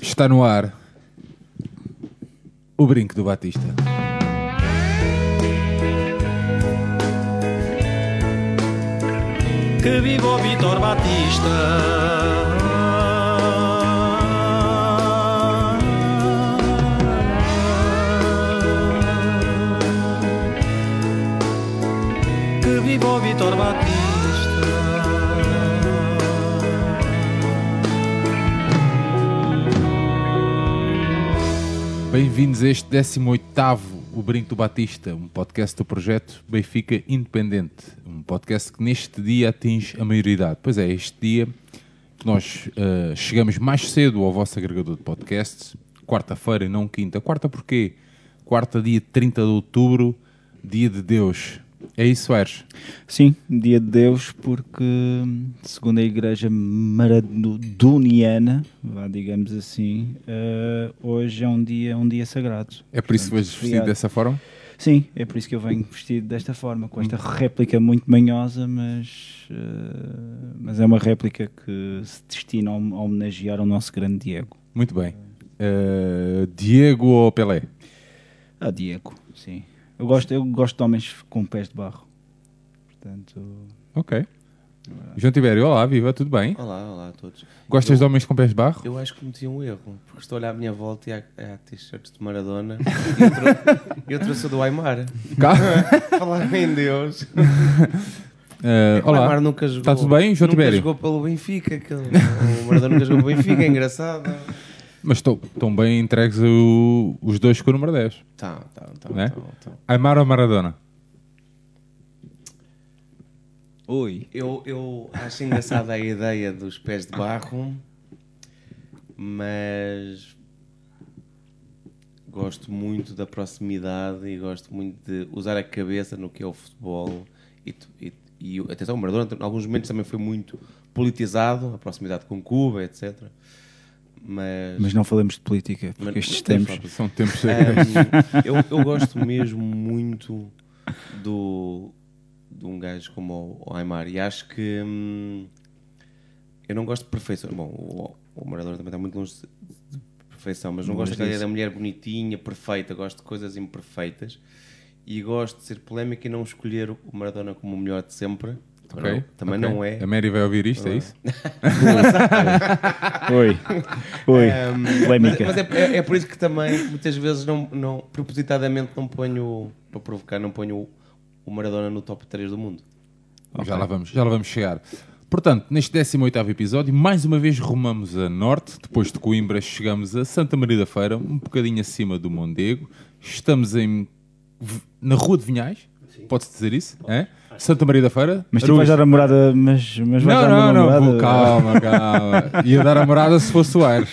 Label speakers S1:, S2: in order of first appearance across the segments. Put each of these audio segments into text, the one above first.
S1: Está no ar o brinco do Batista.
S2: Que viva o Vitor Batista! Que viva o Vitor Batista!
S1: Bem-vindos a este 18º O Brinco do Batista, um podcast do projeto Benfica Independente, um podcast que neste dia atinge a maioridade. Pois é, este dia que nós eh, chegamos mais cedo ao vosso agregador de podcasts, quarta-feira e não quinta. Quarta porquê? Quarta, dia 30 de outubro, dia de Deus. É isso, Aires?
S3: Sim, dia de Deus, porque segundo a Igreja Maradoniana, vá, digamos assim, eh, hoje é um dia, um dia sagrado.
S1: É por isso que vais
S3: Portanto,
S1: vestido
S3: feriado.
S1: dessa forma?
S3: Sim, é por isso que eu venho vestido desta forma, com esta réplica muito manhosa, mas, eh, mas é uma réplica que se destina a hom- a homenagear o nosso grande Diego.
S1: Muito bem. Eh, Diego ou Pelé?
S3: Ah, Diego, sim. Eu gosto, eu gosto de homens com pés de barro. Portanto,
S1: Ok. João Tibério, olá, viva, tudo bem?
S4: Olá, olá a todos.
S1: Gostas de homens com pés de barro?
S4: Eu acho que cometi um erro, porque estou a olhar à minha volta e há, há t-shirts de Maradona e eu, trou eu trouxe o do Aymar. É.
S1: Cá.
S4: Falar em Deus.
S1: Eh,
S4: O
S1: olá.
S4: Aymar nunca jogou.
S1: Está tudo bem, João
S4: Nunca
S1: Tibério?
S4: jogou pelo Benfica. aquele- O Maradona nunca jogou pelo Benfica, é engraçado.
S1: Mas estão estão bem entregues o- os dois com o número 10.
S4: Tá, tá, tá.
S1: Né?
S4: tá, tá.
S1: Aymar ou Maradona?
S3: oi.
S4: Eu, eu acho engraçada a ideia dos pés de barro, mas gosto muito da proximidade e gosto muito de usar a cabeça no que é o futebol. E, tu- e, e o- atenção, o Maradona, em alguns momentos também foi muito politizado, a proximidade com Cuba, etc. Mas,
S3: Mas não falemos de política, porque
S4: Mas-
S3: estes
S4: não temos
S3: tempos.
S1: São tempos.
S4: É. Ahm, eu, eu gosto mesmo muito do, de um gajo como o, o Aymar e acho que hum, eu não gosto de perfeição. Bom, o, o Maradona também está muito longe de, de perfeição, mas não gosto daquela ideia da mulher bonitinha, perfeita. Gosto de coisas imperfeitas e gosto de ser polémico e não escolher o Maradona como o melhor de sempre.
S1: Ok,
S4: Não, também
S1: ok.
S4: não é.
S1: A Mary vai ouvir isto, é isso?
S3: Oi. Oi.
S1: Ehm,
S4: Mas,
S3: Polémica.
S4: mas é, é- é por isso que também muitas vezes não, não propositadamente não ponho para provocar, não ponho o- o Maradona no top 3 do mundo.
S1: Já lá vamos, já lá vamos chegar. Portanto, neste 18º episódio, mais uma vez rumamos a norte, depois de Coimbra chegamos a Santa Maria da Feira, um bocadinho acima do Mondego. Estamos em V- na Rua de Vinhais, pode-se dizer isso? É? Santa Maria da Feira.
S3: Mas tu vais
S1: Arouz.
S3: dar a morada, mas, mas vais
S1: Não, não,
S3: dar uma
S1: não,
S3: morada.
S1: vou- calma, calma. Ia dar a morada se fosse o Aires.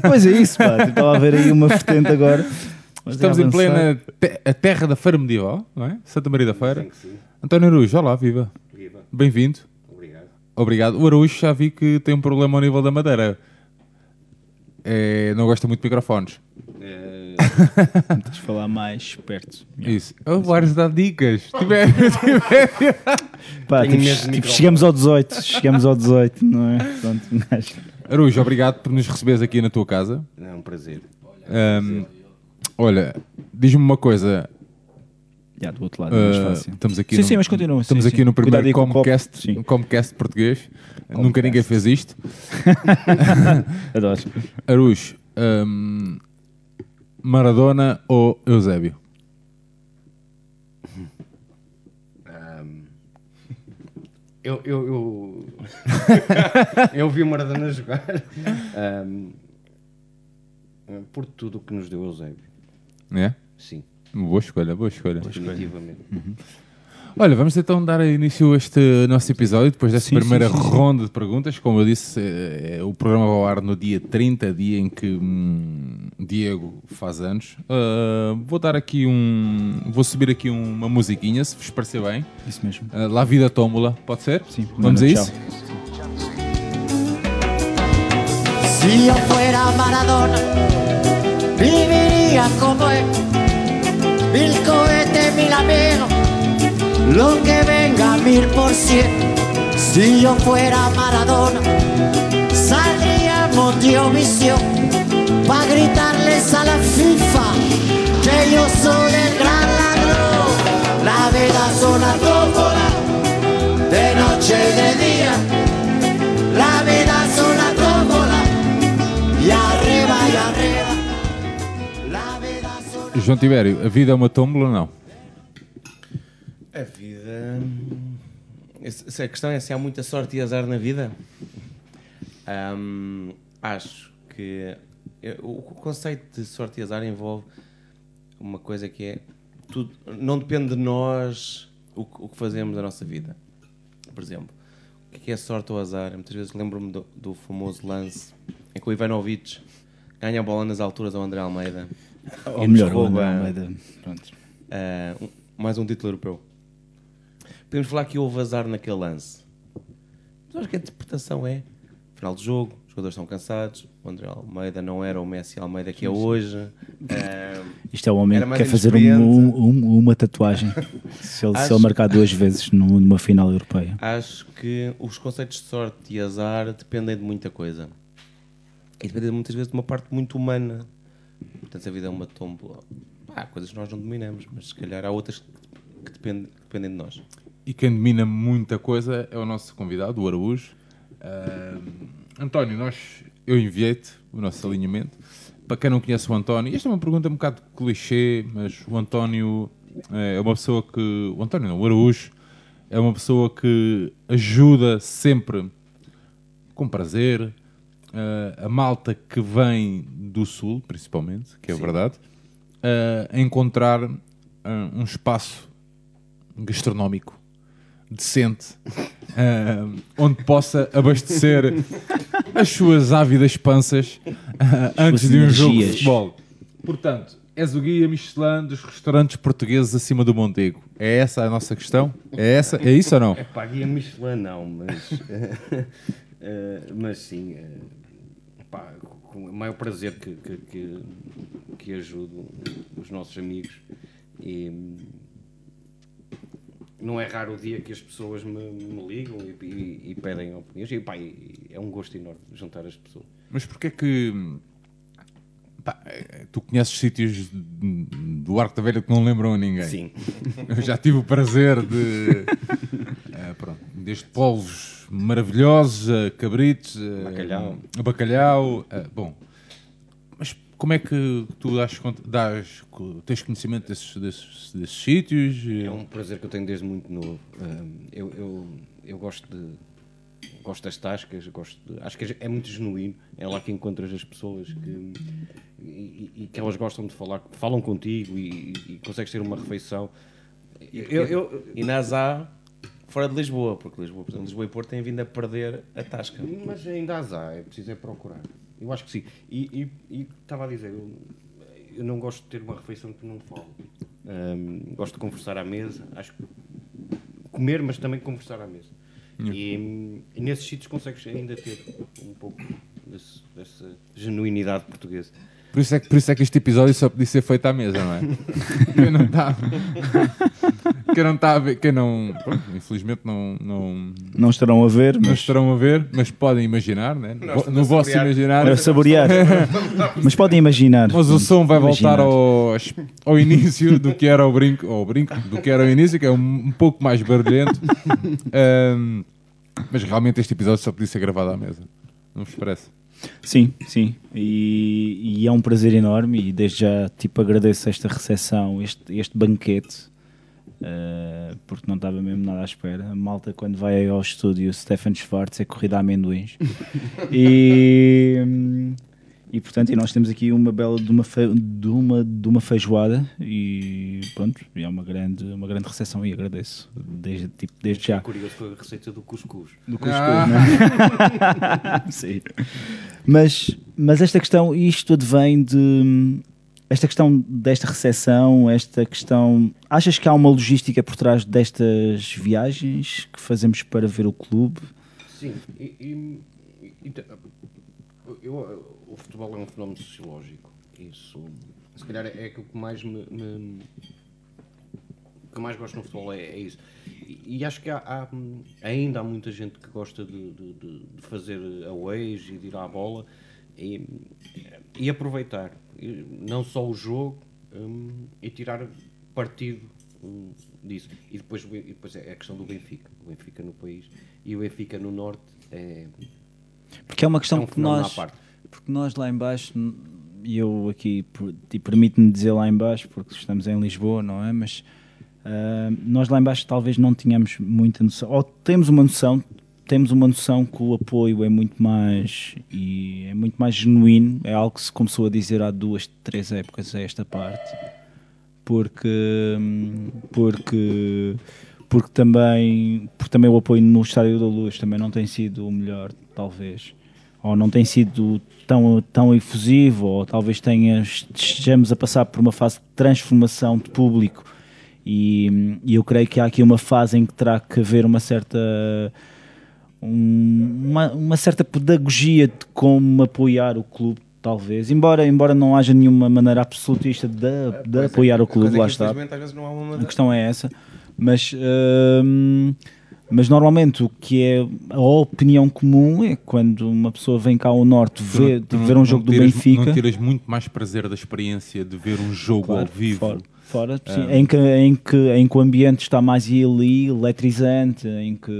S3: Pois é isso, pá. tipo, Estava a ver aí uma vertente agora. Mas
S1: Estamos
S3: é
S1: em
S3: avançar.
S1: plena te- a terra da Feira Medieval, não é? Santa Maria da Feira. António Araújo, olá, viva. Viva. Bem-vindo. Obrigado. Obrigado. O Araújo já vi que tem um problema ao nível da madeira. É, não gosta muito de microfones.
S3: Tentas falar mais perto.
S1: Isso. O Aires dá dicas. Tipo, é- Tiver, tiver.
S3: Pá,
S4: Tenho
S3: tipo,
S4: medo de
S3: tipo,
S4: microfone.
S3: é? um é
S1: Ah, Eh, um hum, É? então é, hum, Ah, um, Eh, João Tibério, a vida é uma tómbola ou não?
S4: A vida. Esse- Se a questão é se há muita sorte e azar na vida, Ahm, acho que eu- o conceito de sorte e azar envolve uma coisa que é tudo, não depende de nós o, que- o que fazemos da nossa vida. Por exemplo, o que é sorte ou azar? Muitas vezes lembro-me do, do famoso lance em que o Ivanovic ganha a bola nas alturas ao André Almeida.
S3: Ou
S4: E nos
S3: É melhor, o
S4: rouba-
S3: André Almeida. Pronto.
S4: Uh, um- mais um título europeu. Podemos falar que houve azar naquele lance. Mas acho que a interpretação é final de jogo, os jogadores estão cansados, o André Almeida não era o Messi Almeida que é hoje. Uh,
S3: Isto é o homem
S4: Era
S3: que
S4: mais
S3: quer fazer um-
S4: inexperiente.
S3: um- um- uma tatuagem. se, ele, se
S4: Acho-
S3: ele marcar duas vezes num- numa final europeia.
S4: acho que os conceitos de sorte e azar dependem de muita coisa. E dependem muitas vezes de uma parte muito humana. Portanto, se a vida é uma tombola. pá, Há coisas que nós não dominamos, mas se calhar há outras que dependem, que dependem de nós.
S1: E quem domina muita coisa é o nosso convidado, o Araújo. Ah, António, nós, eu enviei-te o nosso alinhamento. Para quem não conhece o António, esta é uma pergunta um bocado clichê, mas o António eh, é uma pessoa que. O António não, o Araújo é uma pessoa que ajuda sempre com prazer eh, a malta que vem do Sul, principalmente, que é verdade, eh, a encontrar eh, um espaço gastronómico decente ah, onde possa abastecer as suas ávidas panças ah, antes de um jogo de
S3: energias.
S1: futebol. Portanto, és o guia Michelin dos restaurantes portugueses acima do Montego. É essa a nossa questão? É essa? É isso ou não?
S5: Pá, guia Michelin não, mas. eh, mas sim. eh, pá, com o maior prazer que, que, que, que ajudo os nossos amigos. E. hum, Não é raro o dia que as pessoas me, me ligam e, e- e pedem opiniões. E, pá, e- é um gosto enorme juntar as pessoas.
S1: Mas porque é que pá, eh, tu conheces sítios de- do Arco da Velha que não lembram a ninguém?
S5: Sim.
S1: Eu já tive o prazer de eh, pronto, desde polvos maravilhosos, a cabritos, a-
S5: Bacalhau.
S1: a bacalhau, a- bom. Mas como é que tu dás, conta- dás- tens conhecimento desses, desses, desses sítios?
S5: É um prazer que eu tenho desde muito novo. Hum, Eu, eu, eu gosto de. Gosto das tascas, gosto de- acho que é muito genuíno. É lá que encontras as pessoas que, e, e- e que elas gostam de falar, que falam contigo e, e- e consegues ter uma refeição. Eu, eu-
S4: E na Azá, fora de Lisboa, porque Lisboa, por exemplo, Lisboa e Porto têm vindo a perder a tasca.
S5: mas ainda há, zá, é preciso é procurar. Eu acho que sim. E e- e estava a dizer, eu, eu não gosto de ter uma refeição que não falo. Hum, gosto de conversar à mesa, acho que comer, mas também conversar à mesa. E, hum, e nesses sítios consegues ainda ter um pouco desse- dessa genuinidade portuguesa.
S1: Por isso, é que, por isso é que este episódio só podia ser feito à mesa, não é? quem não está. quem não está a ver. Quem não. Pronto, infelizmente não, não,
S3: Não estarão a ver,
S1: não
S3: mas
S1: estarão a ver, mas podem imaginar, né?
S4: Nós
S1: No vosso
S4: estamos a
S1: imaginar.
S3: a saborear. mas podem imaginar.
S1: Mas o som vai voltar
S3: Imaginar.
S1: aos- ao, início do que era o brinco, ao brinco, do que era o início, que é um, um pouco mais barulhento. Ahm, mas realmente este episódio só podia ser gravado à mesa. Não vos parece?
S3: Sim, sim. E, e é um prazer enorme e desde já tipo, agradeço esta recepção, este, este banquete, eh, porque não estava mesmo nada à espera. A malta quando vai ao estúdio, o Stefan Schwartz é corrida a amendoins. e, hum, e portanto, e nós temos aqui uma bela de uma, fe- de uma, de uma feijoada e pronto, é uma grande, uma grande recepção e agradeço desde, tipo, desde já.
S5: Curioso foi a receita do cuscuz.
S3: Do cuscuz, não é? Sim. Mas, mas esta questão, isto tudo vem de. Esta questão desta recessão, esta questão. Achas que há uma logística por trás destas viagens que fazemos para ver o clube?
S5: Sim, e, e- e te- eu- o futebol é um fenómeno sociológico. Isso, se calhar, é aquilo que mais me. me- que mais gosto no futebol é, é isso. E, e acho que há, há, hum, ainda há muita gente que gosta de, de- de- de fazer aways e de ir à bola e, e aproveitar e não só o jogo hum, e tirar partido hum, disso. E depois, o Ben- e depois é a questão do Benfica. O Benfica no país e o Benfica no Norte é,
S3: Porque é uma questão
S5: É um
S3: que
S5: fenómeno
S3: nós.
S5: à parte.
S3: Porque nós lá em baixo n- e eu aqui, por- e permite-me dizer lá em baixo, porque estamos em Lisboa, não é? Mas ah, nós lá em baixo talvez não tínhamos muita noção, ou temos uma noção, temos uma noção que o apoio é muito mais, e é muito mais genuíno, é algo que se começou a dizer há duas, três épocas a esta parte porque hum, porque porque também porque também o apoio no Estádio da Luz também não tem sido o melhor talvez ou não tem sido tão tão efusivo ou talvez tenha estejamos a passar por uma fase de transformação de público e, hum, e eu creio que há aqui uma fase em que terá que haver uma certa um- uma, uma certa pedagogia de como apoiar o clube, talvez. Embora, embora não haja nenhuma maneira absolutista de, de apoiar o clube, lá está.
S4: Às vezes não há uma
S3: A questão é essa. Mas, hum, mas normalmente o que é a opinião comum é quando uma pessoa vem cá ao Norte
S1: Tu não-
S3: ver,
S1: tu não-
S3: ver um
S1: não
S3: jogo do
S1: tiras-
S3: Benfica.
S1: Não tiras muito mais prazer da experiência de ver um jogo
S3: Claro,
S1: ao vivo. Ah.
S3: Fora, fora, sim, em, que, em, que, em que o ambiente está mais ali, eletrizante, em que.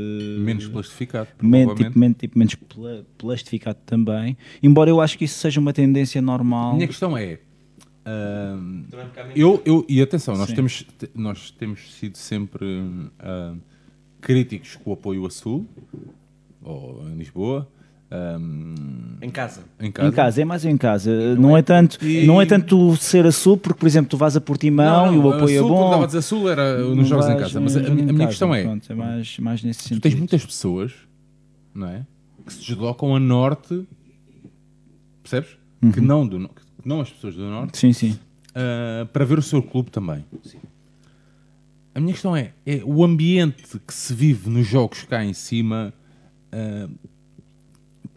S1: Menos plastificado,
S3: Men-
S1: provavelmente.
S3: tipo, men- tipo, menos pla- plastificado também. Embora eu acho que isso seja uma tendência normal.
S1: Minha questão é. ahm,
S4: um
S1: eu, eu, e atenção, nós
S3: Sim.
S1: temos, te- nós temos sido sempre hum, ahm, críticos com o apoio a Sul, ou em Lisboa, ahm,
S4: Em casa.
S1: em casa.
S3: Em casa, é mais em casa. Não, é, tanto, não é tanto ser a sul, porque, por exemplo, tu vás a Portimão e o
S1: a
S3: apoio é
S1: Sul, quando
S3: bom.
S1: estavas a dizer Sul era nos
S3: não
S1: jogos em
S3: vais,
S1: casa.
S3: eh,
S1: Mas a, a
S3: joga
S1: minha
S3: em
S1: a minha
S3: casa,
S1: questão é:
S3: pronto, é mais, mais nesse
S1: tu
S3: sentido.
S1: tens muitas pessoas, não é? Que se deslocam a norte, percebes?
S3: Uhum.
S1: Que, não do, no- que não as pessoas do norte,
S3: Sim, sim.
S1: ah, para ver o seu clube também. A minha questão é, é o ambiente que se vive nos jogos cá em cima ah,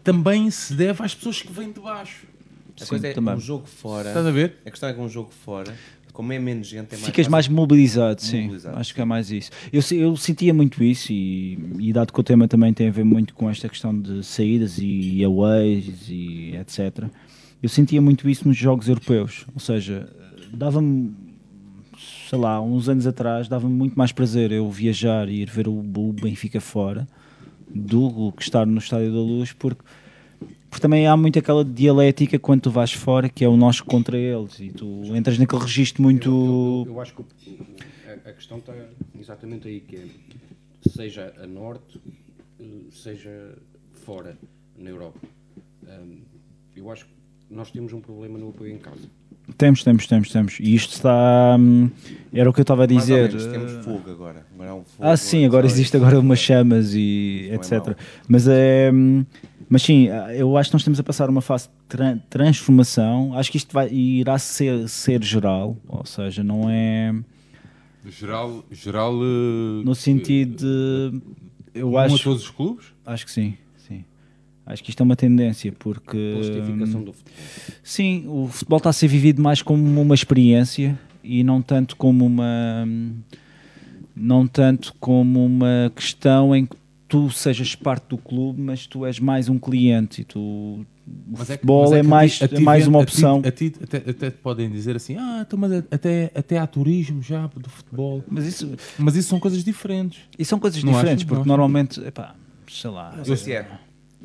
S1: também se deve às pessoas que vêm de baixo.
S4: A coisa é
S3: também.
S4: um jogo fora.
S1: Estás a ver?
S4: A questão é que um jogo fora, como é menos gente, é mais
S3: Ficas
S4: fácil.
S3: mais mobilizado, sim.
S4: Mobilizado.
S3: Acho que é mais isso. Eu, se- eu sentia muito isso e, e dado que o tema também tem a ver muito com esta questão de saídas e aways e etc. Eu sentia muito isso nos jogos europeus. Ou seja, dava-me, sei lá, uns anos atrás, dava-me muito mais prazer eu viajar e ir ver o, o Benfica fora do que estar no Estádio da Luz, porque porque também há muito aquela dialética quando tu vais fora, que é o nós contra eles, e tu entras naquele registro muito
S5: Eu acho que o- a, a questão está exatamente aí, que é, seja a norte, eh, seja fora, na Europa. Ahm, eu acho que nós temos um problema no apoio em casa.
S3: Temos, temos, temos, temos. E isto está. hum, Era o que eu estava a
S4: Mais ou
S3: dizer.
S4: menos,
S3: eh,
S4: temos fogo agora. Agora há um fogo.
S3: ah, sim, agora
S4: sabe?
S3: existe agora umas chamas e
S4: Não é
S3: etc.
S4: mau.
S3: mas é. hum, Mas sim, eu acho que nós estamos a passar uma fase de tran- transformação. Acho que isto vai, irá ser, ser geral, ou seja, não é
S1: Geral, geral ah,
S3: no sentido de. Eu
S1: a
S3: acho,
S1: todos os clubes?
S3: acho que sim, sim. Acho que isto é uma tendência, porque.
S5: Plastificação do futebol.
S3: Sim, o futebol está a ser vivido mais como uma experiência e não tanto como uma não tanto como uma questão em que tu sejas parte do clube, mas tu és mais um cliente e tu o futebol é,
S1: que
S3: mais,
S1: a ti- a
S3: é
S1: ti
S3: mais
S1: vende-
S3: uma
S1: a ti-
S3: opção.
S1: a ti até, até te podem dizer assim, ah, então, mas até, até há turismo já do futebol.
S3: Mas isso,
S1: Mas isso são coisas diferentes.
S3: isso são coisas
S1: Não
S3: diferentes,
S1: acho, não
S3: porque
S1: acho.
S3: normalmente, epá, sei lá,
S4: Não sei se é.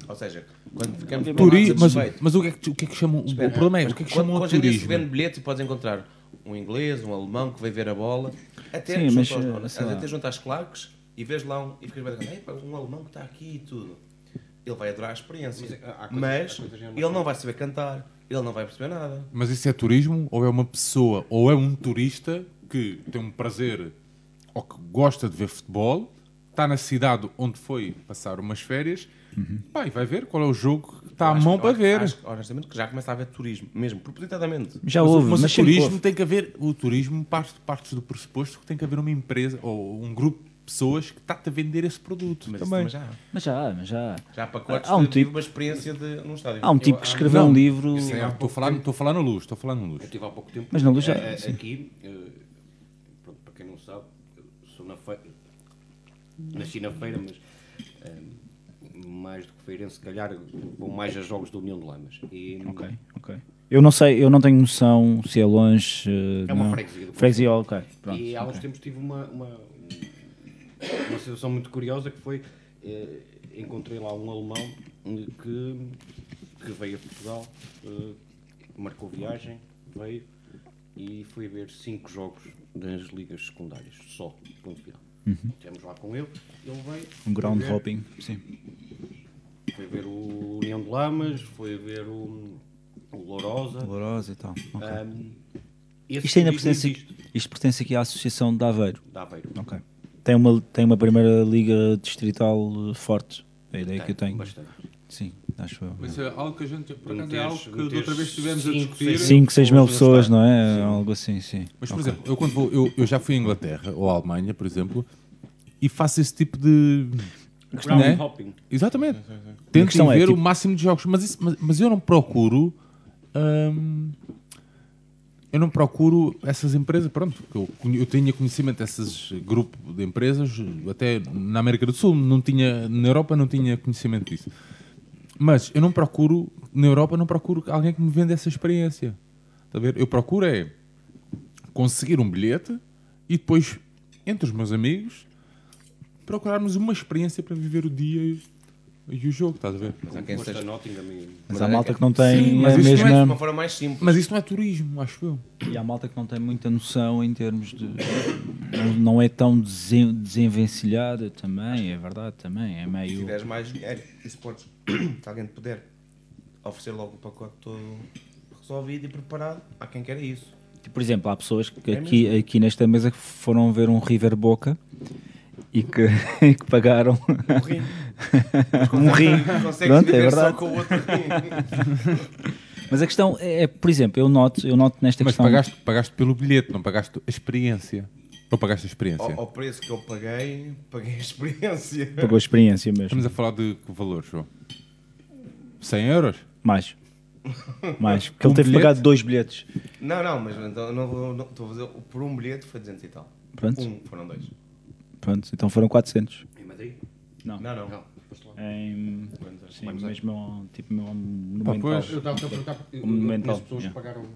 S4: Ou seja, quando ficamos com
S1: Turi
S4: nada
S1: mas,
S4: satisfeito,
S1: mas o que é que, tu- o que, é que chamam? O
S4: Espera,
S1: problema é
S4: mas
S1: o que é que
S4: quando-
S1: chamam a
S4: Hoje em dia se
S1: turismo?
S4: vende bilhete e podes encontrar um inglês, um alemão que vai ver a bola. Até
S3: Sim,
S4: junto
S3: mas,
S4: aos-
S3: eh,
S4: aos-
S3: sei lá.
S4: até junto às claques e vês lá um, e ficas bem "Ei, pá, um alemão que está aqui e tudo. Ele vai adorar a experiência.
S5: Mas,
S4: Mas,
S5: eh, há coisas- há coisas que não
S4: ele não vai saber cantar, ele não vai perceber nada.
S1: Mas isso é turismo ou é uma pessoa ou é um turista que tem um prazer ou que gosta de ver futebol, está na cidade onde foi passar umas férias, pá, e vai ver qual é o jogo que está à
S4: Acho-
S1: mão para
S4: acho-
S1: ver.
S4: acho que, honestamente que já começa a haver turismo, mesmo propositadamente.
S3: já
S1: Mas o-
S3: houve,
S1: mas,
S3: mas,
S1: o
S3: sempre
S1: turismo
S3: houve.
S1: tem que haver, o turismo parte, parte do pressuposto que tem que haver uma empresa ou um grupo de pessoas que está-te a vender esse produto
S4: Mas isso
S1: também.
S4: também já há.
S3: Mas já, há, mas já. há.
S4: Já há pacotes
S3: Há um
S4: de- de
S3: tipo-
S4: uma experiência de, num estádio.
S3: Há um tipo que escreveu
S1: Não,
S3: um livro,
S1: Sim, é, Estou a falar, estou a falar na luz, estou a falar na luz.
S5: Eu tive há pouco tempo.
S3: Mas não, Luís, já-
S5: eh, eh,
S3: sim.
S5: Aqui, eh, pronto, para quem não sabe, eu sou na feira. Nasci na feira, mas eh, mais do que feirense, se calhar, vou mais a jogos da União de Lamas. E,
S3: Ok, ok. Eu não sei, eu não tenho noção se é longe. eh,
S5: É uma
S3: não.
S5: freguesia do
S3: Freguesia, ok. Pronto.
S5: e há uns
S3: ok.
S5: tempos tive uma, uma, uma situação muito curiosa que foi. eh, encontrei lá um alemão eh, que, que veio a Portugal, eh, marcou viagem, veio e fui ver cinco jogos das ligas secundárias, só, ponto final. Estivemos lá com ele, ele veio.
S3: Uhum. Um ground
S5: foi
S1: É.
S5: ver-
S3: hopping, sim.
S5: Foi ver o União de Lamas, foi ver o, o Lourosa.
S3: Dolorosa e tal. ok.
S5: Ahm, esse
S3: isto ainda
S5: turismo
S3: pertence,
S5: existe,
S3: isto pertence aqui à Associação de Aveiro.
S5: de Aveiro.
S3: Ok. Tem uma, tem uma primeira liga distrital eh, forte. É a ideia que eu tenho.
S5: Bastante.
S3: Sim, acho eu.
S1: Mas é algo que a gente, por acaso, é
S5: Meteres-
S1: algo que da outra
S5: meteres
S1: vez estivemos a
S5: cinco,
S1: discutir.
S5: seis-
S3: 5, 6 mil
S5: Vamos
S3: pessoas,
S5: gastar.
S3: não é? Algo assim, sim.
S1: Mas, por
S3: Ok.
S1: exemplo, eu quando vou, eu, eu já fui à Inglaterra ou à Alemanha, por exemplo, e faço esse tipo de.
S5: Ground
S1: né?
S5: hopping.
S1: Exatamente.
S3: A
S1: Tento
S3: questão é,
S1: ver o
S3: tipo-
S1: máximo de jogos, mas, isso- mas, mas eu não procuro. hum, eu não procuro essas empresas, pronto, que eu, conhe- eu tinha conhecimento desses grupo de empresas, até na América do Sul, não tinha, na Europa não tinha conhecimento disso. Mas eu não procuro, na Europa não procuro alguém que me venda essa experiência. Está a ver? Eu procuro é conseguir um bilhete e depois, entre os meus amigos, procurarmos uma experiência para viver o dia e, e o jogo, estás a ver?
S4: Mas há quem
S5: Foste
S4: seja.
S5: a Nottingham e...
S3: Mas há malta que não tem
S1: é- Sim, mas
S3: a
S1: isto não é
S4: De
S3: mesma.
S4: uma forma mais simples.
S1: Mas isso não é turismo, acho eu.
S3: E há malta que não tem muita noção em termos de. Não, não é tão desen, desenvencilhada também, é verdade, também. É
S4: Se
S3: meio.
S4: tiveres mais dinheiro, isso podes, se alguém te puder oferecer logo o pacote todo resolvido e preparado, há quem queira isso.
S3: Tipo, Por exemplo, há pessoas
S5: É
S3: que aqui, aqui nesta mesa que foram ver um River Boca e que, e que pagaram. um rim.
S4: Consegues
S3: Pronto, é
S4: viver só
S3: verdade.
S4: com o outro rim.
S3: Mas a questão é, é, por exemplo, eu noto, eu noto nesta
S1: Mas
S3: questão.
S1: pagaste, pagaste pelo bilhete, não pagaste a experiência. Ou pagaste a experiência.
S4: ao, ao preço que eu paguei, paguei a experiência.
S3: Pagou a experiência mesmo.
S1: Estamos a falar de que valor, João? 100 euros?
S3: Mais. Mais. Porque
S1: Um
S3: ele teve
S1: bilhete?
S3: pagado dois bilhetes.
S4: Não, não, mas então, não, vou- não, estou a fazer. Por um bilhete foi 200 e tal.
S3: Pronto.
S4: Um, foram dois.
S3: Pronto, então foram 400.
S5: Em Madrid?
S4: Não, não.
S5: Não, foste lá.
S3: Em, sim, mesmo tipo meu
S1: Pá,
S3: monumental.
S1: pois.
S5: Eu estava a perguntar porque eu-
S3: Um
S5: eu
S3: mental,
S5: conheço pessoas que
S3: yeah.
S5: pagaram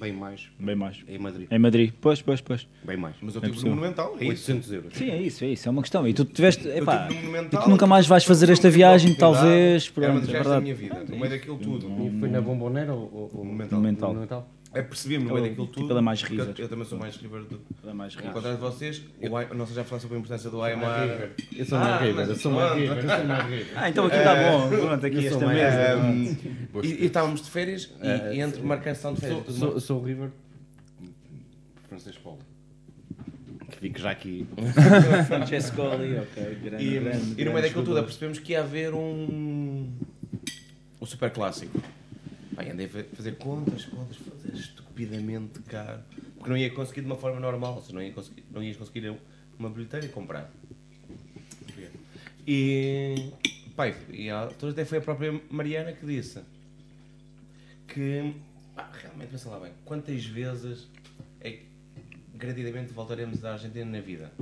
S5: bem mais
S3: Bem mais.
S5: em Madrid.
S3: Em Madrid. Pois, pois, pois.
S5: Bem mais.
S4: Mas eu
S3: É
S4: tive no
S3: possível.
S4: monumental, é isso.
S5: 800 euros.
S3: Sim, é isso, é isso. É uma questão. E tu tiveste. Epá,
S4: tive um no
S3: e
S4: Monumental,
S3: tu nunca mais vais fazer esta
S4: tive uma
S3: viagem,
S4: oportunidade,
S3: talvez.
S4: Era uma
S3: Pronto,
S4: das
S3: é
S4: viagens da minha
S3: verdade. Hum,
S4: vida. No meio daquilo tudo.
S5: E foi na Bombonera ou, ou, ou
S4: Monumental.
S3: Monumental.
S5: Monumental?
S4: É, percebi-me no meio
S3: Aquela-
S4: daquilo
S3: tipo,
S4: tudo.
S3: ela é mais
S4: porque eu-
S3: river.
S4: Eu também sou mais river do.
S3: Dá mais risco.
S4: Encontrar vocês, o I, não sei já falar sobre a importância do IMR.
S5: Eu sou mais river, eu sou mais river, eu sou mais river.
S3: Ah, então aqui está
S4: É.
S3: bom. Pronto, aqui
S5: eu sou
S3: esta
S5: mais-
S3: mesa.
S4: Ahm, e, e estávamos de férias e,
S3: Ah,
S4: e entre marcação de férias.
S5: Sou,
S4: tudo
S5: sou, sou river francês Paulo. Que fico já aqui.
S3: Francesco ali, ok. Grande, grande,
S4: E, e no
S3: grande
S4: meio daquilo tudo
S3: jogador.
S4: apercebemos que ia haver um. um super clássico. Bem, andei a fa- fazer contas, contas, fazer estupidamente caro. Porque não ia conseguir de uma forma normal, ou seja, não, ia conseguir, não ias conseguir uma bilheteira e comprar. E. Pai, e à altura até foi a própria Mariana que disse que. pá, realmente, pensa lá bem, quantas vezes é que gratidamente voltaremos à Argentina na vida?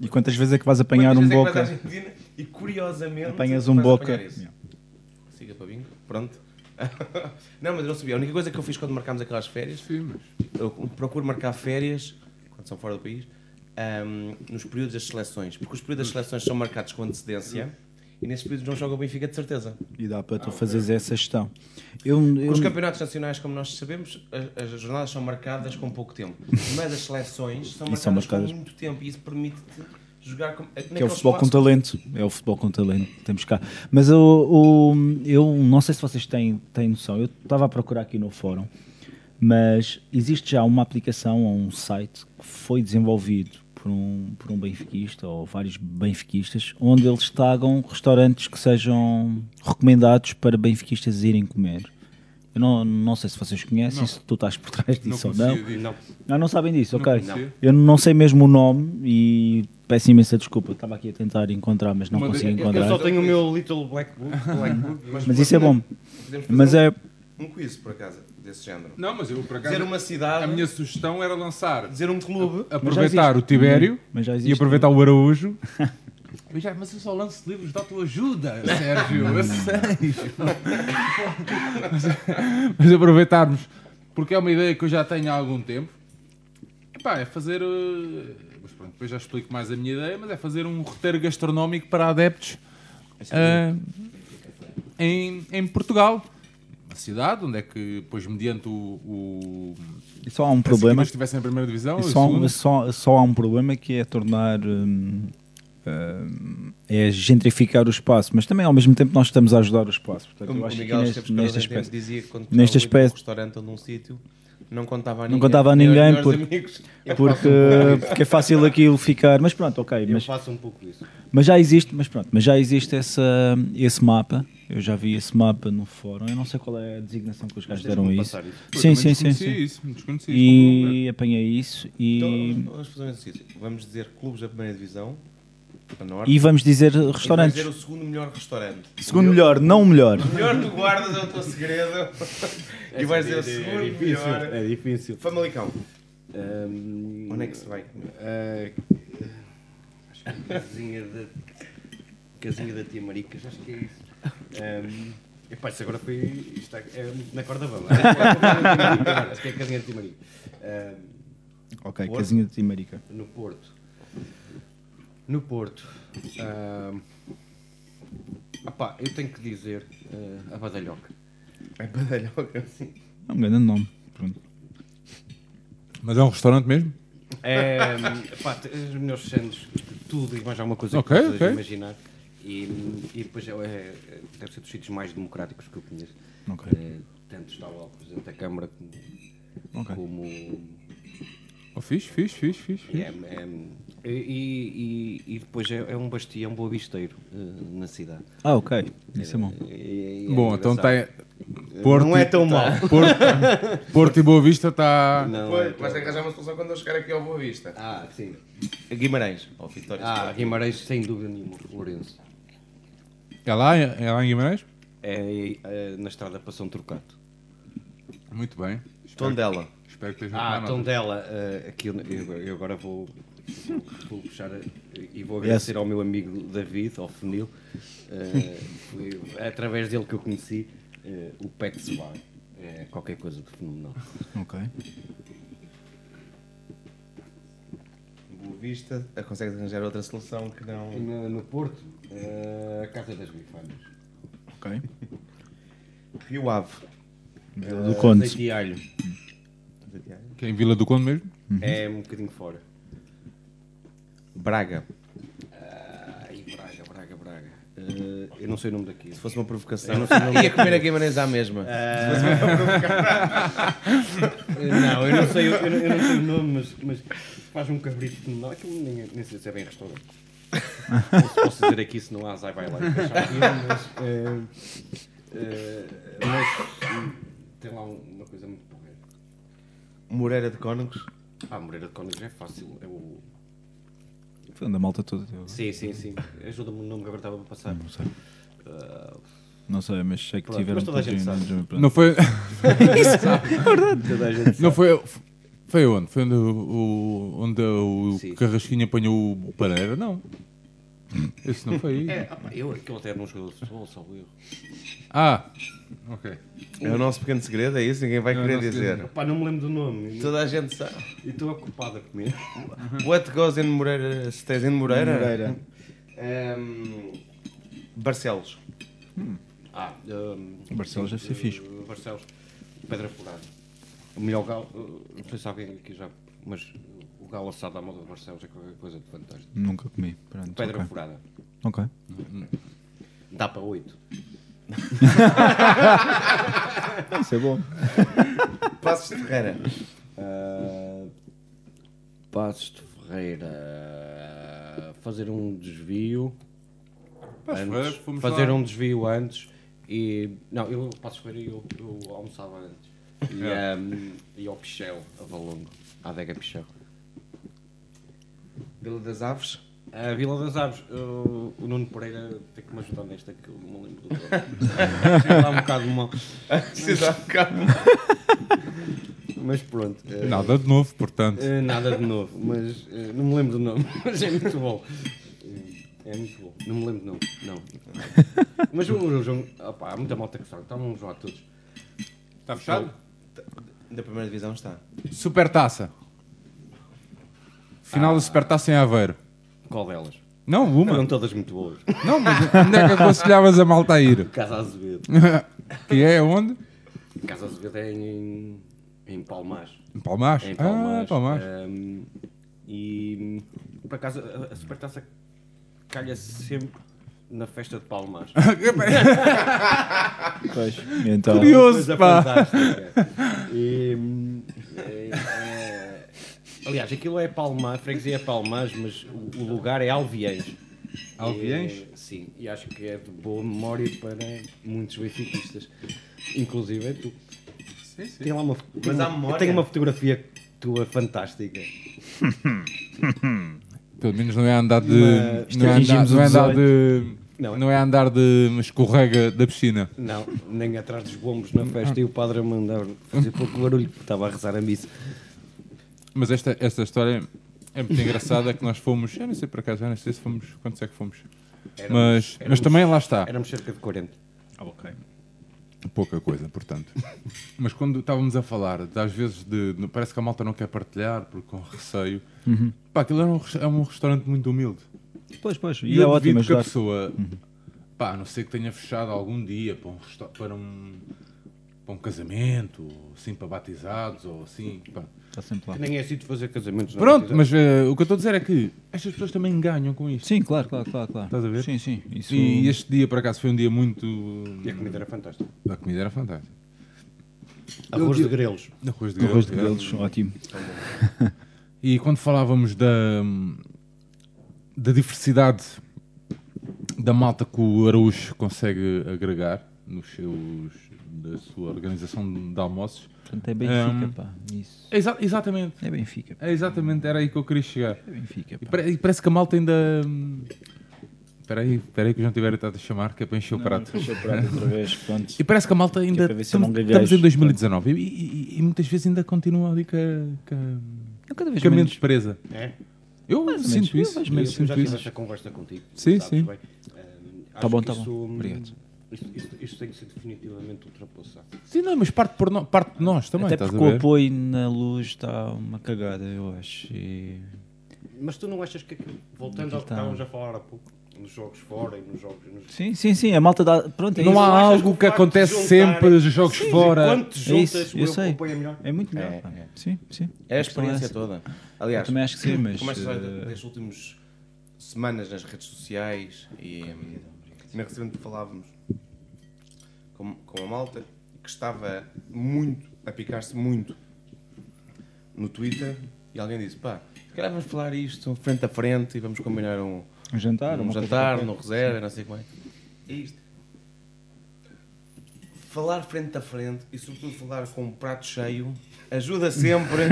S3: E quantas vezes é que vais apanhar um
S4: Quantas vezes é que vais à
S3: boca?
S4: Argentina E curiosamente.
S3: Apanhas um
S4: vais
S3: boca.
S4: apanhar isso? Siga para bingo. Pronto. não, mas eu não sabia. A única coisa que eu fiz quando marcámos aquelas férias. Eu procuro marcar férias, quando são fora do país, ahm, nos períodos das seleções. Porque os períodos das seleções são marcados com antecedência. E nesses períodos não joga o Benfica de certeza.
S3: E dá para tu fazeres essa gestão. Eu, eu,
S4: Ah, Com os campeonatos nacionais, como nós sabemos, a- as, jornadas são marcadas com pouco tempo. Mas as seleções são
S3: E
S4: marcadas,
S3: são marcadas.
S4: com muito tempo. E isso permite-te jogar com,
S3: que é o futebol com talento. É o futebol com talento. Temos cá. Mas eu, eu não sei se vocês têm, têm noção. Eu estava a procurar aqui no fórum, mas existe já uma aplicação ou um site que foi desenvolvido por um, por um benfiquista ou vários benfiquistas, onde eles tagam restaurantes que sejam recomendados para benfiquistas irem comer. Eu não, não sei se vocês conhecem, se tu estás por trás disso ou não.
S1: conhecia disso.
S5: Não.
S3: Ah, não sabem disso, ok.
S1: conhecia.
S3: Eu não sei mesmo o nome e peço imensa desculpa. Estava aqui a tentar encontrar, mas não
S1: Mas
S3: consigo
S1: eu- eu
S5: Eu
S3: encontrar.
S5: só tenho o meu Little Black Book. Black Book.
S3: Mas isso é bom.
S4: Podemos fazer
S3: Mas
S4: um-
S3: é.
S4: um quiz, por acaso, desse género.
S1: Não, mas eu, por acaso,
S4: Dizer uma cidade,
S1: a minha sugestão era lançar,
S4: dizer um clube.
S1: aproveitar o
S3: existe.
S1: Tibério
S3: Uhum. Mas já
S1: e
S3: existe.
S1: aproveitar o Araújo. Mas, já- mas eu só lanço livros de autoajuda, Sérgio. Eu sei. Hum. mas, mas aproveitarmos, porque é uma ideia que eu já tenho há algum tempo. Epá, é fazer. eh, Mas pronto, depois já explico mais a minha ideia, mas é fazer um roteiro é gastronómico para adeptos eh, em, em Portugal. cidade, onde é que, depois, mediante o. o
S3: E Só há
S1: se
S3: um
S1: as equipas
S3: problema.
S1: estivessem na primeira divisão,
S3: E
S1: e
S3: Só,
S1: segunda,
S3: só, só há um problema que é tornar hum, hum, é gentrificar o espaço, mas também ao mesmo tempo nós estamos a ajudar o espaço. Portanto, eu
S4: O
S3: acho que
S4: Miguel
S3: neste,
S4: Esteves neste
S3: neste
S4: aspecto,
S3: aspecto
S4: dizia que quando
S3: neste
S4: estava num
S3: aspecto-
S4: restaurante ou num sítio não contava a
S3: Não
S4: ninguém.
S3: contava a
S4: nem aos
S3: ninguém,
S4: melhores
S3: porque-
S4: amigos.
S3: porque, porque é fácil aquilo ficar, mas pronto, ok.
S5: Eu
S3: Mas,
S5: faço um pouco isso.
S3: mas já existe, mas pronto, mas já existe essa, esse mapa. Eu já vi esse mapa no fórum. Eu não sei qual é a designação que os gajos deram a isso.
S5: passar isso.
S1: eu
S3: Sim,
S1: também
S3: sim, sim,
S1: desconhecia
S3: sim.
S1: Isso, desconheci
S3: E apanhei isso e,
S4: Então, vamos fazer um exercício. Vamos dizer clubes da primeira divisão, a norte,
S3: e vamos dizer
S4: e vamos dizer
S3: restaurantes.
S4: o segundo melhor restaurante.
S3: Segundo melhor, não o melhor.
S4: O melhor tu guardas é o teu segredo. e vais dizer o segundo
S5: É difícil.
S4: melhor.
S5: É difícil.
S4: Famalicão,
S5: Ahm,
S4: onde é que se vai? comer?
S5: ah, acho que é a casinha da. Casinha da Tia Maricas, acho que é isso. Ahm, epá, isso agora foi. Isto é, é na corda bamba. Acho que é a casinha da Tia Maricas. Ahm,
S3: Ok,
S5: Porto.
S3: casinha de Timarica.
S5: no Porto. No Porto. ahm, opá, eu tenho que dizer ah, a Badalhoca.
S4: É badalhoca, sim.
S3: É um grande nome. Pronto.
S1: Mas é um restaurante mesmo?
S5: É, pá, t- os melhores sandes, tudo e mais alguma coisa
S1: Ok,
S5: que vocês
S1: ok.
S5: imaginar. E, e depois é, é, deve ser dos sítios mais democráticos que eu conheço.
S3: Ok.
S5: É, tanto está lá o Presidente da Câmara como. como
S1: Oh, fixe, fixe, fixe, fixe.
S5: é, é, e, e- e depois é, é um bastião boa visteiro eh, na cidade.
S3: Ah, ok. Isso é bom.
S5: E- e é
S1: Bom, então está.
S5: Não é tão mau.
S1: tá. Porto, Porto e Boa Vista tá está.
S5: Não, é-
S4: Pois, vais arranjar uma solução quando eu chegar aqui ao Boa Vista.
S5: Ah, sim.
S4: Guimarães, ou Vitória.
S5: Ah, Guimarães, sem dúvida nenhuma, Lourenço.
S1: É lá, é lá em Guimarães?
S5: É, é, na estrada para São Trocato.
S1: Muito bem.
S4: Tondela.
S1: Espero que esteja
S5: Ah, então dela, eh, aqui eu, eu- eu agora vou, vou puxar a- e vou agradecer ao meu amigo David, ao Funil, eh, foi através dele que eu conheci eh, o Pet Bar. É qualquer coisa de fenomenal.
S3: Ok.
S4: Boa Vista, ah, consegues arranjar outra solução que não.
S5: No, no Porto, eh, a Casa das Bifanas.
S3: Ok.
S4: Rio Ave.
S3: Do
S5: Azeite
S3: Conde.
S5: e alho.
S1: Que é em Vila do Conde mesmo?
S5: É um bocadinho fora.
S4: Braga.
S5: Ai, Braga, Braga, Braga. Eh, eu não sei o nome daquilo.
S4: Se fosse uma provocação, ia comer a Guimarães à mesma.
S5: Eh, Não, eu não sei, o- eu não, eu não sei o nome, mas, mas faz um cabrito fenomenal. Aquilo nem, nem sei se é bem restaurante. posso, posso dizer aqui, se não há, zai vai lá. e fecha aquilo, Mas, eh, eh, mas hum, tem lá um- uma coisa muito porreira.
S4: Moreira de Cónagos.
S5: Ah, Moreira de Cónigos é fácil. É o...
S3: Foi onde a malta toda. teve.
S5: Sim, sim, sim. Ajuda-me o nome que agora estava a passar.
S3: Não sei. Não sei, mas sei que
S5: Pronto,
S3: tiveram
S5: mas toda a gente
S3: todos os- pronto.
S1: Não foi.
S5: Toda a gente
S1: Não foi. Foi onde? Foi onde o, onde o
S5: Sim.
S1: Carrasquinho apanhou o Pereira? Não. Esse não foi aí.
S5: É, ah pá, eu aquilo até não jogador de futebol, só eu.
S1: Ah, ok.
S4: É o nosso pequeno segredo, é isso? Ninguém vai
S1: É o
S4: querer
S1: nosso
S4: dizer.
S5: Pá, não me lembro do nome
S4: Toda a gente sabe.
S5: e estou ocupado a comer.
S4: What goes in Moreira? Stays in Moreira?
S5: Ehm,
S4: Barcelos.
S5: Ah, hum,
S3: Barcelos deve ser fixe.
S5: eh, Barcelos, Pedra Furada. O melhor galo, eh, não sei se alguém aqui já, mas o galo assado à moda de Barcelos é qualquer coisa de fantástico.
S3: Nunca comi. Pronto,
S5: Pedra
S3: ok.
S5: Furada,
S3: Ok.
S5: dá para oito.
S3: Isso é bom.
S4: Passos de Ferreira.
S5: Passos de Ferreira, fazer um desvio,
S1: Passos de Ferreira, fomos
S5: fazer
S1: lá.
S5: um desvio antes e, não, eu Passos de Ferreira eu, eu almoçava antes. E,
S1: É.
S5: ehm, e ao Pichel, a Valongo, à adega Pichel.
S4: Vila das Aves.
S5: A Vila das Aves, o, o Nuno Pereira tem que me ajudar nesta que eu não me lembro do nome. Está um bocado mal.
S4: um
S5: Mas pronto. eh,
S1: Nada de novo, portanto.
S5: eh, nada de novo, mas eh, não me lembro do nome, mas é muito bom. Eh, É muito bom. Não me lembro do nome, não. Mas o, o João, opá, há muita malta que sabe, está um João a todos.
S1: Está fechado?
S4: Da primeira divisão está.
S5: É.
S1: Supertaça.
S5: Ah.
S1: Final da Supertaça em Aveiro.
S5: Qual delas?
S1: Não, uma.
S5: Eram todas muito boas.
S1: Não, mas onde é que aconselhavas a malta a ir?
S5: Casa Azevedo.
S1: Que é onde?
S5: Casa Azevedo é em, em Palmas.
S1: Em Palmas?
S5: Em
S1: ah,
S5: Palmas. é.
S1: Palmas.
S5: Ahm, e por acaso a, a supertaça calha sempre na festa de Palmas.
S3: Pois. Então,
S1: Curioso,
S5: Coisa
S1: pá.
S5: fantástica. E, hum, é, é, aliás, aquilo é Palmas, freguesia é Palmas, mas o, o lugar é Alviães.
S1: Alviães?
S5: É, sim, e acho que é de boa memória para muitos benfiquistas, inclusive tu.
S1: Sim, sim.
S5: Tem lá uma, tem
S4: Mas há
S5: uma-
S4: memória.
S5: tem uma fotografia tua fantástica.
S1: Pelo menos não é andar de.
S5: Mas-
S1: Não é andar,
S3: Isto
S1: não é
S3: atingimos o
S1: andar de.
S5: Não.
S1: Não é andar de escorrega da piscina.
S5: Não, nem atrás dos bombos na festa e o padre a mandar fazer pouco barulho porque estava a rezar a missa.
S1: Mas esta, esta história é muito engraçada que nós fomos. Eu não sei por acaso, eu não sei se fomos. Quantos é que fomos? mas, mas
S5: éramos-
S1: também lá está.
S5: Éramos cerca de 40.
S1: Pouca coisa, portanto. Mas quando estávamos a falar, de, às vezes, de, de- parece que a malta não quer partilhar, porque com receio. Pá, aquilo era um, res- é um restaurante muito humilde.
S3: Pois, pois.
S1: E
S3: E é
S1: eu
S3: ótimo
S1: duvido que a
S3: ajudar.
S1: pessoa, pá, a não ser que tenha fechado algum dia para um, resta- para um, para um casamento, ou assim, para batizados, ou assim. pá.
S3: Está sempre lá.
S5: Que nem é sítio de fazer casamentos. não é?
S1: Pronto, mas eh, o que eu estou a dizer é que estas pessoas também ganham com isto.
S3: Sim, claro, claro, claro. claro.
S1: Estás a ver?
S3: Sim, sim. Isso... é
S1: E este dia, por acaso, foi um dia muito.
S5: E a comida era fantástica.
S1: A comida era fantástica.
S5: Arroz de grelos.
S1: Arroz de
S3: Arroz de
S1: grelhos,
S3: grelos, ótimo.
S1: E quando falávamos da, da diversidade da malta que o Araújo consegue agregar nos seus, da sua organização de almoços.
S3: Portanto, é Benfica,
S1: Hum.
S3: pá. Isso.
S1: É exa- exatamente.
S3: É Benfica, pá.
S1: É exatamente, era aí que eu queria chegar.
S3: É Benfica,
S1: E,
S3: pá.
S1: pare- e parece que a malta ainda. hum, Espera aí, espera aí que o João Tiberio está a chamar, que é para encher o prato.
S3: Deixa eu parar outra vez, pronto.
S1: E parece que a malta ainda.
S3: é para ver se eu
S1: estamos,
S3: não gaguejo.
S1: estamos em 2019 e, e- e- e muitas vezes ainda continua ali com a- com
S3: Eu cada
S1: a
S3: vez
S1: com a
S3: menos.
S1: mente presa.
S5: É?
S1: Eu sinto
S3: menos.
S1: isso,
S3: Eu
S1: mas
S3: vejo
S5: Eu já
S1: sinto
S5: tive
S1: isso.
S5: esta conversa contigo.
S1: Sim,
S5: sabes
S1: sim.
S5: bem. Ahm,
S3: Tá
S5: acho
S3: bom,
S5: que
S3: tá bom.
S5: isso, hum,
S3: Obrigado.
S5: Isto, isto- isto tem que ser definitivamente ultrapassado.
S1: Sim, não, mas parte, por no- parte de nós também,
S3: Até
S1: estás a
S3: porque o
S1: ver?
S3: apoio na luz está uma cagada, eu acho. E...
S5: Mas tu não achas que, aquilo- voltando ao que
S3: tá-
S5: estávamos a falar há pouco, nos jogos fora e nos jogos... Nos...
S3: Sim, sim, sim. A malta dá. Pronto, é
S1: Não um
S3: isso.
S1: há
S5: achas que
S1: algo
S5: o
S1: que
S5: facto de
S1: acontece
S5: juntar-
S1: sempre, os jogos
S5: Sim,
S1: fora.
S5: Quando te
S3: É
S5: juntas,
S3: isso,
S5: o
S3: eu
S5: eu
S3: sei.
S5: apoio é melhor.
S3: É muito melhor.
S4: É,
S3: pá. Sim, sim.
S4: É a
S3: questão
S4: experiência
S3: essa.
S4: toda.
S3: Eu
S4: Aliás,
S3: também acho que sim, mas.
S4: Como é que se fala
S3: eh,
S4: das últimas semanas nas redes sociais e hum, na recebente falávamos com, com a malta que estava muito a picar-se muito no Twitter e alguém disse, pá, se calhar vamos falar isto frente a frente e vamos combinar um,
S3: Um jantar,
S4: um
S3: uma coisa
S4: jantar,
S3: qualquer.
S4: no reserva, não sei como é. É isto. Falar frente a frente e sobretudo falar com um prato cheio ajuda sempre.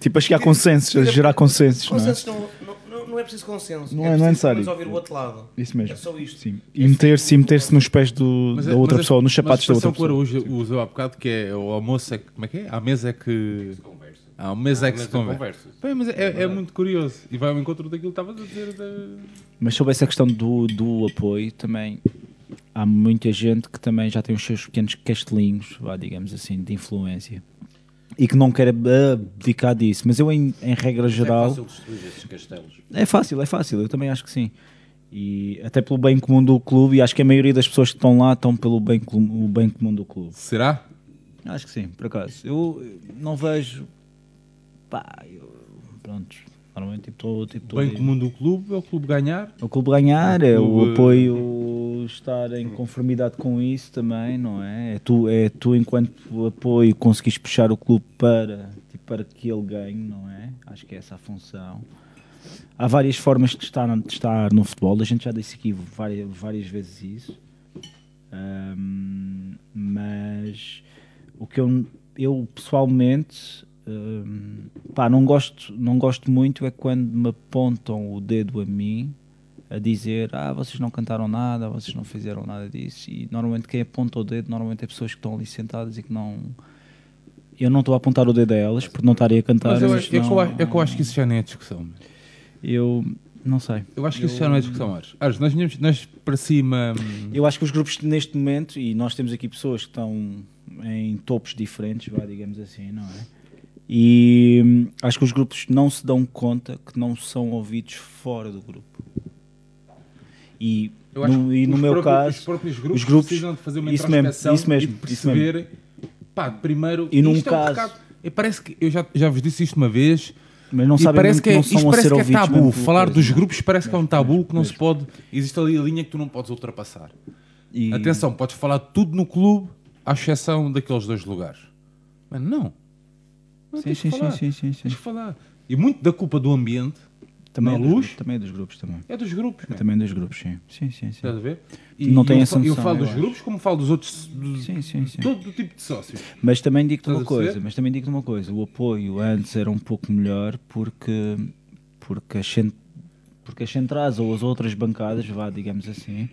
S3: Tipo, a chegar a consensos, a gerar consensos. não é?
S4: Consenso não, não, não, não é preciso consenso.
S3: Não é-
S4: preciso
S3: não é necessário.
S4: apenas ouvir o outro lado.
S3: Isso mesmo.
S4: É só isto.
S3: Sim. E meter-se e meter-se nos pés do,
S1: Mas é-
S3: da outra
S1: mas é-
S3: pessoa, nos sapatos da
S1: mas a
S3: outra
S1: expressão que o
S3: pessoa.
S1: Araújo usou há bocado, que é o almoço é que, como é que é? À mesa é que...
S5: Conversa.
S1: À mesa
S3: Ah,
S1: é que se
S5: mesa
S1: conversa.
S5: conversa.
S1: Bem, mas é, é muito curioso. E vai ao encontro daquilo que estavas a dizer. da-
S3: Mas sobre essa questão do, do apoio, também há muita gente que também já tem os seus pequenos castelinhos, vá, digamos assim, de influência. E que não quer abdicar disso. Mas eu, em, em regra
S5: É
S3: geral.
S5: fácil destruir esses castelos.
S3: É fácil, é fácil, eu também acho que sim. E até pelo bem comum do clube, e acho que a maioria das pessoas que estão lá estão pelo bem, com- o bem comum do clube.
S1: Será?
S3: Acho que sim, por acaso. Eu eh, não vejo. Pá, eu. Pronto. Normalmente estou. Tipo,
S1: O
S3: tô-
S1: bem comum do clube é o clube ganhar.
S3: O clube ganhar, é
S1: O clube-
S3: o apoio estar em conformidade com isso também, não é? É tu, é tu enquanto apoio, conseguires puxar o clube para, tipo, para que ele ganhe, não é? Acho que é essa a função. Há várias formas de estar, de estar no futebol, a gente já disse aqui várias, várias vezes isso. Ahm, mas o que eu, eu pessoalmente ahm, pá, não, gosto, não gosto muito é quando me apontam o dedo a mim a dizer ah, vocês não cantaram nada, vocês não fizeram nada disso. E normalmente quem aponta o dedo normalmente é pessoas que estão ali sentadas e que não. Eu não estou a apontar o dedo a elas por não estarem a cantar.
S1: Mas eu,
S3: mas
S1: acho- é, que eu,
S3: não-
S1: acho- é que eu acho que isso já nem é discussão.
S3: eu não sei.
S1: Eu acho que isso já não é discussão, Ares. Ares, nós, vinhamos- nós para cima... hum,
S3: Eu acho que os grupos neste momento, e nós temos aqui pessoas que estão em topos diferentes, vá, digamos assim, não é? E hum, acho que os grupos não se dão conta que não são ouvidos fora do grupo. E
S1: Eu acho
S3: no, e
S1: que
S3: no
S1: os
S3: meu
S1: próprios-
S3: caso,
S1: os próprios grupos,
S3: os grupos-
S1: precisam de fazer uma
S3: isso mesmo,
S1: introspecção
S3: isso mesmo,
S1: e de
S3: isso mesmo.
S1: perceber Pá, primeiro,
S3: E num
S1: isto é um
S3: caso-
S1: recado- e parece que eu já, já vos disse isto uma vez.
S3: Mas não
S1: e
S3: sabem
S1: parece
S3: mesmo
S1: que
S3: que
S1: é,
S3: não são
S1: isto
S3: a
S1: parece
S3: ser
S1: que é
S3: ouvidos
S1: tabu.
S3: mesmo pela
S1: Falar
S3: coisa,
S1: dos
S3: não é?
S1: grupos parece que é um tabu que não se pode. Existe ali a linha que tu não podes ultrapassar.
S3: E-
S1: Atenção, podes falar tudo no clube, à exceção daqueles dois lugares. Mas não. Não
S3: Sim,
S1: tens que
S3: sim, sim,
S1: falar.
S3: sim, sim, sim.
S1: Tens que falar. E muito da culpa do ambiente
S3: Também
S1: na
S3: é dos
S1: luz?
S3: grupos, também é dos grupos também.
S1: é dos grupos. man.
S3: Também é dos grupos, sim. Sim, sim, sim.
S1: Estás a ver?
S3: Não tem
S1: eu,
S3: essa
S1: fa- Eu
S3: noção,
S1: falo
S3: eu
S1: dos
S3: acho.
S1: grupos como falo dos outros. do-
S3: Sim, sim, sim.
S1: Todo o tipo de sócios.
S3: Mas também digo-te
S1: Estás
S3: uma
S1: a perceber?
S3: coisa, mas também digo-te uma coisa, o apoio antes era um pouco melhor porque porque as cent- porque as centrais ou as outras bancadas, vá, digamos assim,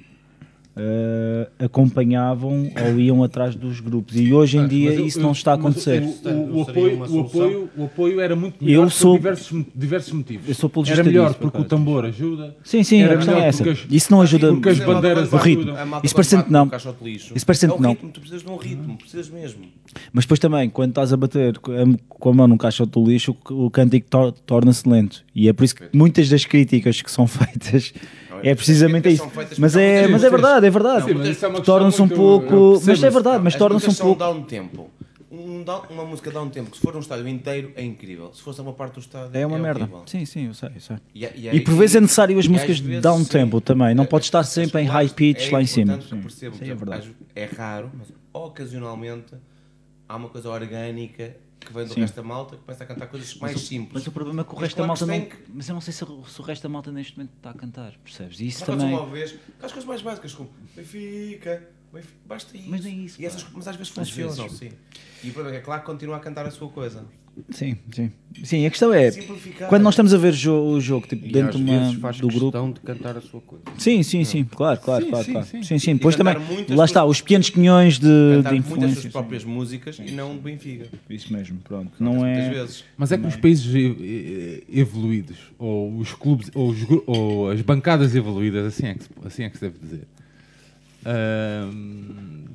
S3: eh, acompanhavam ou iam atrás dos grupos. E hoje em dia
S1: Mas eu-
S3: isso
S1: eu-
S3: não está a
S1: mas
S3: acontecer.
S1: O, o- o
S5: Não seria
S1: apoio,
S5: uma
S1: o,
S5: solução?
S1: apoio, o apoio era muito melhor
S3: Eu
S1: por
S3: sou-
S1: diversos, mo- diversos motivos.
S3: Eu sou apologista
S1: Era melhor
S3: disso, por
S1: porque o
S3: acaso.
S1: tambor ajuda.
S3: Sim, sim,
S1: era
S3: a questão
S1: melhor
S3: é essa.
S1: porque as-
S3: Isso não ajuda
S1: porque as
S3: o-
S1: bandeiras
S3: o ritmo.
S1: ajudam.
S4: A malta
S3: Isso
S4: quando
S3: parecendo
S4: bate
S3: que não.
S4: num caixote de lixo,
S3: Isso parecendo
S4: é um
S3: que não. Hum.
S4: ritmo, tu precisas de um ritmo, precisas mesmo.
S3: Mas depois também, quando estás a bater co- a- com a mão num caixote do lixo, o o cântico tor- torna-se lento. E é por isso que muitas das críticas que são feitas é precisamente
S4: As críticas
S3: isso.
S4: são feitas
S3: Mas
S4: por causa
S3: é,
S4: de
S3: mas é
S1: vocês.
S3: verdade, é
S1: Sim,
S3: verdade.
S1: mas isso é uma questão
S3: Tornam-se um
S1: muito-
S3: pouco.
S1: eu
S3: Mas
S1: percebo,
S3: é verdade, mas
S4: As
S3: tornam-se um
S4: músicas são
S3: pouco.
S4: down tempo. Um down- uma música dá um tempo, que se for um estádio inteiro é incrível. Se fosse uma parte do estádio
S3: É uma merda.
S4: horrível.
S3: Sim, sim, eu sei, eu sei.
S4: E, há- há-
S3: E por vezes é necessário as
S4: e às
S3: músicas
S4: vezes,
S3: down
S4: sim.
S3: tempo também. Não
S4: É,
S3: pode estar
S4: as
S3: sempre em high
S4: classes-
S3: pitch
S4: é
S3: lá em cima.
S4: importante que percebam,
S3: Sim, é
S4: portanto,
S3: verdade.
S4: às- É raro, mas ocasionalmente há uma coisa orgânica que vem do
S3: Sim.
S4: resto da malta que começa a cantar coisas mais simples.
S3: Mas o problema é que o
S4: Mas
S3: resto da
S4: claro que
S3: malta não.
S4: tem
S3: Mas eu não sei se, o- se o resto da malta neste momento está a cantar, percebes? E isso
S4: Mas aconteceu
S3: também.
S4: uma vez, as coisas mais básicas como Benfica, Benfica basta isso.
S3: Mas nem isso,
S4: E essas, mas às vezes funcionam, sim. E o problema é que lá continua a cantar a sua coisa.
S3: Sim, sim. Sim, a questão é.
S4: Simplificar.
S3: Quando nós estamos a ver jo- o jogo tipo,
S5: E
S3: dentro
S5: às
S3: de uma-
S5: vezes faz
S3: do grupo.
S5: questão de cantar a sua coisa.
S3: Sim, sim, sim, claro, claro,
S1: Sim,
S3: claro.
S1: sim,
S3: claro.
S1: sim.
S3: Sim, sim. Depois também,
S4: cantar muitas
S3: lá está,
S4: suas-
S3: os pequenos quinhões de,
S4: Cantar
S3: de
S4: muitas das suas
S3: influências.
S4: próprias músicas e não de Benfica.
S3: Isso mesmo, pronto. Não
S4: Muitas
S3: é.
S4: vezes.
S1: Mas é que os países e- e- evoluídos, ou os clubes, ou, os gru- ou as bancadas evoluídas, assim é que, se- assim é que se deve dizer, ahm,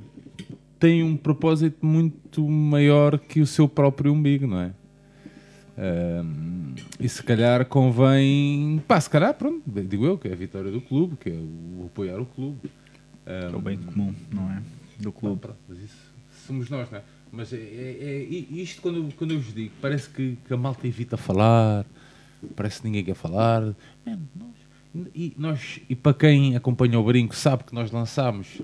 S1: têm um propósito muito maior que o seu próprio umbigo, não é? Ahm, e se calhar convém, pá, se calhar, pronto, digo eu, que é a vitória do clube, que é o apoiar o clube.
S3: É o bem comum, não é? Do
S1: Não,
S3: clube.
S1: pronto, mas isso somos nós, não é? Mas é, é- é- i- isto quando, eu- quando eu vos digo, parece que, que a malta evita falar, parece que ninguém quer falar. Man, nós- e, nós, e para quem acompanha o brinco sabe que nós lançámos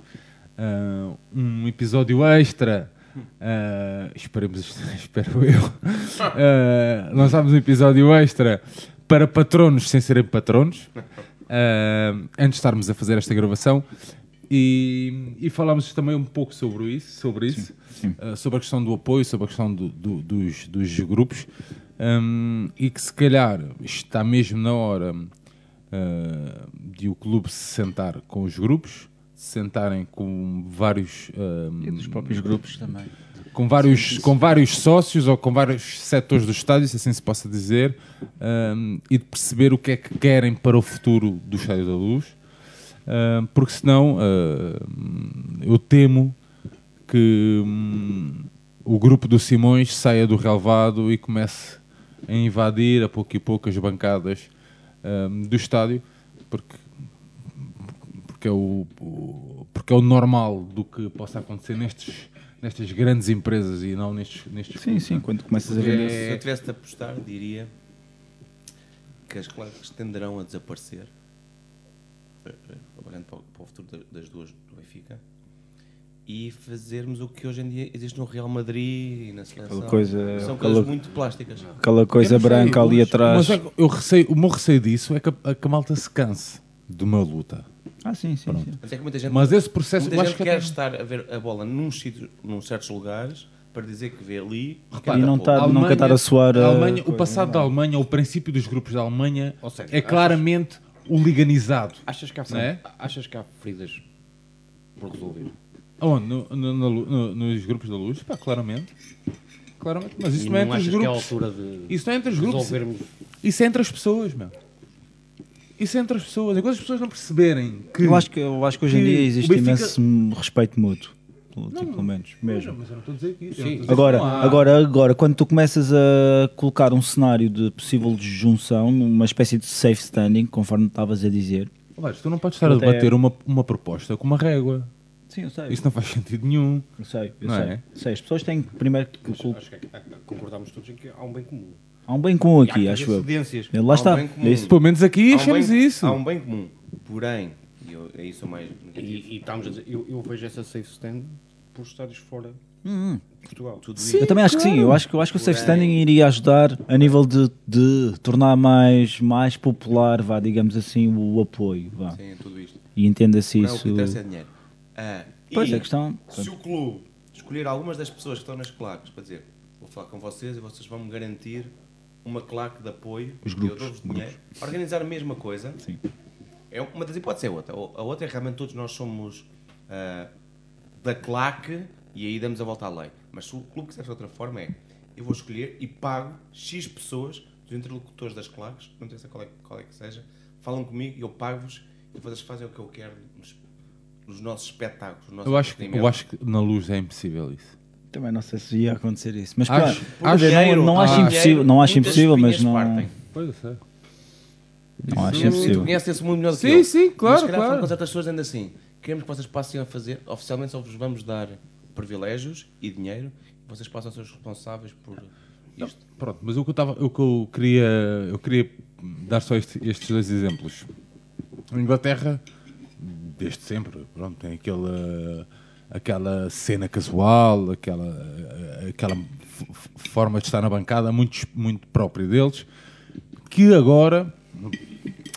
S1: ah, um episódio extra. ah, esperemos, espero eu. ah, lançámos um episódio extra para patronos sem serem patronos, ah, antes de estarmos a fazer esta gravação. E, e falámos também um pouco sobre isso, sobre, isso ah, sobre a questão do apoio, sobre a questão do- do- dos, dos grupos, Hum, e que se calhar está mesmo na hora ah, de o clube se sentar com os grupos, se sentarem com vários ah,
S3: E dos próprios grupos também.
S1: com vários, com vários sócios ou com vários setores do estádio, se assim se possa dizer, hum, e de perceber o que é que querem para o futuro do Estádio da Luz, Hum, porque senão hum, eu temo que hum, o grupo do Simões saia do relvado e comece a invadir a pouco e pouco as bancadas hum, do estádio, porque porque é o, o- porque é o normal do que possa acontecer nestes, nestas grandes empresas e não nestes, nestes
S3: Sim, sim, quando começas a
S1: É,
S3: ver.
S4: Se eu tivesse de apostar, diria que as claques tenderão a desaparecer, eh, eh, olhando para o, para o futuro da- das duas do Benfica, e fazermos o que hoje em dia existe no Real Madrid e na seleção.
S3: coisa-
S4: São
S3: aquela-
S4: coisas muito plásticas.
S3: Aquela coisa
S1: Eu não sei,
S3: branca ali
S1: É, mas-
S3: atrás.
S1: Mas é que eu receio, o meu receio disso é que a, que a malta se canse de uma luta.
S3: Ah, sim, sim. sim.
S4: Mas é que muita gente,
S1: Mas esse processo,
S4: muita
S1: eu
S4: gente
S1: acho que
S4: quer
S1: é-
S4: estar a ver a bola num sítio, num certos lugares para dizer que vê ali
S1: Repara,
S4: cada
S3: E não
S4: pouco.
S3: tá-
S1: a
S3: nunca estar a soar,
S1: a
S3: eh,
S1: Alemanha, o
S3: coisa,
S1: passado da Alemanha, o princípio dos grupos da Alemanha
S5: Ou seja,
S1: é
S5: achas-
S1: claramente o liganizado.
S5: Achas que há,
S1: Não é?
S5: achas que há feridas por resolver?
S1: Aonde? No- no- no- no- nos grupos da luz? Pá, claramente. Claramente. Mas isso
S5: E
S1: não é
S5: não
S1: entre os
S5: achas que é a
S1: grupos.
S5: altura de
S1: Isso não é entre os grupos.
S5: resolvermos
S1: Isso é entre as pessoas, meu. Isso é entre as pessoas. Enquanto as pessoas não perceberem que.
S3: Eu acho que, eu acho que hoje em
S1: que
S3: dia
S1: o
S3: existe
S1: Benfica-
S3: imenso respeito mútuo. Pelo, tipo, pelo menos,
S1: Não,
S3: mesmo.
S1: Então, mas eu não estou a dizer que isso. eu não estou a dizer
S3: Agora,
S1: que não há.
S3: agora, agora, quando tu começas a colocar um cenário de possível disjunção, uma espécie de safe standing, conforme estavas a dizer.
S1: Mas tu não podes estar a
S3: Até-
S1: debater uma, uma proposta com uma régua.
S3: Sim, eu sei.
S1: Isso não faz sentido nenhum.
S3: Eu sei, eu
S1: Não
S3: sei.
S1: é?
S3: Sei, As pessoas têm que primeiro que culpa.
S5: Acho que ah, ah, concordamos todos em que há um bem comum.
S3: Há um bem comum
S5: E há
S3: aqui, acho eu.
S5: coincidências.
S3: Ele Lá
S4: Há um
S3: está.
S4: bem comum.
S3: É isso.
S1: Pelo menos aqui
S4: Há um
S1: achamos
S4: bem-
S1: isso.
S4: Há um bem comum. Porém, e eu, é isso o mais negativo.
S5: E, e estamos a dizer, eu, eu vejo essa safe stand por estádios fora de Portugal.
S4: Tudo
S3: Eu também acho que sim, eu acho que, eu acho que o safe standing iria ajudar a nível de, de tornar mais, mais popular, vá, digamos assim, o apoio. Vá.
S4: Sim, tudo isto.
S3: E entenda-se
S4: Não, o
S3: isso.
S4: que interessa é dinheiro. Ah,
S3: Pois
S4: e
S3: a questão.
S4: Se o clube escolher algumas das pessoas que estão nas claques para dizer vou falar com vocês e vocês vão me garantir uma claque de apoio, Os
S3: grupos,
S4: eu dou-vos dinheiro, organizar a mesma coisa,
S3: Sim.
S4: é uma das hipóteses é outra. Ou- A outra é realmente todos nós somos ah, da claque e aí damos a volta à lei. Mas se o clube quiser de outra forma é eu vou escolher e pago X pessoas dos interlocutores das claques, não interessa qual é, qual é que seja, falam comigo e eu pago-vos e vocês fazem o que eu quero nos, nos nossos espetáculos. nos nossos
S1: Eu acho, que- eu
S4: entretenimento.
S1: acho que na luz é impossível isso.
S3: Também não sei se ia acontecer isso. Mas
S1: Acho- ah.
S3: claro,
S1: acho-
S3: quer dizer, não, não acho
S1: acho-
S3: impossível, não acho
S4: Muitas
S3: impossível, mas
S4: espinhas
S3: não,
S4: partem.
S1: Pois eu sei.
S3: não acho
S4: E tu
S3: impossível.
S4: conheces esse mundo melhor do que
S1: Sim,
S4: eu.
S1: sim, claro,
S4: Mas se calhar
S1: claro.
S4: falam com certas pessoas ainda assim. Queremos que vocês passem a fazer, oficialmente só vos vamos dar privilégios e dinheiro, e vocês passam a ser os responsáveis por isto.
S1: Pronto, mas o que eu, tava, o que eu queria eu queria dar só este- estes dois exemplos. A Inglaterra, desde sempre, pronto, tem aquela, aquela cena casual, aquela, aquela f- f- forma de estar na bancada muito, es- muito própria deles, que agora,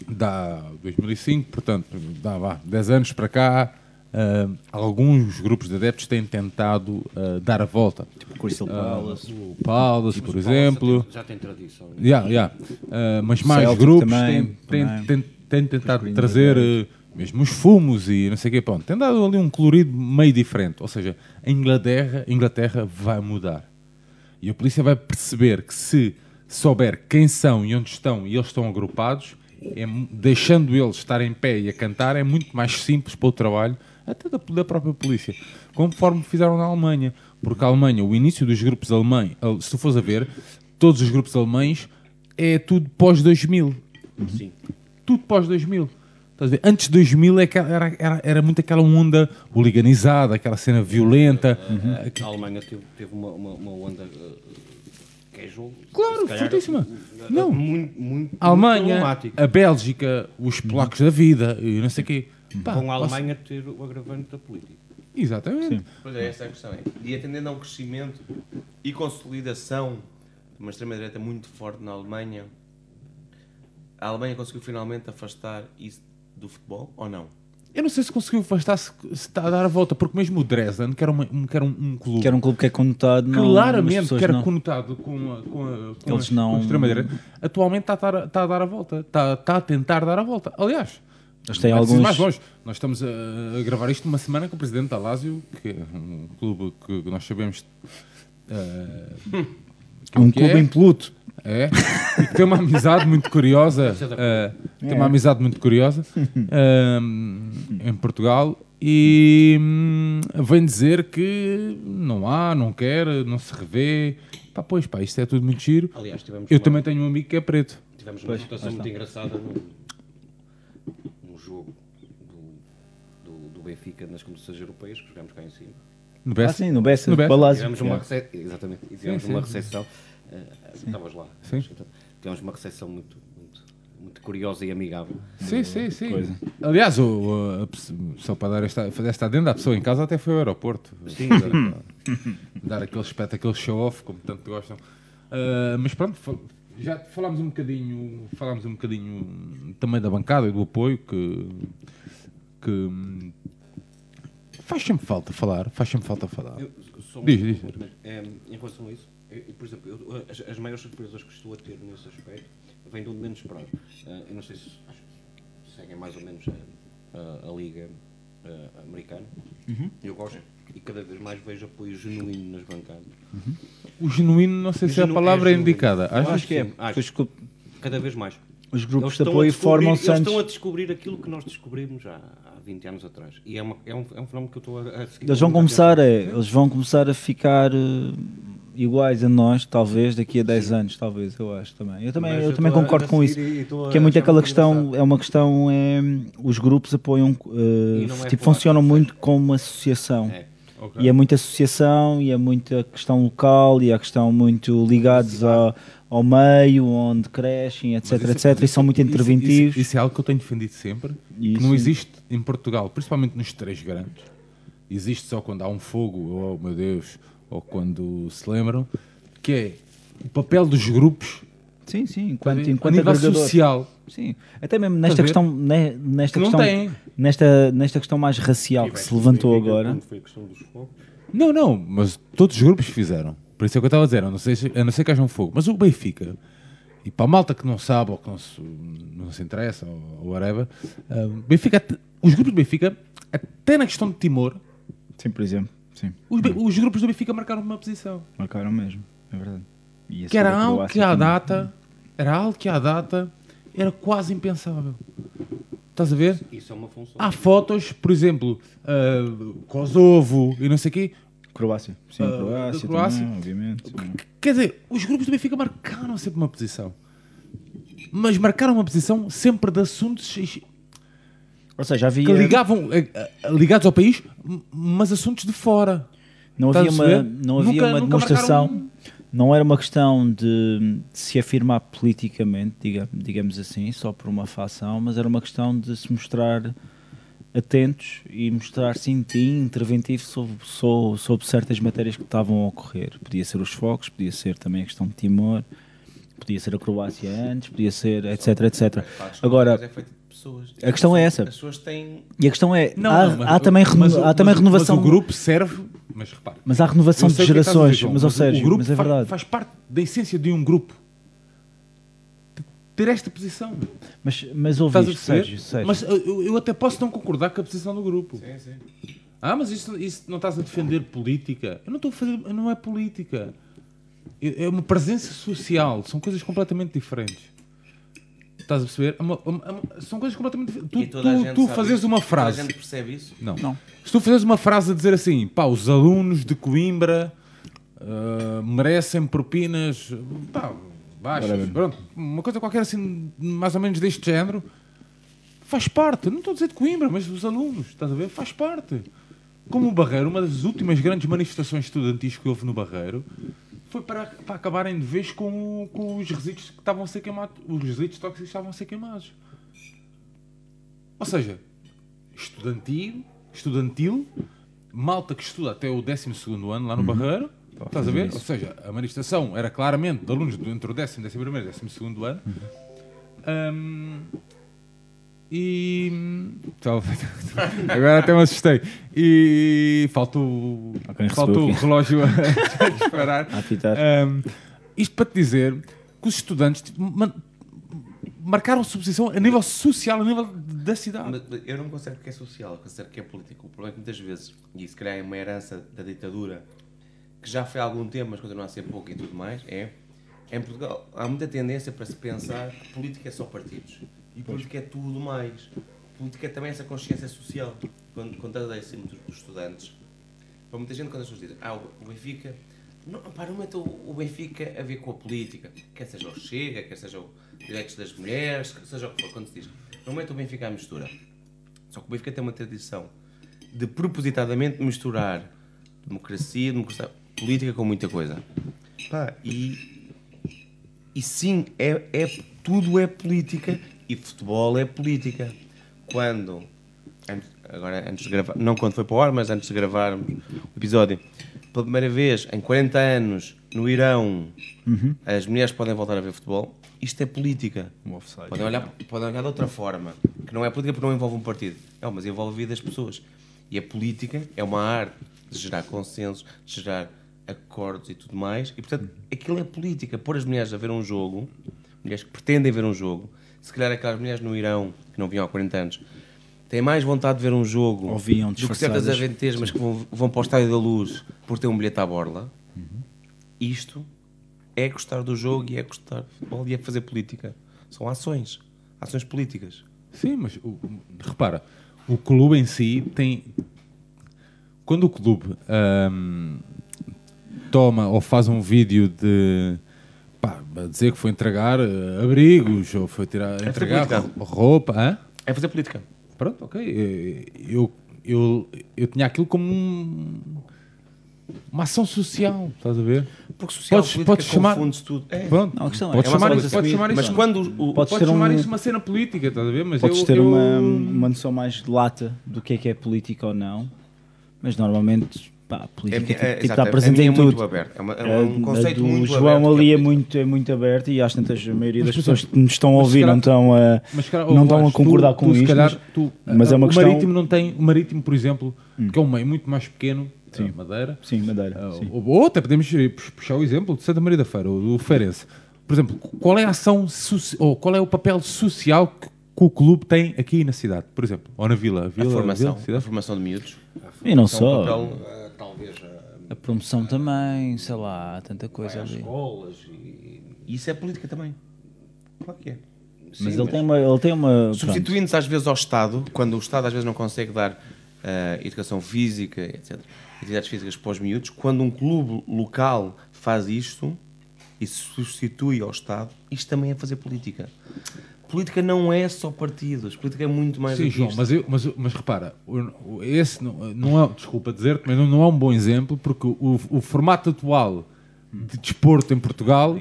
S1: dá 2005, portanto, dá vá, 10 anos para cá, ah, alguns grupos de adeptos têm tentado ah, dar a volta.
S3: Crystal
S4: Ah.
S3: Palace.
S1: O Paldas, por exemplo.
S5: tipo, Já tem tradição. né?
S1: Yeah, yeah. Ah, mas mais
S3: Celtic
S1: grupos
S3: também,
S1: têm,
S3: também.
S1: têm- têm tentado trazer eh, mesmo os fumos e não sei o quê. Pronto, tem dado ali um colorido meio diferente. Ou seja, a Inglaterra, a Inglaterra vai mudar. E a polícia vai perceber que se souber quem são e onde estão e eles estão agrupados, é mu- deixando eles estar em pé e a cantar, é muito mais simples para o trabalho, até da, da própria polícia. Conforme fizeram na Alemanha. Porque a Alemanha, o início dos grupos alemães, se tu fores a ver, todos os grupos alemães é tudo pós-2000.
S5: Sim.
S1: Tudo pós-2000. Estás a ver? Antes de 2000 é que era, era, era muito aquela onda hooliganizada, aquela cena violenta, eh,
S5: A Alemanha teve, teve uma, uma, uma onda eh, uh, casual.
S1: Claro,
S5: se calhar,
S1: fortíssima.
S5: uh, uh,
S1: Não.
S5: Muito, muito,
S1: a
S5: muito
S1: Alemanha, Ah,
S5: problemática.
S1: a Bélgica, os polacos da vida e não sei o quê. Pá,
S5: Uhum. Com a
S1: posso-
S5: Alemanha ter o agravante da política.
S1: Exatamente.
S4: Pois é, essa é a questão. é. E atendendo a um crescimento e consolidação de uma extrema-direita muito forte na Alemanha, a Alemanha conseguiu finalmente afastar isso do futebol ou não?
S1: Eu não sei se conseguiu afastar se, se está a dar a volta, porque mesmo o Dresden, que era, uma- um, que era um, um clube
S3: Que era um clube que é conotado. Não, as
S1: claramente
S3: pessoas
S1: que era
S3: não.
S1: conotado com a, com a, com
S3: Eles
S1: a-
S3: não-
S1: com a extrema-direita, atualmente está a, dar, está a dar a volta. Está, está a tentar dar a volta. Aliás,
S3: Eles têm
S1: não é preciso
S3: alguns-
S1: mais longe. Nós estamos a, a gravar isto numa semana que o presidente da Lazio, que é um clube que nós sabemos. eh,
S3: Um
S1: que é?
S3: clube em Pluto.
S1: É, e que tem uma amizade muito curiosa. eh, tem
S3: É.
S1: uma amizade muito curiosa ehm, em Portugal e hum, vem dizer que não há, não quer, não se revê. Pá, pois, pá, isto é tudo muito giro.
S5: Aliás, tivemos
S1: Eu
S5: uma-
S1: também tenho um amigo que é preto.
S5: Tivemos uma situação muito engraçada no, no jogo do, do, do Benfica nas competições europeias, que jogámos cá em cima.
S1: No
S3: Ah,
S1: Bessa.
S3: sim, no Bessa,
S1: No
S3: no
S1: Bessa.
S3: Palácio.
S5: Tivemos uma recepção. Exatamente. E tivemos
S1: sim.
S5: uma recepção. ah, Estavas lá. Então, Tivemos uma recepção muito, muito, muito curiosa e amigável.
S1: Sim, sim, sim. Aliás, o, o- a pes- só para dar esta, fazer esta adenda, a pessoa em casa até foi ao aeroporto. Sim. Dar, dar aquele espeto, aquele show-off, como tanto gostam. Ah, mas pronto, fal- já falámos um bocadinho, falámos um bocadinho também da bancada e do apoio que, que hum, faz sempre falta falar, faz sempre falta falar.
S5: Eu, só um-
S1: Diz, diz.
S5: eh, em relação a isso, eu- eu, por exemplo, eu- as, as maiores surpresas que estou a ter nesse aspecto vêm de um onde menos esperado. Eh, eu não sei se acho que seguem mais ou menos a, a- a Liga eh, Americana. Eu gosto e cada vez mais vejo apoio genuíno nas bancadas.
S1: O genuíno, não sei se a
S5: Genu- é
S1: palavra é
S5: genuíno.
S1: indicada.
S5: Eu
S1: Achas?
S5: acho que é.
S3: Sim,
S5: Acho.
S3: pois que
S5: Cada vez mais.
S3: Os
S5: Eles
S3: grupos de
S5: estão a
S3: apoio
S5: descobrir-
S3: formam-se
S5: Eles estão a
S3: antes.
S5: descobrir aquilo que nós descobrimos há, há 20 anos atrás. E é, uma- é um, é um fenómeno que eu estou a, a seguir.
S3: Eles vão
S5: com muita
S3: começar a,
S5: atenção.
S3: eles vão começar a ficar eh, iguais a nós, talvez daqui a 10 anos, talvez, eu acho também. Eu também,
S6: Mas
S3: eu também
S6: tô a-
S3: concordo
S6: a
S3: com isso.
S6: seguir e- e tô a
S3: Que é muito
S6: achar
S3: aquela
S6: muito
S3: questão,
S6: engraçado.
S3: é uma questão, é, os grupos apoiam, eh,
S6: E não é
S3: tipo,
S6: polaco,
S3: funcionam muito como uma associação.
S6: Ok.
S3: E é muita associação, e é muita questão local, e há questão muito ligados ao, ao meio, onde crescem, etc,
S1: Mas isso- é
S3: etc, e são muito
S1: isso-
S3: interventivos.
S1: Isso, isso é algo que eu tenho defendido sempre.
S3: Isso.
S1: Que não existe em Portugal, principalmente nos três grandes. Existe só quando há um fogo, oh meu Deus, ou quando se lembram, que é o papel dos grupos
S3: Sim, sim, enquanto,
S1: a
S3: enquanto
S1: nível
S3: agregador.
S1: social.
S3: Sim, até mesmo nesta
S1: Estás a
S3: questão, ne- nesta
S1: Que não
S3: questão,
S1: tem.
S3: nesta nesta questão mais racial que se levantou
S1: é
S3: agora.
S5: Quando foi a questão dos fogos.
S1: Não, não, mas todos os grupos fizeram. Por isso é que eu estava a dizer, a não ser, a não ser que haja um fogo. Mas o Benfica, e para a malta que não sabe ou que não se, não se interessa ou, ou whatever, ah, Benfica, at- os grupos do Benfica, até na questão de Timor,
S3: Sim, por exemplo, sim,
S1: os, be- os grupos do Benfica marcaram uma posição.
S3: marcaram mesmo, é verdade. E a
S1: Que era
S3: Sra.
S1: algo
S3: Croácia
S1: que à
S3: também.
S1: data, era algo que à data era quase impensável. Estás a ver?
S5: Isso é uma função.
S1: Há fotos, por exemplo, ah, Kosovo e não sei o quê,
S3: Croácia, sim,
S1: Ah,
S3: Croácia,
S1: da Croácia.
S3: também, obviamente.
S1: Quer dizer, os grupos do Benfica marcaram sempre uma posição. Mas marcaram uma posição sempre de assuntos que
S3: Ou seja, havia
S1: ligavam, eh, eh, ligados ao país, m- mas assuntos de fora.
S3: Não
S1: Estás
S3: havia
S1: a
S3: uma,
S1: perceber?
S3: não havia
S1: Nunca-
S3: uma
S1: nunca
S3: demonstração,
S1: marcaram um-
S3: não era uma questão de, de se afirmar politicamente, diga- digamos assim, só por uma facção, mas era uma questão de se mostrar atentos e mostrar-se in- interventivo sobre, so- sobre certas matérias que estavam a ocorrer. Podia ser os focos, podia ser também a questão de Timor, podia ser a Croácia antes, podia ser etc, etc. Agora,
S4: é feito de pessoas.
S3: a questão é essa.
S4: As pessoas têm.
S3: E a questão é,
S1: Não,
S3: há,
S1: não, mas-
S3: há também, reno-
S1: mas o-
S3: há também
S1: mas o-
S3: renovação...
S1: Mas o grupo serve, mas repara.
S3: mas há renovação
S1: eu
S3: de
S1: sei o que é que estás a dizer,
S3: gerações,
S1: João,
S3: mas, ou
S1: o-
S3: seja,
S1: o grupo
S3: mas é
S1: fa-
S3: verdade.
S1: Faz, parte da essência de um grupo T- ter esta posição.
S3: Mas, mas
S1: Estás a
S3: ouviste,
S1: perceber?
S3: Sérgio, Sérgio.
S1: Mas eu, eu- eu até posso não concordar com a posição do grupo. Sim, sim. Ah, mas isso, isso não estás a defender política. Eu não estou a fazer. Não é política. É é uma presença social. São coisas completamente diferentes. Estás a perceber? É uma- é uma- é uma- são coisas completamente
S4: e
S1: diferentes. Tu,
S4: toda a gente
S1: tu, tu
S4: sabe
S1: fazes
S4: isso.
S1: uma
S4: Toda a
S1: frase.
S4: gente percebe isso.
S1: Não. Se tu fizeres uma frase a dizer assim, pá, os alunos de Coimbra ah, merecem propinas, pá, baixas, pronto, uma coisa qualquer assim, mais ou menos deste género, faz parte, não estou a dizer de Coimbra, mas dos alunos, estás a ver? Faz parte. Como o Barreiro, uma das últimas grandes manifestações estudantis que houve no Barreiro foi para, para acabarem de vez com, com os resíduos que estavam a ser queimados, os resíduos tóxicos estavam a ser queimados. Ou seja, estudantil, estudantil, malta que estuda até o 12 ano lá no Barreiro, estás a ver? Ou seja, a manifestação era claramente de alunos do- entre o 10 décimo primeiro e 12 ano. Ahm, e. Talvez- Agora até me assustei. E faltou,
S3: Alguém recebeu
S1: faltou o
S3: aqui.
S1: relógio a, a disparar.
S3: A apitar.
S4: eh,
S1: Ahm, isto para te dizer que os estudantes tipo, man- marcaram subsistência a nível social, a nível da cidade.
S4: Mas- mas Eu não considero que é social, eu considero que é político. O problema é que muitas vezes, e se calhar é uma herança da ditadura, que já foi há algum tempo, mas continua a ser pouco e tudo mais, é. Em Portugal há muita tendência para se pensar que política é só partidos. E política é tudo mais. Política é também essa consciência social. Quando, quando estás a dizer muito dos estudantes, para muita gente, quando as pessoas dizem, ah, o Benfica. Não, pá, não mete o- o Benfica a ver com a política. Quer seja o Chega, quer seja o Direitos das Mulheres, quer seja o que for, quando se diz. Não mete o Benfica à mistura. Só que o Benfica tem uma tradição de propositadamente misturar democracia, democracia política com muita coisa. Pá, e, e sim, é, é, tudo é política e futebol é política. Quando, antes- agora antes de gravar, não quando foi para o ar, mas antes de gravarmos o episódio, pela primeira vez em 40 anos no Irão, as mulheres podem voltar a ver futebol. Isto é política. Podem olhar, podem olhar de outra forma, que não é política porque não envolve um partido. Não, mas envolve a vida das pessoas. E a política é uma arte de gerar consensos, de gerar acordos e tudo mais. E portanto, aquilo é política. Pôr as mulheres a ver um jogo, mulheres que pretendem ver um jogo, se calhar aquelas mulheres no Irão, que não vinham há 40 anos, têm mais vontade de ver um jogo
S3: Ou vinham
S4: do que certas
S3: disfarçadas.
S4: aventesmas que vão, vão para o Estádio da Luz por ter um bilhete à borla. Isto é gostar do jogo e é gostar de futebol e é fazer política. São ações. Ações políticas.
S1: Sim, mas o- o- repara, o clube em si tem. Quando o clube ahm, toma ou faz um vídeo de pá, a dizer que foi entregar eh, abrigos ou foi tirar, entregar
S4: política.
S1: roupa, hã?
S4: É fazer política.
S1: Pronto, ok. eh, Eu, eu, eu tinha aquilo como um- uma ação social, estás a ver?
S4: Porque social
S1: Podes-
S4: política
S1: podes chamar-
S4: confunde-se tudo. É.
S1: Pronto,
S3: Não, a questão é,
S1: podes
S4: é uma
S1: chamar,
S4: ação
S1: isso-
S4: social.
S1: podes chamar
S4: Mas
S1: isso,
S4: quando o,
S1: podes
S4: o-
S3: Podes ter
S1: chamar
S3: um-
S1: isso uma cena política, estás a ver? Mas
S3: Podes
S1: eu,
S3: ter
S1: eu-
S3: Uma, uma noção mais de lata do que é que é política ou não, mas normalmente pá, a
S4: é,
S3: política
S4: é,
S3: tipo, tipo,
S4: exato,
S3: está
S4: a
S3: presente
S4: minha
S3: em
S4: é muito
S3: tudo.
S4: aberta. É, uma- é
S3: A-
S4: um
S3: a
S4: conceito
S3: do
S4: muito
S3: João
S4: aberto, que
S3: ali é
S4: política.
S3: muito, é muito aberto e às tantas a maioria das
S1: Mas,
S3: pessoas que nos estão a
S1: mas se
S3: ouvir
S1: calhar-
S3: não estão a,
S1: Mas, se calhar,
S3: não
S1: oh,
S3: estão a
S1: Vasco,
S3: concordar
S1: tu-
S3: com
S1: tu, se
S3: isto.
S1: calhar,
S3: mas-
S1: tu-
S3: mas é uma
S1: o
S3: questão- Hum.
S1: marítimo não tem, o marítimo, por exemplo, que é um meio muito mais pequeno, Sim. Madeira.
S3: Sim, Madeira.
S1: Ah,
S3: sim.
S1: Ou, ou até podemos eh, pux- puxar o exemplo de Santa Maria da Feira, ou do Feirense. Por exemplo, qual é a ação soci- ou qual é o papel social que, que o clube tem aqui na cidade, por exemplo, ou na vila,
S4: A
S1: vila,
S4: formação,
S1: vila,
S4: a
S1: cidade?
S4: formação de miúdos.
S3: E não
S4: É um
S3: só.
S4: papel-
S5: Ah, talvez ah,
S6: A promoção também, sei lá, há tanta coisa
S5: as
S6: ali.
S5: escolas e.
S4: Isso é política também. Claro que é.
S3: Mas ele tem uma. Ele tem uma pronto.
S4: Substituindo-se às vezes ao Estado, quando o Estado às vezes não consegue dar ah, educação física, etc., atividades físicas para os miúdos, quando um clube local faz isto e se substitui ao Estado, isto também é fazer política. Política não é só partidos, política é muito mais do
S1: Sim,
S4: que
S1: João,
S4: isto.
S1: mas, eu- mas, mas repara, o- o- esse não, não é, desculpa dizer-te, mas não, não é um bom exemplo, porque o, o formato atual de desporto em Portugal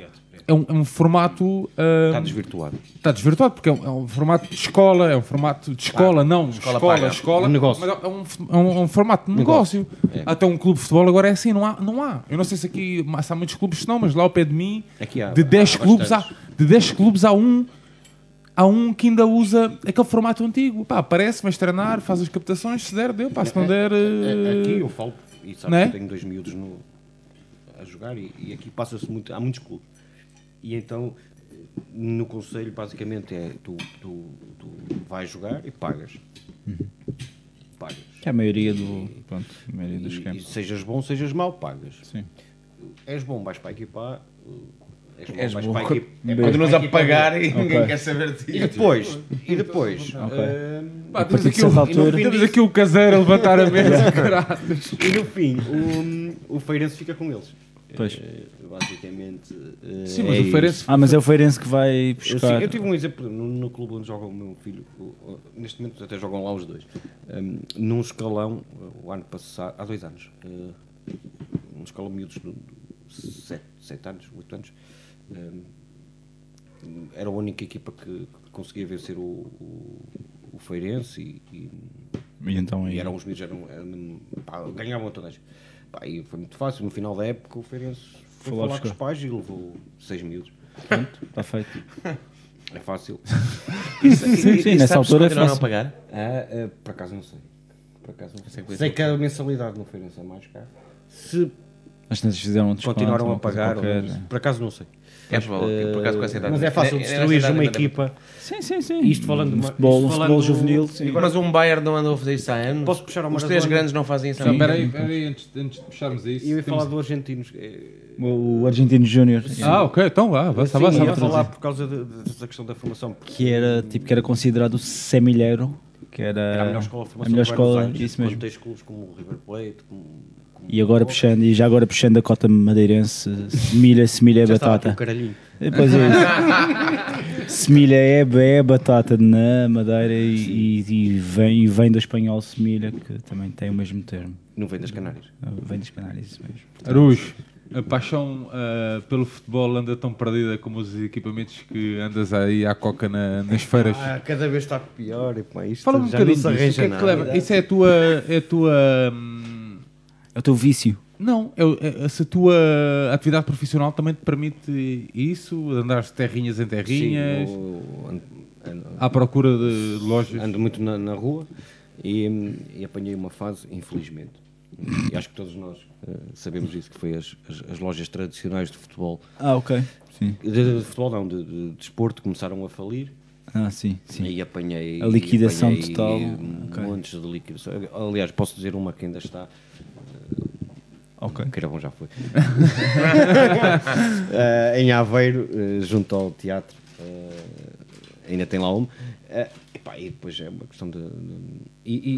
S1: é um, é um formato. ah,
S4: Está desvirtuado.
S1: Está desvirtuado, porque é um, é um formato de escola, é um formato de escola, não, escola,
S4: escola
S1: escola,
S4: paga.
S5: De negócio.
S1: mas é um, f- é um- é um formato de negócio. Até um clube de futebol agora é assim, não há. Não há. Eu não sei se aqui mas há muitos clubes, se não, mas lá ao pé de mim,
S4: Aqui há-
S1: de 10
S4: há
S1: clubes, há,
S4: bastantes.
S1: de 10 clubes há um, há um que ainda usa aquele formato antigo. Pá, aparece, vais treinar, faz as captações, se der, deu, pá, se não der...
S5: A- É, Aqui
S1: eh,
S5: eu falo, e sabes,
S1: Né?
S5: que eu tenho dois miúdos no- a jogar e, e aqui passa-se muito, há muitos clubes. E então, no conselho, basicamente é tu, tu, tu vais jogar e pagas. Pagas.
S3: Que é a maioria do. Pronto, a maioria dos
S5: E, e
S3: campos.
S5: sejas bom, sejas mau, pagas.
S3: Sim.
S5: És bom, vais para a equipa A, És bom,
S4: És
S5: vais
S4: bom.
S5: para a equipa
S3: Bem.
S5: vais
S4: Continuas
S5: para
S4: a
S5: a equipa
S4: pagar e ninguém
S3: Ok.
S4: quer saber de
S5: B. E
S4: ti.
S5: depois, e depois, ah,
S1: pá,
S3: partir
S1: temos
S3: de
S1: aqui, o-
S3: certa altura-
S1: temos aqui o caseiro a levantar a mesa, caralho.
S5: e no fim, o, o Feirense fica com eles.
S3: Pois.
S5: Eh, basicamente. eh,
S1: Sim, mas
S5: é
S1: o Feirense...
S3: Ah, mas é o Feirense que vai
S5: Eu,
S3: buscar.
S5: sei- eu tive um exemplo no, no clube onde joga o meu filho, o- o- neste momento até jogam lá os dois, Ahm, num escalão, uh, o ano passado, há dois anos, uh, um escalão de miúdos de 7, anos, 8 anos, ahm, era a única equipa que que conseguia vencer o, o, o Feirense e- e
S3: E então aí.
S5: e eram os miúdos, eram, eram- pá, ganhavam todas. Pá, e foi muito fácil. No final da época, o Feirense foi
S3: Foi lá
S5: falar com os
S3: buscar.
S5: pais e levou seis miúdos.
S3: Pronto, está feito.
S5: É fácil.
S3: Sim, sim, nessa altura é
S4: não a
S3: fácil.
S4: pagar.
S5: Ah, ah, por acaso não sei. Por acaso não sei. Sei que a mensalidade no Feirense é mais cara. Se
S3: As tantas fizeram um desconto.
S5: continuaram a
S3: uma coisa
S5: pagar, ou
S3: qualquer.
S5: não, por acaso não sei.
S4: É provável, por acaso com essa idade.
S5: Mas é fácil
S4: Nessa
S5: destruir
S4: idade
S5: uma
S4: ainda não-
S5: equipa.
S3: Sim, sim, sim.
S5: Isto falando de uma-
S3: futebol,
S5: isto
S3: um
S5: falando-
S3: futebol juvenil. Sim.
S4: Mas um Bayern não andou a fazer isso há anos.
S5: Posso puxar uma
S4: Os três
S5: razão?
S4: grandes não fazem isso há
S1: Não,
S4: anos.
S1: peraí, peraí, antes, antes de puxarmos a isso...
S5: E eu ia
S1: temos-
S5: falar do argentinos. eh,
S3: O Argentino Júnior.
S1: Ah, ok, então vá, avança,
S5: Sim,
S1: avança.
S5: ia
S1: avança.
S5: falar por causa de- de- dessa questão da formação.
S3: que era tipo que era considerado semilheiro que era,
S5: Era a
S4: Ah,
S5: melhor escola de formação.
S3: a melhor
S5: de Buenos
S3: escola,
S5: Aires,
S3: isso
S5: quando
S3: mesmo
S5: tens clubes como o River Plate, como- como
S3: e agora puxando e já agora puxando a cota madeirense semilha semilha é
S5: Já estava aqui
S3: batata
S5: o caralhinho.
S3: É, pois é semilha é, é batata na madeira e, e- e vem e vem do espanhol semilha que também tem o mesmo termo
S5: Não vem das
S4: Uhum.
S5: Canárias.
S3: vem dos canários isso mesmo
S1: Arujo, a paixão ah, pelo futebol anda tão perdida como os equipamentos que andas aí à coca na- nas feiras.
S5: Ah, cada vez está pior e pá, isto
S1: Fala um
S5: já
S1: bocadinho
S5: não se
S1: disso. O que
S5: arranja
S1: é que
S5: nada. assim.
S1: leva? Isso é a tua. É a tua hum,
S3: é o teu vício
S1: não, é, o- é- se a tua atividade profissional também te permite isso, andares de terrinhas em
S5: Sim,
S1: terrinhas,
S5: eu ando, ando-
S1: à procura de lojas.
S5: ando muito na, na rua e, e apanhei uma fase, infelizmente, e acho que todos nós eh,
S4: Ah,
S5: sabemos isso, que foi as, as- as lojas tradicionais de futebol,
S3: ah ok sim
S5: de, de futebol não, de, de desporto, começaram a falir
S3: ah sim sim
S5: e apanhei...
S3: A liquidação
S5: apanhei um
S3: total, ok.
S5: Montes de liquidação. Aliás, posso dizer uma que ainda está... eh,
S3: ok
S5: Carabão já foi. Eh, em Aveiro, eh, junto ao teatro, eh, ainda tem lá um, eh, Epá, e depois é uma questão de. de- e, e-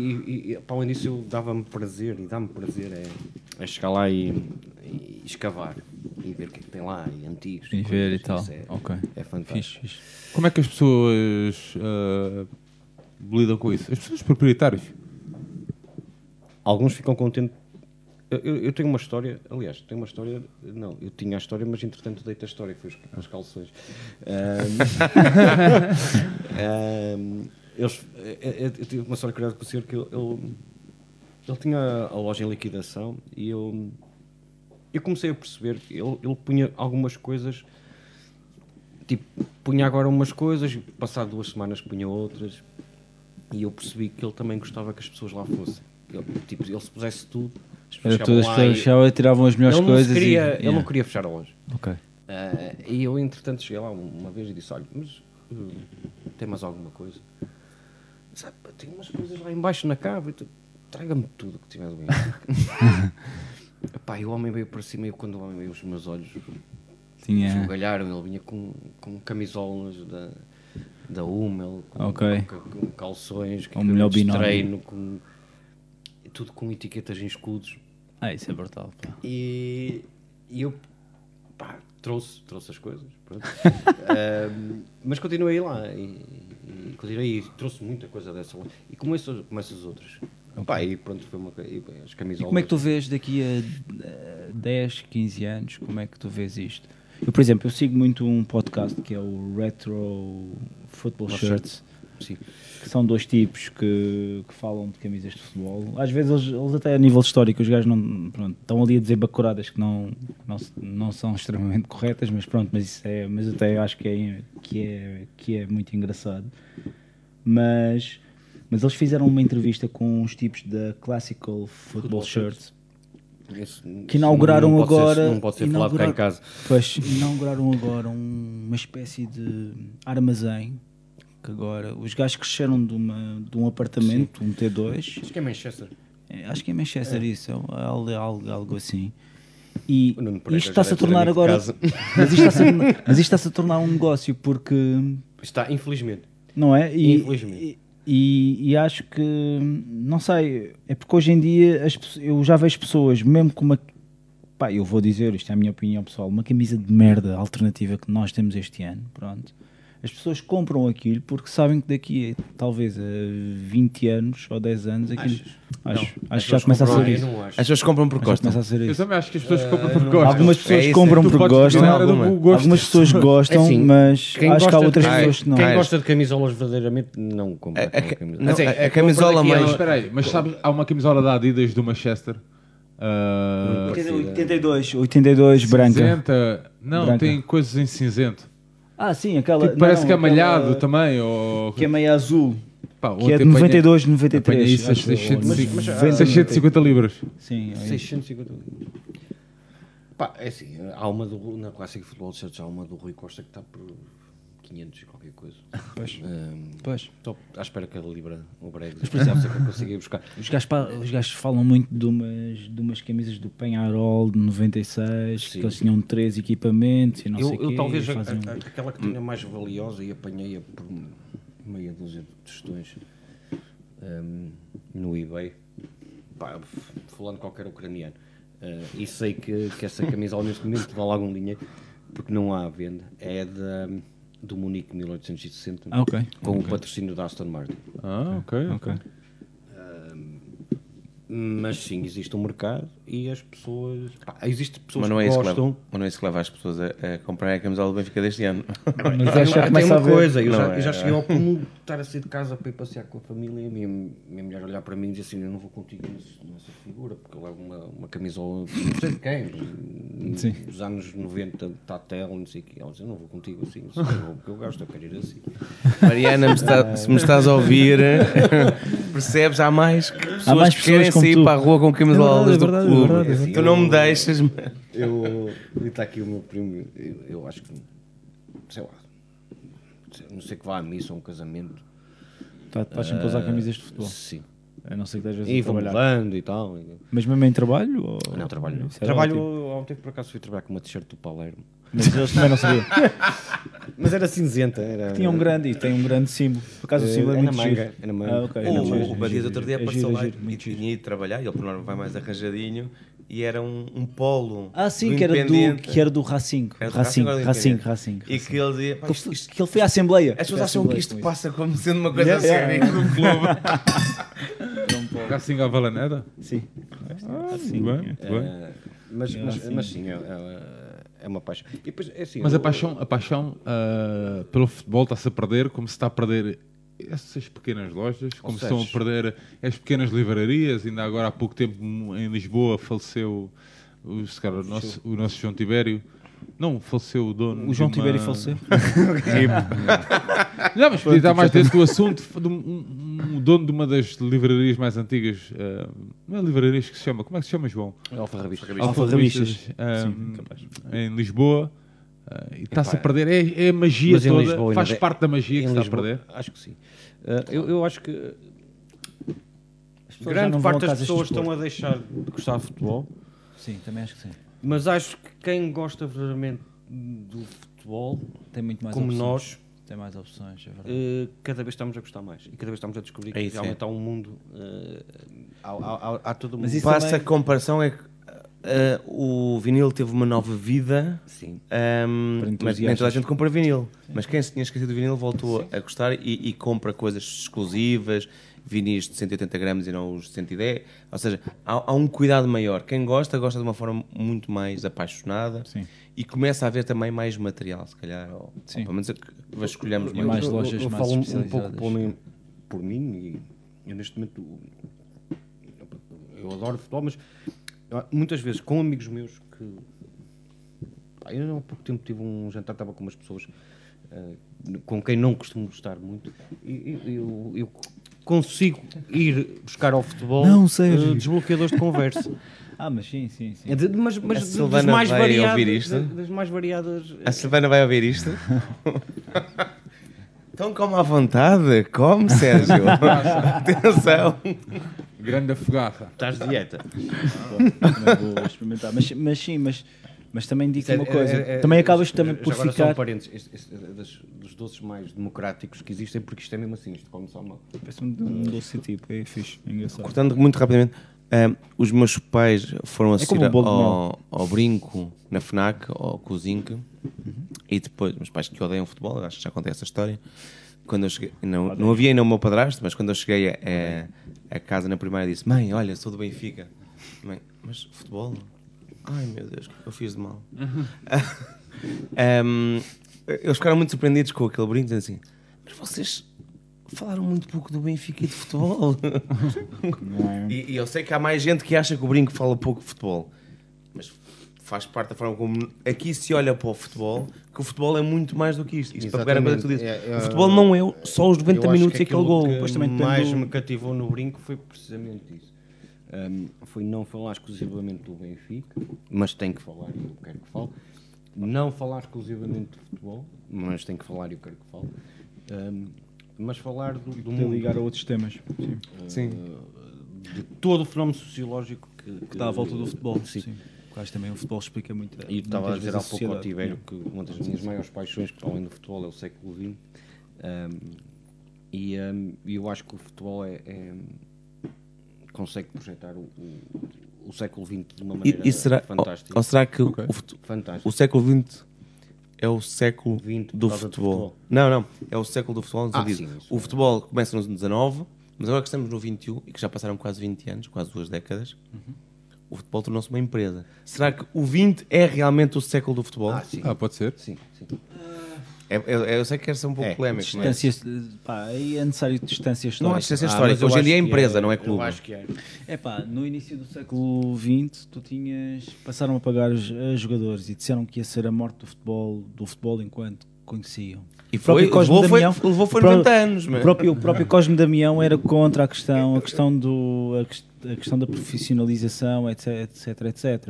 S5: e- e, para além disso, eu dava-me prazer e dá-me prazer é, é chegar lá e, e escavar e ver o que é que tem lá e antigos.
S6: E ver e tal.
S5: coisas. Isso É,
S6: Ok.
S5: é fantástico.
S6: Fixe, fixe.
S1: Como é que as pessoas ah, lidam com isso? As pessoas proprietárias.
S5: Alguns ficam contentes. Eu, eu- eu tenho uma história, aliás, tenho uma história. Não, eu tinha a história, mas entretanto deito a história, foi os, os calções. Ahm, ahm, eles, eu, eu- eu tive uma história curiosa com o senhor que ele, ele, ele tinha a loja em liquidação e eu, eu comecei a perceber que ele, ele punha algumas coisas. Tipo, punha agora umas coisas, passado duas semanas punha outras, e eu percebi que ele também gostava que as pessoas lá fossem. Ele, tipo, ele se pusesse tudo, as pessoas
S6: Era todas as
S5: chegavam lá
S6: pessoas
S5: e-
S6: chegavam e tiravam as melhores
S5: ele não, se
S6: coisas. e-
S5: queria, ele
S6: Yeah.
S5: não queria fechar a loja.
S6: Ok.
S5: Ah, e eu, entretanto, cheguei lá uma vez e disse: Olha, mas hum, tem mais alguma coisa? Sabe, tem umas coisas lá embaixo na cava. e tu- Traga-me tudo que tiver bem. Epá, e o homem veio para cima e eu, quando o homem veio, os meus olhos
S6: Tinha.
S5: esbugalharam. Ele vinha com, com camisolas da, da Hummel, com,
S6: Ok.
S5: com- com calções, com
S6: Ou melhor,
S5: de
S6: binómio.
S5: treino, com, tudo com etiquetas em escudos.
S6: Ah, isso é brutal. pá.
S5: E, e eu pá, trouxe, trouxe as coisas, pronto. Ahm, mas continuei lá e, e continuei e trouxe muita coisa dessa lá. E como essas, como essas outras. Pá, e pronto, foi uma co- e, bem, as
S6: E
S5: camisolas.
S6: como é que tu vês daqui a eh, 10, 15 anos? Como é que tu vês isto?
S3: Eu, por exemplo, eu sigo muito um podcast que é o Retro Football Shirts.
S5: Sim.
S3: que são dois tipos que, que falam de camisas de futebol. Às vezes eles, eles até a nível histórico, os gajos não, pronto, estão ali a dizer bacuradas que não, não, se- não são extremamente corretas, mas pronto, mas isso é, mas até eu acho que é, que é, que é muito engraçado. Mas, mas eles fizeram uma entrevista com os tipos da Classical Football Shirts
S5: Esse-
S3: que inauguraram
S5: não pode ser-
S3: agora.
S5: não pode ser falado cá em
S3: inauguraram-
S5: casa.
S3: Pois, inauguraram agora um- uma espécie de armazém. Que agora os gajos cresceram de, uma, de um apartamento, um T2.
S5: Acho que é Manchester.
S6: Eh, Acho que é Manchester isso, é um- algo, algo, algo assim.
S3: E
S5: O Nuno
S3: isto
S5: Pereira já
S3: está-se a
S5: deve ter
S3: tornar
S5: amigo de
S3: agora.
S5: casa.
S3: Mas isto está-se a, tornar- mas isto está-se a tornar um negócio porque.
S5: Está, infelizmente.
S3: Não é? E,
S5: Infelizmente.
S3: E, e acho que. Não sei. É porque hoje em dia as pe- eu já vejo pessoas, mesmo com uma. Pá, eu vou dizer, isto é a minha opinião pessoal, uma camisa de merda alternativa que nós temos este ano, pronto. As pessoas compram aquilo porque sabem que daqui a, talvez a 20 anos ou 10 anos aquilo. Acho, acho que já começa a
S5: Não,
S3: ser
S5: eu
S3: isso.
S5: não é.
S4: As
S5: acho.
S4: pessoas compram por
S3: Acho que já
S4: costa.
S3: começa a ser
S1: Eu
S3: isso.
S1: também acho que as pessoas
S5: Eh,
S1: compram por gosto.
S3: Algumas pessoas
S4: é isso,
S3: compram
S4: é. Tu
S3: porque
S1: podes
S3: gostam.
S1: tirar
S4: alguma.
S1: o gosto.
S3: Algumas pessoas gostam,
S5: É assim,
S3: mas
S5: Quem
S3: acho que há
S5: gosta
S3: outras
S5: de-
S3: pessoas que não. é.
S5: Quem
S4: Ah,
S5: gosta de camisolas verdadeiramente não compra
S4: A- a-
S5: aquela camisola.
S4: não,
S5: Assim,
S4: é a- a
S5: compra
S4: camisola
S5: daqui a-
S1: Mas espera aí, mas sabes, há uma camisola da Adidas do Manchester. ah,
S3: 82, 82 branca.
S1: cinzenta. Não,
S3: Branca.
S1: tem coisas em cinzento.
S3: Ah, sim, aquela.
S1: Tipo, parece
S3: não,
S1: que é
S3: aquela
S1: malhado também. Ou...
S3: Que é meio azul.
S1: Pá,
S3: que é
S1: ontem
S3: de
S1: apanhei-
S3: 92, 93.
S1: apanhei isso a
S3: acho eu, ou
S1: 650
S3: 90.
S1: 650 libras.
S3: Sim, é isso.
S5: 650 libras. Pá, é assim, há uma do, na clássica futebol de certos, há uma do Rui Costa que está por 500 e qualquer coisa. Pois.
S6: Pois.
S5: Estou à espera que a Libra, o Brexit, não sei que eu consiga ir buscar.
S3: Os gajos, pa- os gajos falam muito de umas, de umas camisas do Penharol de 96, que eles tinham três equipamentos e não
S5: Eu,
S3: sei o
S5: eu
S3: quê,
S5: talvez
S3: e
S5: a- a-
S3: fazem um-
S4: Ah,
S5: a- aquela que tinha mais valiosa e apanhei-a por meia dúzia de tostões hum, no eBay. Pá, f- fulano qualquer ucraniano. Ah, e sei que, que essa camisola neste momento vale algum dinheiro porque não há à venda. É da, do Munique 1860
S6: Ah, ok.
S5: com o patrocínio da Aston Martin.
S1: Ah, ok, ok.
S5: Mas sim, existe um mercado e as pessoas. pá, existe pessoas
S4: Mas não é
S5: que
S4: isso que
S5: gostam.
S4: leva, mas não é isso que leva as pessoas a, a comprarem a camisola do Benfica deste ano.
S3: Mas acho que já
S5: tem
S3: começa a
S5: uma
S3: ver.
S5: coisa, eu
S4: Não,
S5: já,
S4: é,
S5: eu já
S4: é.
S5: cheguei ao cúmulo de estar a sair de casa para ir passear com a família e a minha, minha mulher olhar para mim e dizer assim, eu não vou contigo nesse- nessa figura, porque eu levo uma, uma camisola de não sei de quem, dos anos 90, Tatel, não sei o quê. Ela diz, eu não vou contigo assim, não sei, eu vou porque eu gasto, eu quero ir assim.
S4: Mariana, me está- se me estás a ouvir, percebes? Há mais que pessoas,
S3: Há mais
S4: que
S3: pessoas
S4: querem
S3: como
S4: sair
S3: tu.
S4: para a rua com camisolas
S3: É verdade, é
S4: do clube.
S3: verdade, é
S4: tu não me deixas. mas-
S5: Eu, e está aqui o meu primo, eu, eu acho que, sei lá, não sei que vá à missa ou a um casamento.
S3: Tá- Estás sempre a usar camisas de futebol.
S5: Sim.
S3: A não ser que estejas
S5: E
S3: a
S5: vão
S3: trabalhar.
S5: mudando e tal. e-
S3: Mas mesmo em trabalho? Ou...
S5: Não, trabalho não.
S3: Isso era
S5: Trabalho,
S3: ótimo.
S5: há um tempo por acaso fui trabalhar com uma t-shirt do Palermo.
S3: Mas eles também não sabiam.
S5: Mas era cinzenta. Era,
S3: Tinha um grande e tem um grande símbolo. Por
S4: Eh,
S3: acaso o símbolo é,
S5: é na
S3: muito
S5: manga,
S3: giro.
S5: é na manga.
S3: Ah, ok.
S5: É
S3: É na
S4: o,
S3: manga.
S4: o Badias outro dia
S3: É giro,
S4: apareceu
S3: é
S4: lá
S3: giro,
S4: e
S3: muito giro.
S4: tinha ido trabalhar, ele por norma vai mais arranjadinho, e era um, um polo.
S3: Ah, sim, que era, do,
S4: Independente.
S3: que era do Racing.
S4: Era do
S3: Racing,
S4: agora do
S3: Racing,
S4: Independente.
S3: Racing.
S4: E que ele dizia, pá,
S3: Que
S4: isto,
S3: ele-
S4: isto-
S3: que ele foi à Assembleia.
S4: as pessoas
S3: Foi à
S4: acham
S3: Assembleia
S4: que isto
S3: com isso.
S4: passa como sendo uma coisa
S3: Yeah,
S4: séria
S3: yeah.
S4: no clube.
S1: Racing à Valaneda?
S3: Sim.
S1: Ah, muito bem,
S3: é.
S1: muito bem.
S5: Mas, mas, mas sim, é, é- é uma paixão. E depois, é assim,
S1: Mas a
S5: eu-
S1: paixão, a paixão ah, pelo futebol está-se a perder, como se está a perder essas pequenas lojas, como se estão a perder as pequenas livrarias. Ainda agora há pouco tempo em Lisboa faleceu o, se calhar, o, nosso, o nosso João Tibério. Não, faleceu o dono.
S6: O João
S1: de uma-
S6: Tibério faleceu.
S1: Não, mas podia dar mais dentro do assunto. De um, um- um dono de uma das livrarias mais antigas, ah, não é livrarias que se chama, como é que se chama, João?
S3: Alfarrabistas.
S1: ah, em Lisboa. ah, e está-se a perder, é, é a magia
S5: Mas em
S1: toda,
S5: Lisboa ainda
S1: faz
S5: bem-
S1: parte da magia que
S5: em
S1: se está a
S5: Lisboa,
S1: perder.
S5: Acho que sim. Ah, eu, eu acho que
S6: As pessoas já
S5: grande
S6: não vão a
S5: parte das
S6: casas de
S5: pessoas estão
S6: desporto.
S5: a deixar de gostar de futebol,
S6: Sim, também acho que sim.
S5: mas acho que quem gosta verdadeiramente do futebol,
S6: Tem muito mais
S5: como
S6: opções.
S5: nós,
S6: Tem mais opções, é verdade.
S5: eh, cada vez estamos a gostar mais e cada vez estamos a descobrir que realmente há um mundo. eh, há, há- há- há todo um mundo.
S4: Passa a comparação é que ah, o vinil teve uma nova vida.
S5: Sim.
S4: Ahm,
S3: Para
S4: mas nem toda a
S3: entusiastas.
S4: gente compra vinil. Mas quem se tinha esquecido do vinil voltou a gostar e, e compra coisas exclusivas, vinis de 180 gramas e não os de 110. Ou seja, há, há um cuidado maior. Quem gosta, gosta de uma forma muito mais apaixonada
S3: Sim.
S4: e começa a haver também mais material, se calhar. Ou, ou
S6: Sim.
S4: pelo menos é que vasculhamos
S5: Eu-
S4: mais.
S6: mais
S5: eu- eu-
S6: lojas
S5: eu
S6: mais
S5: falo um- um pouco
S6: especializadas.
S5: por mim, por mim e eu neste momento o- eu adoro futebol, mas ah, muitas vezes com amigos meus que pá, eu há pouco tempo tive um jantar, estava com umas pessoas ah, com quem não costumo gostar muito e e- eu, eu consigo ir buscar ao futebol
S3: Não, Sérgio.
S5: ah, desbloqueadores de conversa.
S3: Ah, mas sim, sim, sim.
S5: É de- mas mas
S4: A
S5: dos
S4: Silvana
S5: mais
S4: vai
S5: variadas,
S4: ouvir isto?
S5: das- das mais variadas
S4: A Silvana vai ouvir isto? então come à vontade, come, Sérgio. Atenção.
S1: Grande afogarra.
S5: estás de dieta.
S6: Ah.
S3: Não vou experimentar. Mas, mas sim, mas, mas também digo uma coisa.
S5: É, é, é,
S3: também
S5: é,
S3: acabas
S5: já
S3: também por
S5: agora Só
S3: ficar.
S5: um parênteses, este- este é das- dos doces mais democráticos que existem, porque isto é mesmo assim, isto come só uma.
S3: Parece-me de um doce tipo. É fixe. é engraçado.
S4: Cortando muito rapidamente, ahm, os meus pais foram assistir
S3: como um bolo de
S4: ao, ao brinco na FNAC, ao cozinho, e depois, meus pais que odeiam futebol, eu acho que já contei essa história. Quando eu cheguei, não, não havia ainda o meu padrasto, mas quando eu cheguei a, a- a casa na primária, disse: Mãe, olha, sou do Benfica. Mãe, mas futebol? Ai meu Deus, o que é que eu fiz de mal. Ahm, eles ficaram muito surpreendidos com aquele brinco, dizendo assim: Mas vocês falaram muito pouco do Benfica e de futebol. E, e eu sei que há mais gente que acha que o Brinco fala pouco de futebol, mas faz parte da forma como aqui se olha para o futebol, que o futebol é muito mais do que isto. Isto para pegar a coisa que tu dizes.
S5: Exatamente. É, é,
S4: o futebol não é o- só os 90
S5: Eu acho
S4: minutos
S5: que
S4: e aquele
S5: aquilo
S4: gol.
S5: que
S4: Pois também depende
S5: mais
S4: do-
S5: me cativou no brinco foi precisamente isso. Ahm, foi não falar exclusivamente do Benfica, mas tem que falar e eu quero que fale. Não falar exclusivamente de futebol, mas tem que falar e eu quero que fale. Ahm, mas falar do, do
S3: De
S5: mundo, eh,
S3: ligar a outros temas. Sim.
S5: de todo o fenómeno sociológico que, que
S6: Dá a volta do futebol.
S5: Sim.
S6: Sim. Quase também o futebol explica muito.
S5: E
S6: muitas
S5: estava a
S6: vezes
S5: dizer há pouco ao
S6: sociedade.
S5: Tibério que uma das minhas maiores paixões, para além do futebol, é o século XX. Ahm, e ahm, e eu acho que o futebol é, é- consegue projetar o, o- o século XX de uma maneira
S4: E, e será,
S5: fantástica.
S4: ou, ou será que o- o, fut-
S5: Fantástica.
S4: o século XX é o século
S5: XX por
S4: do
S5: causa do
S4: futebol.
S5: futebol.
S4: Não, não. É o século do futebol. no
S5: Ah,
S4: sentido,
S5: sim, isso
S4: o futebol começa no XIX, mas agora que estamos no XXI e que já passaram quase 20 anos, quase duas décadas,
S5: Uhum.
S4: o futebol tornou-se uma empresa. Será que o XX é realmente o século do futebol?
S5: Ah, sim.
S1: Ah, pode ser?
S5: Sim, sim.
S4: É- é- eu sei que quer ser um pouco polémico, mas...
S3: Distâncias. Pá, aí é necessário distâncias
S4: Não há
S3: históricas.
S4: distância
S5: Ah, mas
S4: histórica.
S5: eu
S4: Hoje em
S5: acho
S4: dia é
S5: que
S4: empresa, não é
S5: Eu
S4: clube.
S5: acho que é.
S3: É pá, no início do século XX, tu tinhas. Passaram a pagar os eh, jogadores e disseram que ia ser a morte do futebol, do futebol enquanto conheciam.
S4: E
S3: O próprio
S4: foi- levou foi- levou foi
S3: o pró-
S4: 90 anos,
S3: O
S4: mano.
S3: próprio, o próprio Cosme Damião era contra a questão, a questão, do, a ques- a questão da profissionalização, etc, etc, etc.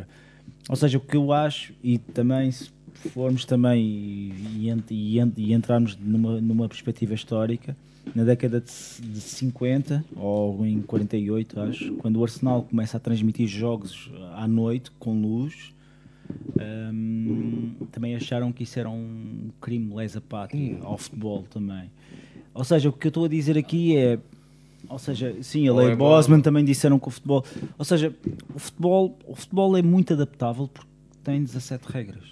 S3: Ou seja, o que eu acho, e também se formos também e, e ent- e ent- e entrarmos numa, numa perspectiva histórica, na década de, c- de 50, ou em 48, acho, quando o Arsenal começa a transmitir jogos à noite, com luz, Ahm, também acharam que isso era um crime lesa pátria ao futebol também. Ou seja, o que eu estou a dizer aqui é. Ou seja, sim, a
S5: Ou é
S3: lei
S5: bola.
S3: Bosman também disseram que o futebol. Ou seja, o futebol, o futebol é muito adaptável porque tem 17 regras.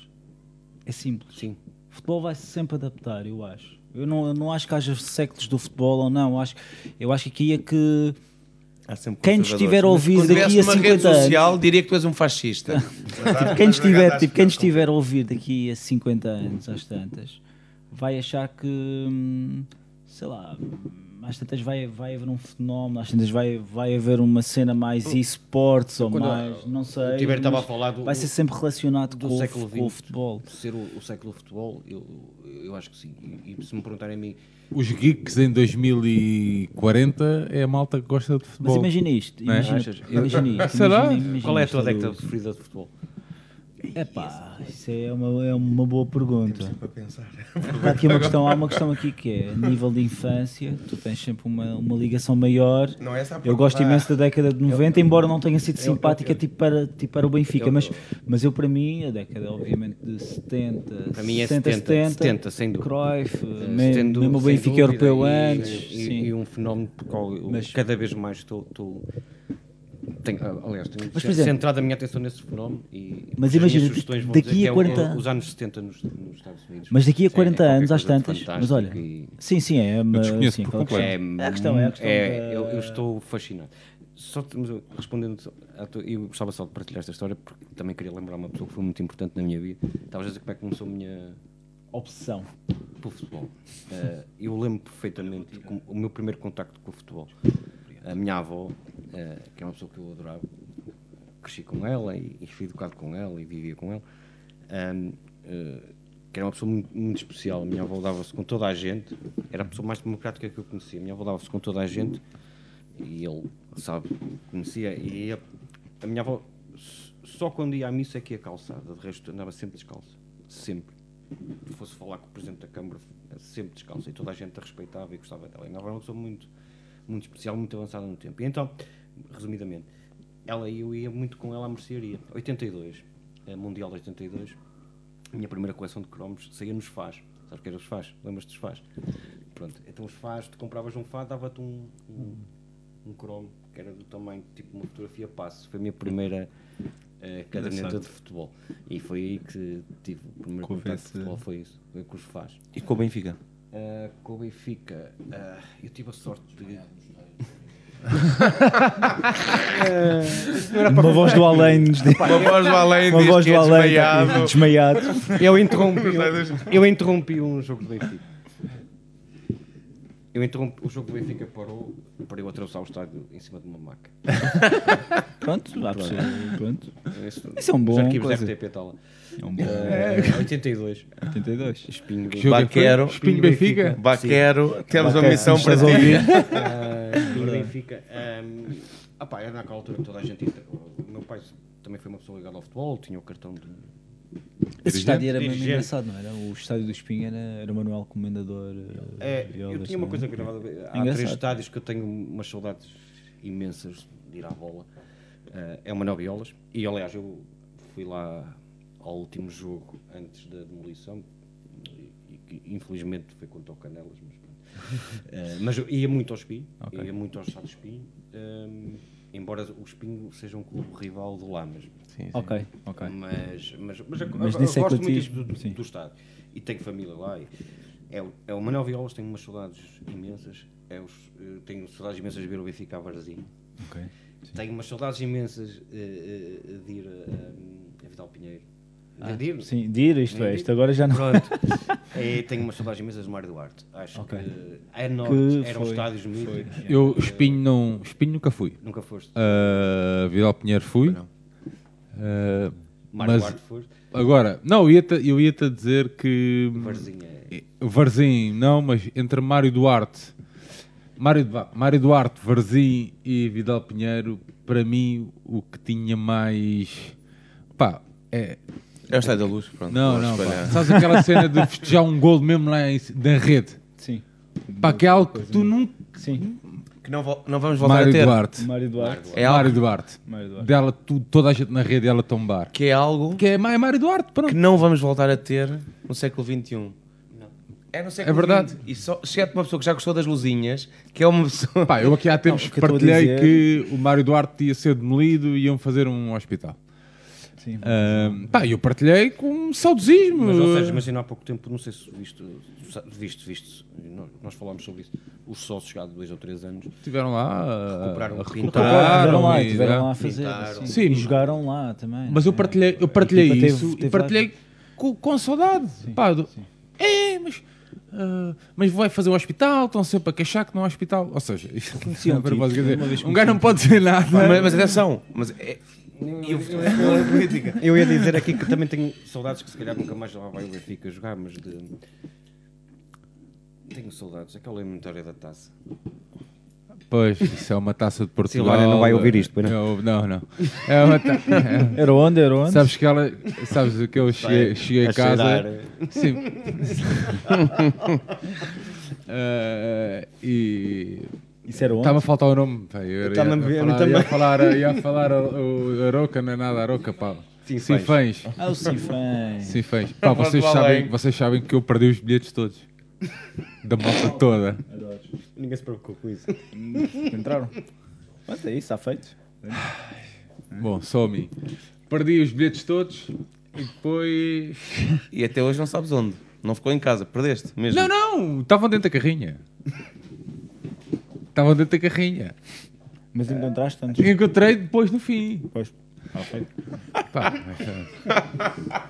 S3: É simples.
S5: Sim.
S3: O futebol vai se sempre adaptar, eu acho. Eu não, eu não acho que haja sectos do futebol ou não. Eu acho, eu acho que aqui é que.
S4: Há sempre
S3: Quem nos
S4: conservadores.
S3: tiver ouvido daqui a
S4: uma rede
S3: 50 anos.
S4: social, diria que tu és um fascista.
S3: Tipo, quem estiver, tipo, quem estiver a ouvir daqui a 50 anos, às tantas, vai achar que, hum, sei lá, hum, às tantas vai, vai haver um fenómeno, às tantas vai, vai haver uma cena mais esportes ou
S5: Quando
S3: mais, não sei.
S5: O Tiber estava a
S3: mas
S5: falar do,
S3: Vai ser sempre relacionado
S5: do
S3: com, o,
S5: século
S3: fu- com o
S5: XX.
S3: futebol.
S5: ser o, o século do futebol, eu, eu acho que sim. E, e se me perguntarem a mim,
S1: Os geeks em 2040 é a malta que gosta de futebol.
S3: Mas imagina isto,
S1: Não é?
S3: imagina,
S1: Achas?
S3: imagina isto.
S1: Será?
S3: imagina- imagina
S2: Qual é a
S3: isto
S2: tua
S3: do-
S2: década preferida de futebol?
S3: Epá, isso é uma, é uma boa pergunta.
S7: Para pensar.
S3: Há aqui uma questão, há uma questão aqui que é a nível de infância, tu tens sempre uma, uma ligação maior.
S7: Não, essa é a
S3: Eu
S7: pergunta.
S3: gosto imenso da década de 90, embora não tenha sido simpática tipo para, tipo para o Benfica, mas, mas eu para mim, a década obviamente de 70,
S5: Para mim é
S3: 60,
S5: 70, 70, sem dúvida.
S3: Cruyff,
S5: eh,
S3: me-
S5: tendo-
S3: mesmo o
S5: sem
S3: Benfica
S5: dúvida,
S3: europeu
S5: e-
S3: antes,
S5: E,
S3: sim.
S5: e um fenómeno por qual eu
S3: Mas-
S5: cada vez mais estou. estou- tenho- ah, aliás, tenho
S3: Mas, por exemplo-
S5: centrado a minha atenção nesse fenómeno e
S3: Mas
S5: as minhas
S3: imagina,
S5: sugestões vão
S3: daqui
S5: dizer
S3: a
S5: que
S3: 40
S5: é o- os anos 70 nos, nos Estados Unidos.
S3: Mas daqui a
S5: Sim,
S3: 40
S5: é qualquer
S3: anos, às
S5: coisa de
S3: tantas, mas
S5: fantástico
S3: olha,
S5: e-
S3: sim, sim, é uma.
S1: desconheço
S3: sim,
S1: por
S3: aquela
S1: completo.
S3: questão.
S5: É,
S3: É a questão, é a questão da-
S5: eu, eu estou fascinado. Só te- mas eu- respondendo, à tua, eu gostava só de partilhar esta história porque também queria lembrar uma pessoa que foi muito importante na minha vida. Estavas a dizer como é que começou a minha É
S3: Obsessão.
S5: pelo futebol. Eh, eu lembro perfeitamente como o meu primeiro contacto com o futebol. A minha avó, eh, que é uma pessoa que eu adorava, cresci com ela e, e fui educado com ela e vivia com ela, ahm, eh, que era uma pessoa muito, muito especial. A minha avó dava-se com toda a gente, era a pessoa mais democrática que eu conhecia. A minha avó dava-se com toda a gente e ele, sabe, conhecia. E a, a minha avó, s- só quando ia à missa é que ia calçada, de resto andava sempre descalça. Sempre fosse falar com o Presidente da Câmara sempre descalço e toda a gente a respeitava e gostava dela. E ela era uma pessoa muito, muito especial, muito avançada no tempo. E então, resumidamente, ela e eu ia muito com ela à mercearia. 82, eh, Mundial de 82, a minha primeira coleção de cromos saía nos faz. Sabes o que era os faz? Lembras-te dos faz? Pronto, então os faz, tu compravas um faz, dava-te um, um, um cromo que era do tamanho, tipo uma fotografia passo. Foi a minha primeira eh, caderneta de futebol. E foi aí que tive o primeiro
S6: Com
S5: contacto de
S6: esse-
S5: futebol, foi isso, foi com os faz.
S4: E com o Benfica?
S5: Uh, com o Benfica, ah, eu tive a sorte de.
S3: Uma voz do além nos diz-
S7: Uma voz do além
S3: Uma
S7: diz
S3: voz
S7: que
S3: do
S7: é
S3: além
S7: desmaiado.
S3: desmaiado.
S5: Eu interrompi, eu interrompi um jogo do Benfica. Eu interrompi, o jogo do Benfica parou para eu atravessar o estádio em cima de uma maca.
S3: Pronto, há pessoas. Pronto.
S5: Esse-
S3: Isso é um bom
S5: Os arquivos
S3: coisa.
S5: da RTP está lá.
S6: É um bom
S5: Ah, 82.
S6: 82.
S5: Espinho
S1: Que jogo é que foi?
S4: Baquero.
S1: Espinho Benfica.
S4: Baquero, temos uma
S3: Ok,
S4: missão
S1: é
S4: para
S3: estás a
S4: ti.
S3: ouvir?
S5: do Benfica. Um, ah pá, era naquela altura que toda a gente. inter- O meu pai também foi uma pessoa ligada ao futebol, tinha o cartão de.
S3: Esse estádio era mesmo
S5: Dirigente.
S3: engraçado, não era? O estádio do Espinho era, era o Manuel Comendador. eh,
S5: É,
S3: Violas,
S5: eu tinha
S3: não
S5: uma
S3: é?
S5: coisa gravada. Há
S3: Engraçado.
S5: três estádios que eu tenho umas saudades imensas de ir à bola. Eh, é o Manuel Violas. E aliás, eu fui lá ao último jogo antes da demolição. E, e que infelizmente foi contra o Canelas. Mas, pronto. Eh, mas eu ia muito ao Espinho. Ia muito ao Estado Espinho. eh, embora o Espinho seja um clube rival do Lamas.
S3: Ok, ok.
S5: Mas, mas, mas, eu-
S3: Mas é
S5: eu-
S3: nesse
S5: eu gosto
S3: ecletismo,
S5: muito do,
S3: sim.
S5: do estado. E tenho família lá. E é, o- é o Manuel Violas, tenho umas saudades imensas. É os, eh, tenho saudades imensas de ver o Benfica a Varzim.
S6: Ok.
S5: Tenho umas saudades imensas eh, eh, de ir a, a, a Vidal Pinheiro. De ir,
S3: Ah, Sim, dir isto é, isto agora já não.
S5: Pronto. E tenho umas saudades imensas do Mário Duarte. Acho
S3: Ok.
S5: que é norte,
S3: Que
S5: eram
S3: foi-
S5: estádios míticos.
S1: Eu, espinho, não, espinho nunca fui.
S5: Nunca foste.
S1: Uh, Vidal Pinheiro fui. Uh,
S5: Mário
S1: mas
S5: Duarte foste.
S1: agora, não, eu ia-te eu ia-te dizer que.
S5: Varzim é.
S1: Varzim, não, mas entre Mário Duarte, Mário, Du- Mário Duarte, Varzim e Vidal Pinheiro, para mim o que tinha mais. pá, é.
S4: É o Estádio da Luz, pronto.
S1: Não,
S4: vou
S1: não, pá.
S4: espalhar.
S1: Sabes aquela cena de festejar um gol mesmo lá em, da rede?
S3: Sim,
S1: Pá, que é algo que tu nunca.
S3: sim.
S4: que não, vo- não vamos voltar
S1: Mário
S4: a ter.
S1: Duarte.
S3: Mário Duarte.
S4: É algo
S1: Mário Duarte.
S3: Mário Duarte.
S1: Dela, tu- toda a gente na rede ela tombar.
S4: que é algo
S1: Que é Ma- é Mário Duarte, pronto.
S4: que não vamos voltar a ter no século XXI. É no século
S1: É verdade.
S4: XX. E só, exceto uma pessoa que já gostou das luzinhas, que é uma pessoa...
S1: Pá, eu aqui há tempos
S3: Não, o que eu estou a
S1: partilhei
S3: dizer-
S1: que o Mário Duarte ia ser demolido e iam fazer um hospital.
S3: Sim.
S1: Ahm, pá, eu partilhei com um saudosismo.
S5: Mas, ou seja, mas ainda há pouco tempo, não sei se viste, viste, viste, nós- nós falámos sobre isso, os sócios há dois ou três anos,
S1: Tiveram lá a-
S5: Recuperaram,
S1: a
S5: pintaram.
S1: recuperaram
S3: Tiveram lá,
S1: e-
S3: tiveram lá a fazer.
S5: Pintaram.
S1: Sim,
S3: Sim, e
S1: mas-
S3: jogaram lá também.
S1: Mas eu
S3: É.
S1: partilhei, eu
S3: A
S1: partilhei
S3: equipa teve-
S1: isso
S3: teve
S1: e
S3: lá-
S1: partilhei com, com saudade. Pá, do- É, mas, ah, mas vai fazer um hospital, estão sempre a queixar que não há hospital. Ou seja, isto é
S3: um tipo,
S1: propósito, quer dizer,
S3: uma vez
S1: um gajo não pode dizer nada.
S4: Mas, mas atenção, mas é,
S5: Eu ia dizer aqui que também tenho saudades que se calhar nunca mais lá vai o Benfica jogar, mas de... Tenho saudades, aquela eliminatória da taça.
S1: Pois, isso é uma taça de Portugal.
S5: Silvana não vai ouvir isto, pois
S1: não. Não, não. É uma ta- é.
S3: Era onde? Era onde?
S1: Sabes que ela, sabes o que eu cheguei, cheguei a casa. Sim. Ah, e
S3: Isso era onde?
S1: Estava a faltar o nome. pá, eu era-
S5: Tá-me a
S1: ia-
S5: ver,
S1: ia falar-
S5: também.
S1: Ia falar, ia falar o, o Aroca, não é nada Aroca, pá.
S5: Sinfãs.
S1: Sinfãs.
S3: Ah, o Sinfãs.
S1: Sinfãs. Pá, vocês
S4: Vamos lá,
S1: sabem,
S4: hein?
S1: vocês sabem que eu perdi os bilhetes todos. Da moto toda.
S5: Ninguém se preocupou com isso.
S3: Entraram. Mas é isso, está feito.
S1: Bom, só a mim. Perdi os bilhetes todos e depois...
S4: e até hoje não sabes onde. Não ficou em casa, perdeste mesmo.
S1: Não, não! Estavam dentro da carrinha. Estavam dentro da carrinha.
S3: Mas encontraste antes.
S1: Encontrei depois no fim.
S3: Pois. Está feito.
S1: Pá, mas, ah.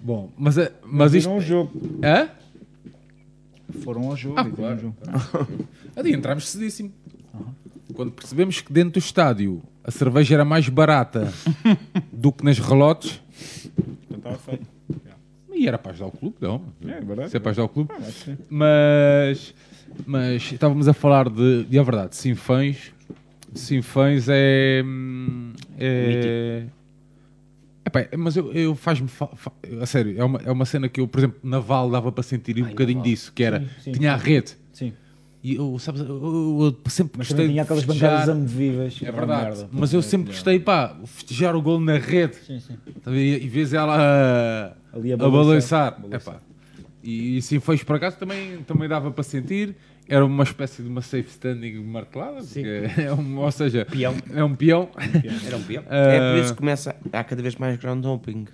S1: Bom, mas, ah, mas isto...
S3: Viram o jogo.
S1: Hã?
S3: Foram ao jogo.
S1: Ah,
S3: e viram
S1: claro.
S3: o jogo.
S1: Ali entramos cedíssimo. Quando percebemos que dentro do estádio a cerveja era mais barata do que nas relotes,
S3: Então estava feito.
S1: e era para ajudar o clube, não.
S3: É, verdade.
S1: Isso é para ajudar o clube.
S3: acho que sim.
S1: Mas, mas estávamos a falar de, de a verdade, Sinfãs. Sinfãs é. hum, é Epá, mas eu, eu faz-me. fa- fa- a sério, é uma, é uma cena que eu, por exemplo, Naval dava para sentir um bocadinho disso, que era.
S3: sim.
S1: Tinha a rede.
S3: Sim.
S1: E eu, sabes, eu, eu- eu sempre
S3: Mas
S1: gostei
S3: também
S1: de
S3: tinha aquelas
S1: festejar.
S3: bancadas amovíveis.
S1: É verdade. Mas eu sempre gostei, pá, festejar o gol na rede. Tá a ver? E vês ela a,
S3: Ali a
S1: a
S3: balançar.
S1: balançar. Epá. E, e sim, foi por acaso também, também dava para sentir. Era uma espécie de uma safe standing martelada. porque É um, ou seja, é um peão.
S5: Era um peão.
S4: É por isso que começa, há cada vez mais ground hopping.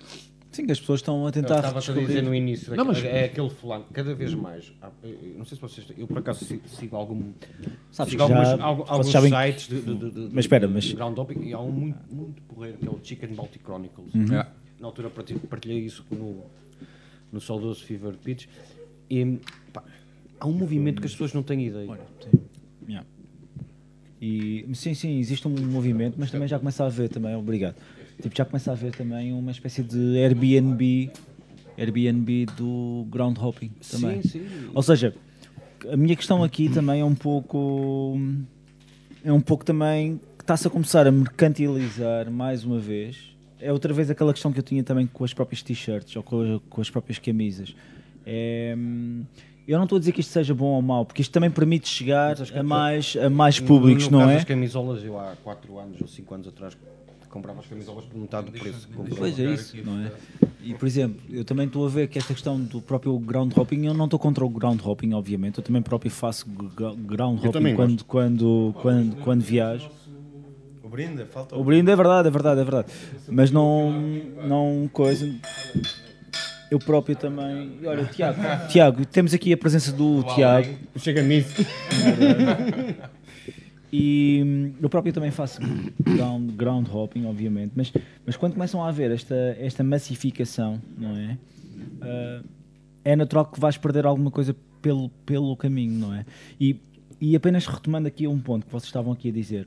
S3: Sim, que as pessoas estão a
S5: Eu
S3: tentar
S5: estava a dizer
S3: descobrir.
S5: no início,
S1: Não, mas-
S5: é aquele fulano, cada vez
S3: Hum.
S5: mais. há- eu Não sei se vocês. Eu por acaso si- sigo algum.
S3: Sabes
S5: sigo
S3: que já-
S5: algumas- algu-
S3: vocês
S5: alguns
S3: sabem que-
S5: sites de, de, de, de-
S3: Mas espera, mas-
S5: de Ground Hopping e há um muito, muito porreiro que é o Chicken Baltic Chronicles.
S3: Uhum.
S1: Yeah.
S5: Na altura parti- partilhei isso no, no saudoso Fever Pitch. E pá, há um movimento que as pessoas não têm ideia.
S3: Sim. Yeah. E, sim, sim, existe um movimento, mas também já começa a haver também, obrigado. Tipo, já começa a haver também uma espécie de Airbnb, Airbnb do ground hopping também.
S5: sim.
S3: Ou seja, a minha questão aqui também é um pouco é um pouco também que está-se a começar a mercantilizar mais uma vez. É outra vez aquela questão que eu tinha também com as próprias t-shirts ou com, a- com as próprias camisas. É, hum, eu não estou a dizer que isto seja bom ou mau, porque isto também permite chegar a mais, a mais públicos,
S5: é No- no
S3: não
S5: caso
S3: é?
S5: das camisolas, eu há 4 anos ou 5 anos atrás comprava as camisolas por metade do preço. que comprava.
S3: Pois é isso, não é? E por exemplo, eu também estou a ver que esta questão do próprio ground hopping, eu não estou contra o ground hopping, obviamente, eu também próprio faço gr- ground hopping
S5: também
S3: quando, quando, quando, quando viajo.
S4: O Brinda, falta
S3: O brinde é verdade, é verdade, é verdade. Mas não, não coisa. Eu próprio também. E Olha, Tiago, Tiago, temos aqui a presença do Tiago.
S5: Chega nisso.
S3: E hum, eu próprio também faço ground, ground hopping, obviamente, mas, mas quando começam a haver esta, esta massificação, não é? Ah, é natural que vais perder alguma coisa pelo, pelo caminho, não é? E, e apenas retomando aqui um ponto que vocês estavam aqui a dizer,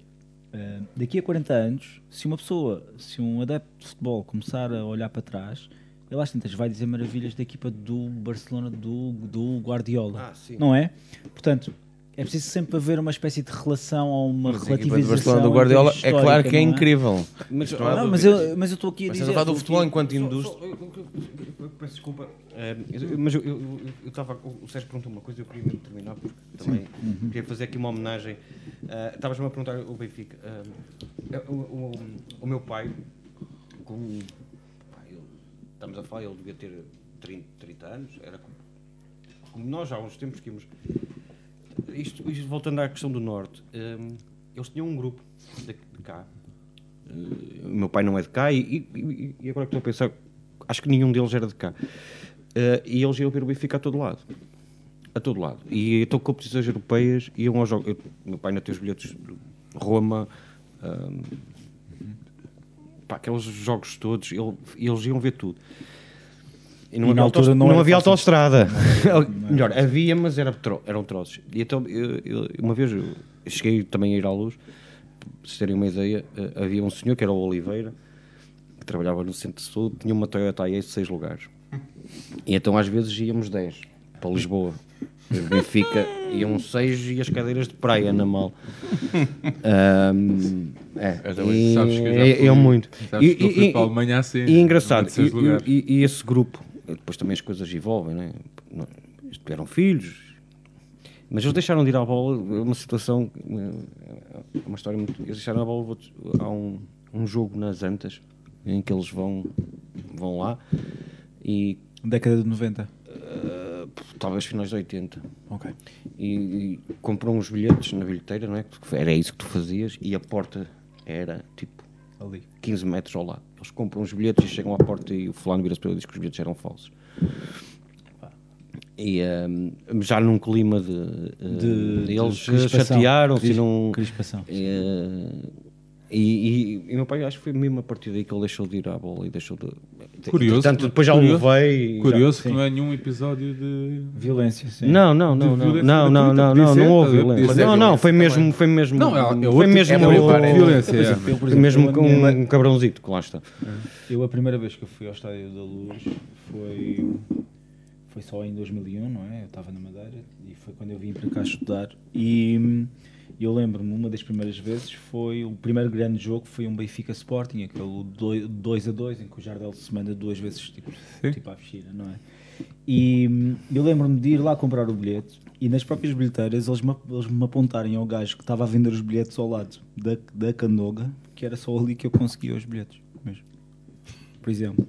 S3: ah, daqui a 40 anos, se uma pessoa, se um adepto de futebol começar a olhar para trás, ele às tantas vai dizer maravilhas da equipa do Barcelona, do, do Guardiola,
S5: Ah, sim.
S3: não é? Portanto, é preciso sempre haver uma espécie de relação ou uma
S4: Mas a equipa de
S3: relativização.
S4: Barcelona do
S3: em
S4: Guardiola
S3: termos
S4: é claro que é
S3: histórica, não
S4: incrível.
S5: Mas,
S4: há
S3: Não, mas um
S4: dúvidas.
S3: eu mas eu estou aqui a
S4: Mas
S3: dizer.
S4: estás a falar do
S3: estou
S4: futebol
S3: aqui-
S4: enquanto
S5: Só-
S4: indústria.
S5: eu- eu- eu- eu Peço desculpa, eh, eu- eu- mas eu- eu estava. O Sérgio perguntou uma coisa, eu queria mesmo terminar, porque também queria fazer aqui uma homenagem Ah, Estavas-me a perguntar o Benfica. Ah, eu- o, o- o meu pai,
S8: Com, pá, ele- estamos a falar, ele devia ter 30, 30 anos, era com-
S5: como nós há uns tempos que íamos. Isto, isto voltando à questão do Norte, hum, eles tinham um grupo de, de cá. Eh, o meu pai não é de cá e, e- e agora que estou a pensar, acho que nenhum deles era de cá. Eh, e eles iam ver o Benfica a todo lado. A todo lado. E então competições europeias iam aos jogos. Eu, meu pai ainda tem os bilhetes de Roma. hum, pá, aqueles jogos todos, ele- eles iam ver tudo. E não
S3: E na
S5: havia,
S3: altura
S5: autost-
S3: não
S5: não
S3: era
S5: havia
S3: fácil.
S5: autostrada. Melhor, havia, mas era tro- eram troços. E então, eu- eu- uma vez, eu cheguei também a ir à luz, para vocês terem uma ideia, eh, havia um senhor que era o Oliveira, que trabalhava no Centro-Sul, tinha uma Toyota AS de seis lugares. E então, às vezes, íamos 10 para Lisboa. Os Benfica iam 6 e as cadeiras de praia na mal. Ahm, é,
S1: Eu também, Então, sabes que eu já
S5: E-
S1: fui-
S5: eu muito.
S1: sabes que eu fui para a Alemanha assim,
S5: E engraçado,
S1: num
S5: e,
S1: desses lugares.
S5: e- e esse grupo, depois também as coisas evolvem, né? Não- Eles tiveram filhos, mas eles deixaram de ir à bola, é uma situação, eh, é uma história muito. Eles deixaram a bola, vou-te- há um, um jogo nas Antas, em que eles vão, vão lá, e
S6: Década de 90.
S5: eh, talvez finais de 80.
S6: Ok.
S5: E, e comprou uns bilhetes na bilheteira, não é? Porque Era isso que tu fazias, e a porta era tipo
S6: Ali.
S5: 15 metros ao lado. Eles compram os bilhetes e chegam à porta e o fulano vira-se para ele e diz que os bilhetes eram falsos. E hum, já num clima de. hum, eles
S6: crispação.
S5: chatearam-se e
S6: Cris-
S5: não.
S6: Crispação.
S5: Eh, e, e, e meu pai, acho que foi mesmo a partir daí que ele deixou de ir à bola e deixou de.
S1: Curioso.
S5: Portanto, depois já o
S1: Curioso.
S5: levei. e já-
S1: Curioso que não é nenhum episódio de.
S6: Violência, sim.
S5: Não, não, não,
S1: De
S5: não,
S1: violência
S5: não, não,
S1: gratuita, podia
S5: não, não,
S1: ser,
S5: não houve
S1: podia
S5: violência.
S1: ser
S5: Não, não,
S1: violência
S5: foi mesmo, foi mesmo,
S1: Não, é, é
S5: foi
S1: outro-
S5: mesmo,
S1: é outro tipo de violência.
S6: Por
S1: é.
S6: exemplo, eu, por
S5: foi
S6: exemplo,
S5: mesmo
S6: eu
S5: com
S6: a minha-
S5: um cabrãozito que lá está.
S6: Eu a primeira vez que eu fui ao Estádio da Luz foi, foi só em 2001, não é? Eu estava na Madeira e foi quando eu vim para cá estudar e hum, eu lembro-me, uma das primeiras vezes foi o primeiro grande jogo foi um Benfica Sporting, aquele 2 a 2 em que o Jardel se manda duas vezes tipo, tipo à piscina, não é? E hum, eu lembro-me de ir lá comprar o bilhete e nas próprias bilheteiras eles me, eles me apontarem ao gajo que estava a vender os bilhetes ao lado da, da Candoga, que era só ali que eu conseguia os bilhetes mesmo por exemplo.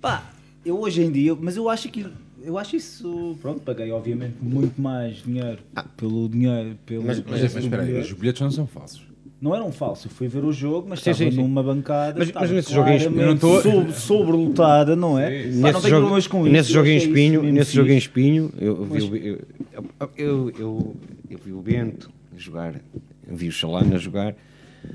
S6: Pá, eu hoje em dia, mas eu acho que eu acho isso, pronto, paguei obviamente muito mais dinheiro
S5: Ah.
S6: pelo dinheiro, pelo
S1: Mas, mas, mas espera aí, os bilhetes não são falsos.
S6: não eram falsos, eu fui ver o jogo, mas
S5: Sim,
S6: estava
S5: sim, sim.
S6: numa bancada,
S5: Mas-
S6: estava
S5: mas nesse jogo em Espinho-
S6: claramente
S1: Eu não tô-
S6: sob- sobrelotada, não é? Pá, não
S5: nesse
S6: tenho
S5: jogo,
S6: problemas com isso.
S5: nesse
S6: eu
S5: jogo em
S6: achei isso
S5: espinho,
S6: mesmo
S5: nesse jogo em
S6: fixe.
S5: espinho, eu vi, o- eu, eu, eu- eu vi o Bento a jogar, eu vi o Chalana a jogar, eh,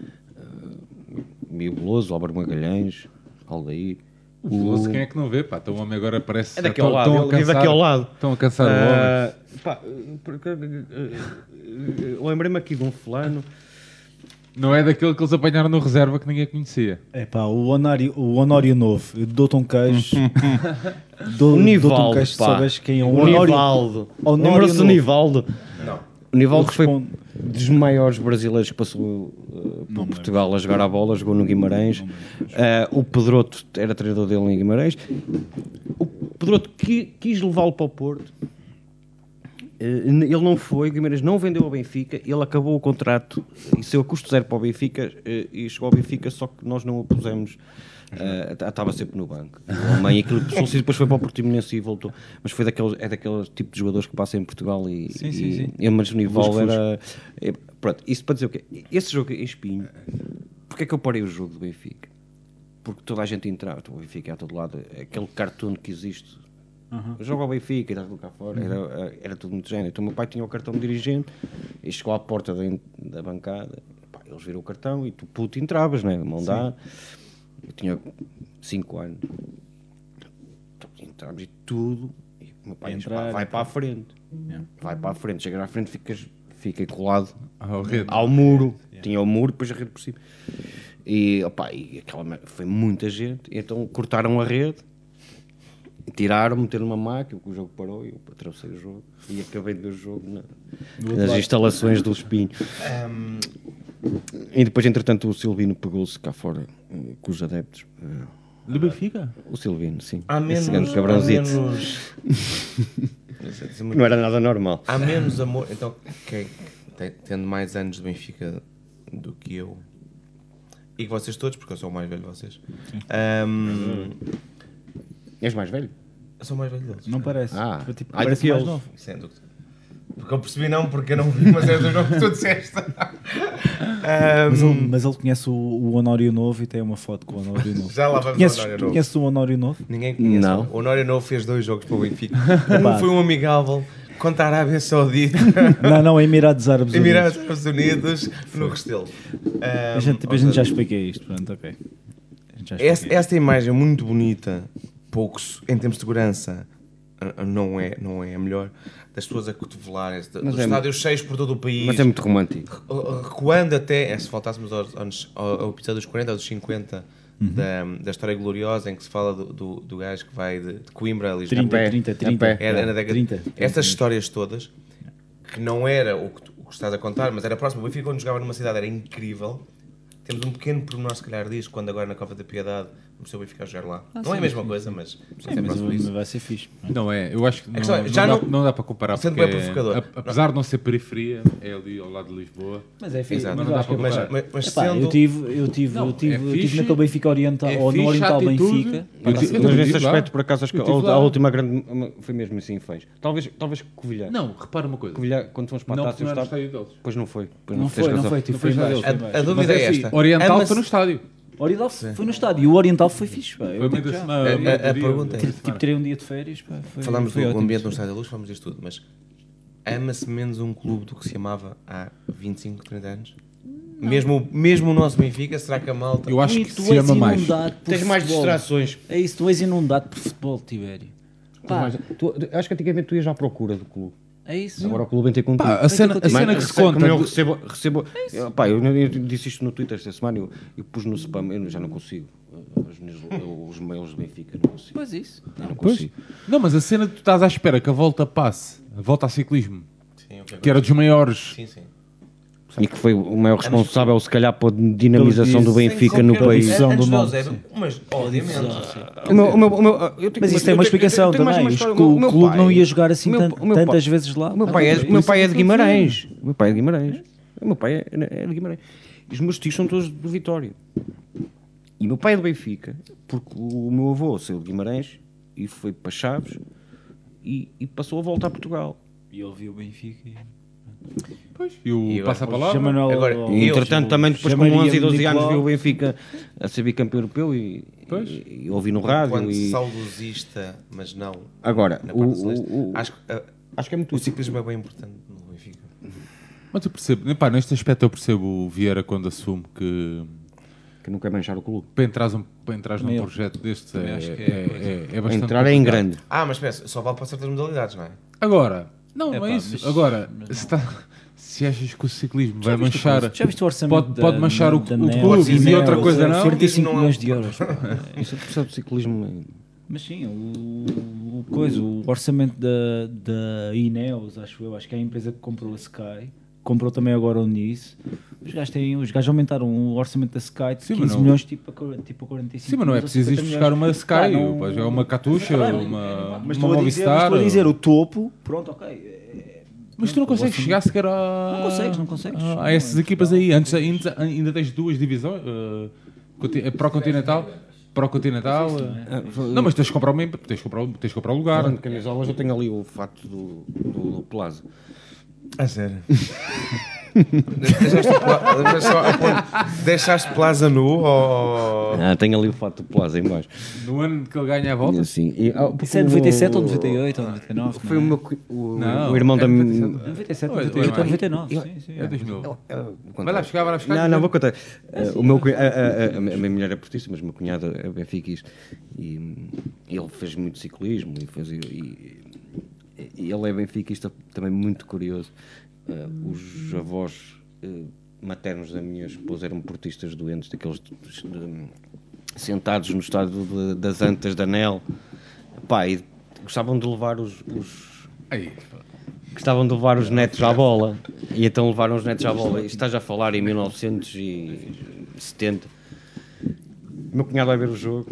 S5: vi o Beloso, o Álvaro Magalhães, Aldair.
S1: O Veloso, quem é que não vê? Pá, então o homem agora parece.
S5: É daquele lado, ele vive daquele lado.
S1: Estão a cansar o homem.
S5: Ah, pá, porque, eh, eh, Lembrei-me aqui de um fulano.
S1: Não é daquele que eles apanharam no reserva que ninguém conhecia.
S6: É pá, o Honório, o Honório novo, eu dou-te um queijo. dou,
S5: O
S6: dou-te um
S5: Nivaldo,
S6: queijo se
S5: pá. Um
S6: souberes quem é o
S5: o
S6: Honório.
S5: Nivaldo.
S6: Honório
S5: Lembra-se do
S6: Novo.
S5: Nivaldo? O Nivaldo
S6: Eu
S5: foi
S6: respondo.
S5: dos maiores brasileiros que passou uh, por Portugal a jogar a bola, jogou no Guimarães. Uh, o Pedroto era treinador dele em Guimarães. O Pedroto qui- quis levá-lo para o Porto. Uh, n- Eh, Ele não foi, o Guimarães não vendeu ao Benfica, ele acabou o contrato e saiu a custo zero para o Benfica uh, e chegou ao Benfica, só que nós não o pusemos, uh, t- estava sempre no banco. O homem, aquilo que se depois foi para o Portimonense e voltou, mas foi daqueles, é daqueles tipo de jogadores que passam em Portugal e,
S6: Sim, sim,
S5: e-
S6: sim.
S5: e- mas o Nival era. é, Pronto, isso para dizer o quê? Esse jogo em espinho, porque é que eu parei o jogo do Benfica? Porque toda a gente entrava, o Benfica é a todo lado, é aquele cartoon que existe. Uhum. Joga Jogo ao Benfica, e está tudo cá fora, era, era tudo muito género. Então o meu pai tinha o cartão de dirigente e chegou à porta da, da bancada, pá, eles viram o cartão e tu puto entravas, né? Mão dá. Eu tinha 5 anos. Então, entramos e tudo. E o meu pai diz, pá, vai para a frente. Vai para a frente, chega à frente, ficas, fica colado
S1: Ao rede.
S5: ao muro. Tinha o muro, depois a rede por cima. E, opá, e aquela mer- foi muita gente. Então cortaram a rede, tiraram, meteram uma máquina, porque o jogo parou e eu atravessei o jogo. E acabei de ver o jogo na- nas instalações do Espinho. E depois, entretanto, o Silvino pegou-se cá fora eh, com os adeptos. Eh,
S1: Do Benfica?
S5: O Silvino, sim.
S4: Há menos,
S5: Esse grande
S4: há
S5: cabrãozito.
S4: menos- é?
S5: Não era nada normal.
S4: há menos amor. Então, quem, te- tendo mais anos de Benfica do que eu e que vocês todos, porque eu sou o mais velho de vocês. Ahm,
S9: És mais velho?
S4: eu sou o mais velho deles.
S3: Não parece.
S9: Ah.
S3: Tipo, tipo,
S9: Ai,
S3: parece
S9: do que
S3: mais
S9: eles.
S3: novo.
S4: Sem dúvida. Porque eu percebi não, porque eu não vi, mas era dos nomes que tu disseste. Um, Ahm,
S3: Mas ele, Hum, mas ele conhece o, o Honório Novo e tem uma foto com o Honório Novo.
S4: já lá vamos ao
S3: Conheces,
S4: Honório
S3: tu
S4: Novo.
S3: conheces o Honório Novo?
S4: Ninguém conhece.
S5: Não.
S4: O Honório Novo fez dois jogos para o Benfica.
S3: Epá.
S4: um foi um amigável contra a Arábia Saudita,
S3: Não, não, é Emirados Árabes Unidos.
S4: Emirados Árabes Unidos, no Restelo. Um, Ahm,
S3: A gente, tipo, a
S4: ou
S3: gente já
S4: seja,
S3: expliquei isto, pronto, ok. A gente já
S4: Essa,
S3: expliquei.
S4: esta imagem é muito bonita, poucos em termos de segurança, n- não é, não é a melhor, das pessoas a cotovelarem-se, de- dos
S9: é-
S4: estádios cheios por todo o país,
S9: Mas é muito romântico.
S4: re- recuando até, eh, se voltássemos aos anos- ao, ao episódio dos 40 ou dos 50 da, da história gloriosa em que se fala do, do, do gajo que vai de, de Coimbra a Lisboa.
S3: 30,
S9: a pé,
S3: 30,
S9: a
S3: 30.
S9: pé.
S4: Era na década
S3: 30.
S4: Essas histórias todas, que não era o que, tu, o que estás a contar, mas era próximo. O Benfica, quando jogava numa cidade, era incrível. Temos um pequeno pormenor, se calhar, disso, quando agora na Cova da Piedade começou o Benfica a jogar lá.
S1: Ah,
S4: não é a mesma coisa, mas mas é
S3: Mas
S4: próximo
S3: mas
S4: disso.
S3: vai ser fixe.
S1: Não é, eu acho que não,
S4: questão é,
S1: não
S4: já
S1: dá,
S4: não-
S1: não dá para comparar.
S4: sendo
S1: porque
S4: bem provocador.
S1: a- apesar de não ser periferia, é ali ao lado de Lisboa.
S3: Mas é
S4: Exato.
S1: Mas não dá para
S4: Mas,
S1: comparar.
S4: mas- mas
S3: Epá,
S4: sendo...
S3: eu tive, eu tive, eu tive,
S1: é
S3: eu
S1: fixe. É
S3: tive naquele Benfica Oriental, ou no
S1: fixe a
S3: Oriental
S1: atitude.
S3: Benfica.
S1: Eu tive- eu
S5: Mas
S1: tive
S5: nesse
S1: lá.
S5: aspecto, por acaso, acho que
S1: Eu
S5: a,
S1: tive
S5: a
S1: lá.
S5: última grande. uma- Foi mesmo assim em fez. Talvez, talvez Covilhã.
S1: Não, repara uma coisa.
S5: Covilhã, quando fomos para a
S1: Não,
S5: taça,
S1: porque não
S5: eu
S1: era no
S5: estava.
S1: estádio deles.
S5: Pois não foi. Pois
S3: Não
S5: tens
S3: foi, não
S5: razão.
S3: foi, tipo,
S1: Não
S3: foi
S1: foi
S3: embaixo,
S1: nada.
S3: foi
S4: A
S3: embaixo.
S4: dúvida é,
S1: é assim,
S4: esta.
S1: Oriental
S4: Ama-se-
S1: foi no estádio.
S3: Oriental foi no estádio, e o Oriental foi fixe, pá. Eu,
S1: Foi meio
S3: digo
S1: da
S3: já.
S1: semana.
S4: A-
S1: meio do
S4: a- a
S1: dia,
S4: pergunta é-
S1: meio da
S3: Tipo,
S1: semana.
S3: tirei um dia de férias, pá. Foi,
S4: Falámos
S3: foi
S4: do
S3: ótimo.
S4: ambiente no Estádio da Luz, falámos disto tudo, mas ama-se menos um clube do que se amava há 25, 30 anos? Mesmo, mesmo o nosso Benfica, será que a malta...
S1: Eu acho
S3: Ui,
S1: que
S3: tu
S1: se
S3: és
S1: ama mais.
S3: inundado por
S5: Tens mais
S3: futebol.
S5: distrações.
S3: É isso, tu és inundado por futebol, Tibério. Pá,
S5: Mas tu- acho que antigamente tu ias à procura do clube.
S3: é isso.
S5: Agora o clube tem contigo.
S1: Pá, Ah, a cena, a cena que se conta. É
S5: Como eu recebo, recebo eu, pá, eu, eu disse isto no Twitter esta semana, eu, eu pus no spam, eu já não consigo. Os, meus- os mails do Benfica, não consigo.
S3: Pois isso.
S5: Eu não
S1: Pois.
S5: consigo.
S1: Não, mas a cena que tu estás à espera que a volta passe, a volta a ciclismo,
S4: Sim, ok.
S1: que era dos maiores.
S4: Sim, sim.
S5: E que foi o maior responsável, se calhar, pela dinamização do Benfica no
S4: Qualquer-
S5: país.
S3: Sim. Visão
S4: Antes
S3: do
S4: é do
S3: nome,
S4: Eusébio, mas obviamente.
S5: O meu- o meu- o meu- ah, eu tenho-
S3: Mas isso tem uma
S5: eu tenho-
S3: explicação
S5: eu tenho mais
S3: também.
S5: uma
S3: Os-
S5: história.
S3: que o,
S5: meu
S3: clube
S5: pai-
S3: não ia jogar assim
S5: meu-
S3: tan-
S5: o meu pai-
S3: tantas vezes lá.
S5: O meu pai é, o meu pai é de Guimarães. O meu pai é de Guimarães. O meu pai é, é de Guimarães. E os meus tios são todos do Vitória. E o meu pai é do Benfica, porque o meu avô saiu de Guimarães e foi para Chaves e, e passou a volta a Portugal.
S3: E ele viu o Benfica.
S1: E o passa a palavra.
S3: Manuel,
S4: Agora,
S3: ao-
S5: E,
S4: Eles,
S5: um entretanto, também depois com
S3: chamaria-me
S5: 11 e 12 anos
S3: Nicolau.
S5: viu o Benfica a ser bicampeão europeu e,
S1: Pois.
S5: e- e ouvi no rádio.
S4: Quando
S5: E...
S4: saudosista, mas não
S5: Agora,
S4: na
S5: o,
S4: parte do
S5: o,
S4: Celeste.
S5: o-
S4: Acho que ah,
S5: acho que é muito
S4: o ciclismo é bem importante no Benfica.
S1: Mas eu percebo, epá, neste aspecto eu percebo o Vieira quando assume que
S5: que não quer manchar o clube.
S1: para entrares, um, para entrares num projeto destes é,
S3: acho que é
S1: é- é- é bastante
S5: Entrar é em
S1: complicado.
S5: grande.
S4: Ah, mas espera, só vale para certas modalidades, não é?
S1: Agora, não, não
S3: Epá,
S1: é isso.
S3: mas-
S1: Agora, se, tá- se achas que o ciclismo vai manchar.
S3: Já viste o orçamento?
S1: Pode,
S3: da-
S1: pode manchar o,
S3: da
S1: o
S3: NEL?
S1: clube e
S4: Sim,
S1: outra
S4: o-
S1: coisa não.
S3: 45
S4: Não é um-
S3: milhões de euros. pá.
S5: Isso é pressão do ciclismo.
S3: Mas sim, o, o coisa, o orçamento da, da Ineos, acho eu, acho que é a empresa que comprou a Sky, comprou também agora o Nice. Os gajos, têm, os gajos aumentaram o orçamento da Sky de
S1: Sim, mas
S3: 15
S1: não-
S3: milhões tipo a, cor- tipo a 45
S1: Sim, mas não é
S3: milhões ou
S1: preciso ir
S3: 50
S1: buscar uma
S3: milhões.
S1: Sky,
S3: Ah, não-
S1: pá, já é uma Catuxa,
S3: Tá bem,
S1: uma,
S3: mas
S1: uma
S3: estou a dizer- mas
S1: Movistar. eh.
S3: estou a dizer, o topo, pronto, ok. é-
S1: Mas tu não consegues chegar sequer a.
S3: Não consegues, não é consegues.
S1: a- A essas equipas aí. Antes, ainda, ainda tens duas divisões. eh, conti- eh, Pró-Continental. Pró-Continental. eh. Não, mas tens de comprar, uma, imp- tens de comprar, o- tens de comprar o lugar.
S5: Falando de camisolas, eu tenho ali o fato do, do, do Plaza.
S4: A sério. Deixaste, o Pla- mas só aponto, deixaste Plaza nu ou.
S5: Ah, tenho ali o fato do Plaza em baixo.
S1: No ano que ele ganha a volta.
S5: Assim, e, ah, porque
S3: Isso é
S5: o-
S3: 97 ou 98 ou 99?
S5: Foi o, meu, cu- o,
S1: Não,
S5: o irmão da
S1: é
S5: minha.
S1: 97.
S3: 97,
S1: Oi, oi,
S3: 98 ou
S1: mãe.
S3: 99, sim, sim.
S1: É 2000.
S5: Vai
S1: Vai lá buscar, vai lá buscar. É assim.
S5: Não, não, vou contar. Ah, o meu, cu- a, a- a- a minha mulher é portista, mas o meu cunhado é benfiquista. E hum, ele fez muito ciclismo e, fez, e, e ele é benfiquista também muito curioso. Ah, os avós eh, maternos da minha esposa eram portistas doentes, daqueles de- de- sentados no estado de- das antas da NEL. Pá, e gostavam de levar os- os,
S1: Aí,
S5: gostavam de levar os netos à bola e então levaram os netos à bola. Isto estás a falar em 1970. O meu cunhado vai ver o jogo,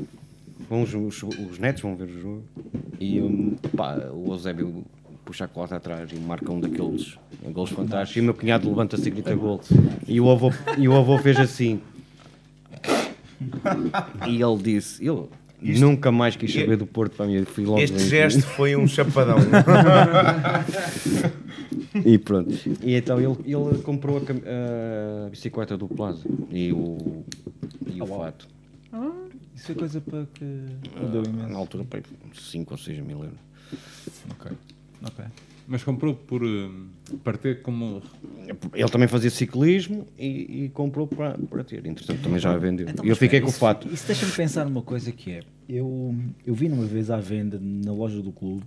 S5: vão os, os- os netos vão ver o jogo e hum, pá, o Eusébio puxa a cota atrás e marca um daqueles gols fantásticos. E o meu cunhado levanta-se e grita gol. E o avô, e o avô fez assim. E ele disse: ele nunca mais quis saber do Porto para mim. Fui logo
S4: Este
S5: bem-
S4: gesto foi um chapadão.
S5: E pronto. E então ele, ele comprou a, cam- a bicicleta do Plaza e o, e o fato.
S3: Ah,
S5: Ah,
S3: Isso foi coisa para que. Mudou
S5: Na
S3: imenso.
S5: altura, 5 ou 6 mil euros.
S3: Ok.
S1: Mas comprou por hum, partir como.
S5: Ele também fazia ciclismo e, e comprou para, para ter. Entretanto, também já a vendeu. E eu fiquei com o fato.
S3: é Isso, isso deixa-me pensar uma coisa que é. Eu, eu vi numa vez à venda na loja do clube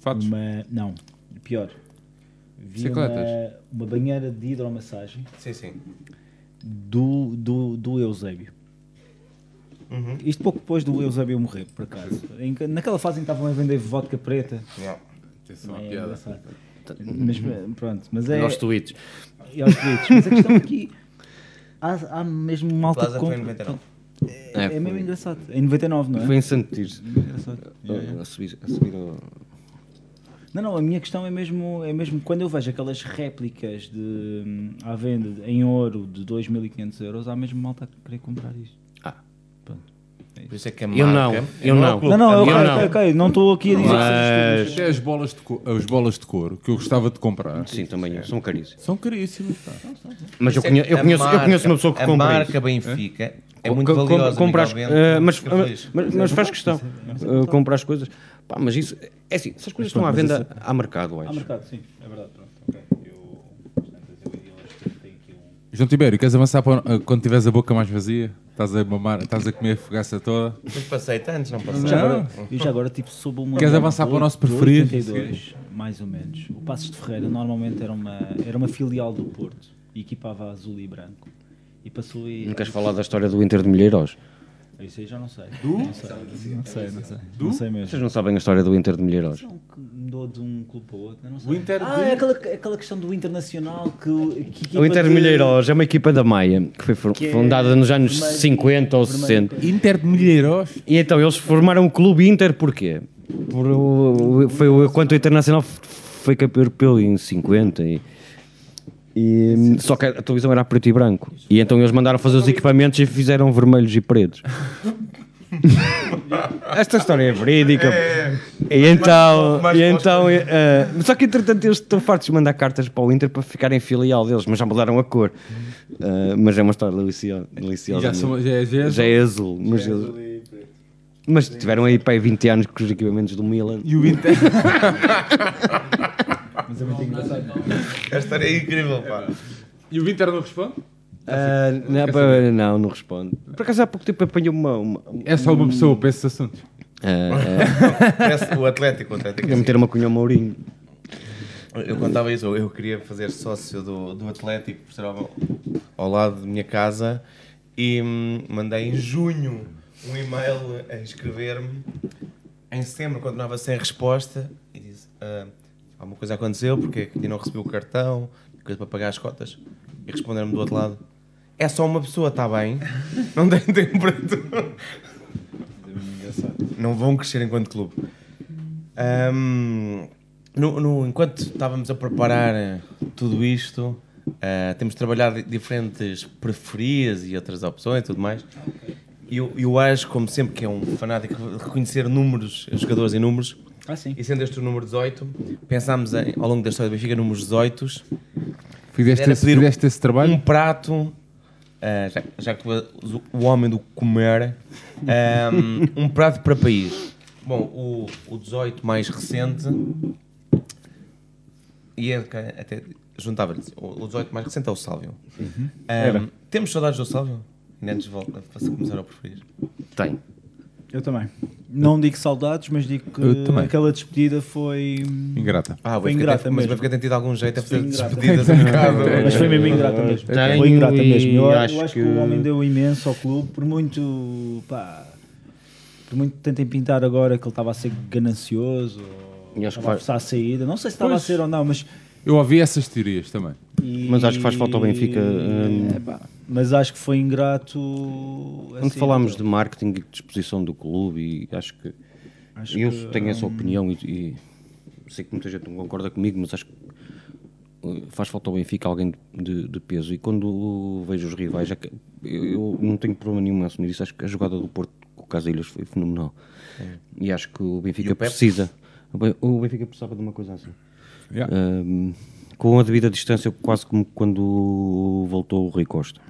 S1: Fatos.
S3: uma. Não, pior. Vi uma,
S1: Bicicletas?
S3: uma banheira de hidromassagem
S4: sim, sim.
S3: do, do, do Eusébio.
S4: Uhum.
S3: Isto pouco depois do Eusébio morrer, por acaso. Em que- naquela fase em que estavam a vender vodka preta.
S4: Yeah.
S1: Atenção à
S3: É
S1: piada.
S3: engraçado. Mas pronto, mas é.
S5: Nós tweets.
S3: E aos tweets. Mas a questão é que há, há mesmo malta
S4: Plaza
S3: que
S4: foi em
S3: compra-
S4: 99.
S3: É, é mesmo engraçado. Em 99, não é?
S5: Foi em Santo Tirso.
S3: Engraçado.
S5: A, a subir, a subir ao-
S3: Não, não, a minha questão é mesmo, é mesmo quando eu vejo aquelas réplicas de, hum, à venda em ouro de 2.500 euros, há mesmo malta a querer comprar isto.
S4: Por isso é que a
S5: Eu não,
S4: marca-
S5: eu
S4: é o
S5: não.
S4: clube.
S3: Não, não, eu,
S5: eu- eu
S3: ok,
S5: não.
S3: ok, ok, não estou aqui a dizer que seja isto.
S1: Até as bolas, de co- as bolas de couro que eu gostava de comprar
S5: Sim, também
S3: é.
S5: são caríssimas.
S1: são caríssimas. pá.
S5: Mas eu
S4: Por isso é
S5: conheço,
S4: que
S5: eu
S4: a
S5: conheço, eu
S4: marca-
S5: conheço uma pessoa que
S4: a
S5: compra isso.
S4: marca Benfica é
S5: Com-
S4: muito
S5: com-
S4: valiosa.
S5: compra as-
S4: Miguel
S5: eh,
S4: Bento,
S5: mas,
S4: fica feliz.
S5: mas, mas
S3: é
S5: faz questão. Eh, compra as coisas. Pá, mas isso, é assim, se as coisas estão à venda, há mercado, eu
S3: Há
S5: acho.
S3: mercado, sim, é verdade, pronto, ok. Eu, portanto, eu iria lá, acho que tem aqui um...
S1: João Tibério, queres avançar para, eh, quando tiveres a boca mais vazia? Estás a mamar, estás a comer a fogaça toda.
S4: Mas passei tantos, não passei.
S3: Já agora, eu já agora tipo soube uma.
S1: Queres avançar para o nosso preferido?
S3: 82, mais ou menos. O Passos de Ferreira normalmente era uma, era uma filial do Porto e equipava azul e branco. E passou e.
S5: Não queres falar da história do Inter de Milheiros?
S3: Isso aí já não sei. Não sei, não sei. Não sei, não sei mesmo.
S5: Vocês não sabem a história do Inter de Milheiros?
S3: Não, que Mudou de um clube para o outro, eu não sei.
S1: O Inter
S3: ah,
S1: de-
S3: é aquela, aquela questão do internacional que. que equipa
S5: O Inter de
S3: de-
S5: Milheiros é uma equipa da Maia que foi for-
S3: Que é
S5: fundada nos anos
S3: primeiro-
S5: 50 ou 60.
S1: Inter de Milheiros.
S5: E então eles formaram o Clube Inter porquê? Por o, o- foi o, quanto o Internacional f- foi campeão europeu em 50 e, e- só que a televisão era a preto e branco. E então eles mandaram fazer os equipamentos e fizeram vermelhos e pretos. Esta história é verídica. E então,
S4: mais
S5: e
S4: para os
S5: então eh, só que entretanto eles estão fartos de mandar cartas para o Inter para ficarem filial deles, mas já mudaram a cor. Eh, mas é uma história delicio- deliciosa.
S1: Já, são, já, já,
S5: Já é azul, mas, eles- mas tiveram aí para aí 20 anos com os equipamentos do Milan.
S1: E o Inter.
S4: A história é incrível, pá.
S1: E o Inter não responde?
S5: Ah, não, pá, não, não responde. Por acaso há pouco tempo apanhou uma. uma
S1: É só uma pessoa para esses assuntos.
S5: ah,
S4: Parece o Atlético. O
S5: ah,
S4: Atlético é
S5: ia
S4: assim.
S5: meter uma cunha ao Mourinho.
S4: Eu contava isso, eu queria fazer sócio do, do Atlético, por estar ao, ao lado da minha casa, e hum, mandei em junho um e-mail a inscrever-me. Em setembro continuava sem resposta e disse: ah, Alguma coisa aconteceu porque ainda não recebi o cartão, coisa para pagar as cotas. E responderam-me do outro lado: É só uma pessoa, está bem? Não tem tempo para tudo. Não vão crescer enquanto clube. Ahm, no- no- enquanto estávamos a preparar eh, tudo isto, eh, temos trabalhado diferentes preferias e outras opções e tudo mais. E Eu, eu acho, como sempre, que é um fanático reconhecer números, jogadores em números.
S3: Ah, sim.
S4: E sendo este o número 18, pensámos em, ao longo da história do Benfica números 18
S1: Fizeste
S4: Era
S1: esse,
S4: pedir um-
S1: fizeste esse
S4: um
S1: trabalho?
S4: prato, ah, já, já que tu és o- o homem do comer, ah, um prato para país. Bom, o, o 18 mais recente, e é que até juntava-lhe, o o 18 mais recente é o Sálvio.
S3: Uhum.
S4: Ah, temos saudades do Sálvio? Ainda Antes de volta, faço começar a preferir.
S5: Tem.
S3: Eu também. Não digo saudades, mas digo
S1: Eu
S3: que
S1: também.
S3: aquela despedida foi.
S1: Ingrata.
S4: Ah, o
S3: Foi
S4: Benfica
S3: ingrata
S4: tem, mas o
S3: mesmo.
S4: Benfica tem tido algum jeito a fazer
S3: ingrata.
S4: despedidas um bocado.
S3: Mas foi mesmo ingrata mesmo.
S5: Tenho
S3: foi ingrata
S5: e
S3: mesmo. Eu, eu acho,
S5: acho
S3: que... o homem deu imenso ao clube, por muito. pá. Por muito que tentem pintar agora que ele estava a ser ganancioso, ou
S5: E acho
S3: estava
S5: que
S3: a
S5: faz-
S3: forçar a saída. Não sei se estava a ser ou não, mas.
S1: Eu ouvi essas teorias também.
S3: e-
S5: Mas acho que faz falta ao Benfica, hum,
S3: É, pá, mas acho que foi ingrato. assim,
S5: Quando falámos de marketing hum, e disposição do clube, e acho que. eu tenho essa opinião e, e sei que muita gente não concorda comigo, mas acho que uh, faz falta ao Benfica alguém de, de peso. E quando vejo os rivais, é que eu, eu não tenho problema nenhum em assumir isso. Acho que a jogada do Porto com o Casilhas foi fenomenal. É. E acho que o Benfica precisa. o Ben- O Benfica precisava de uma coisa assim.
S1: Yeah.
S5: Um, com a devida distância, quase como quando voltou o Rui Costa.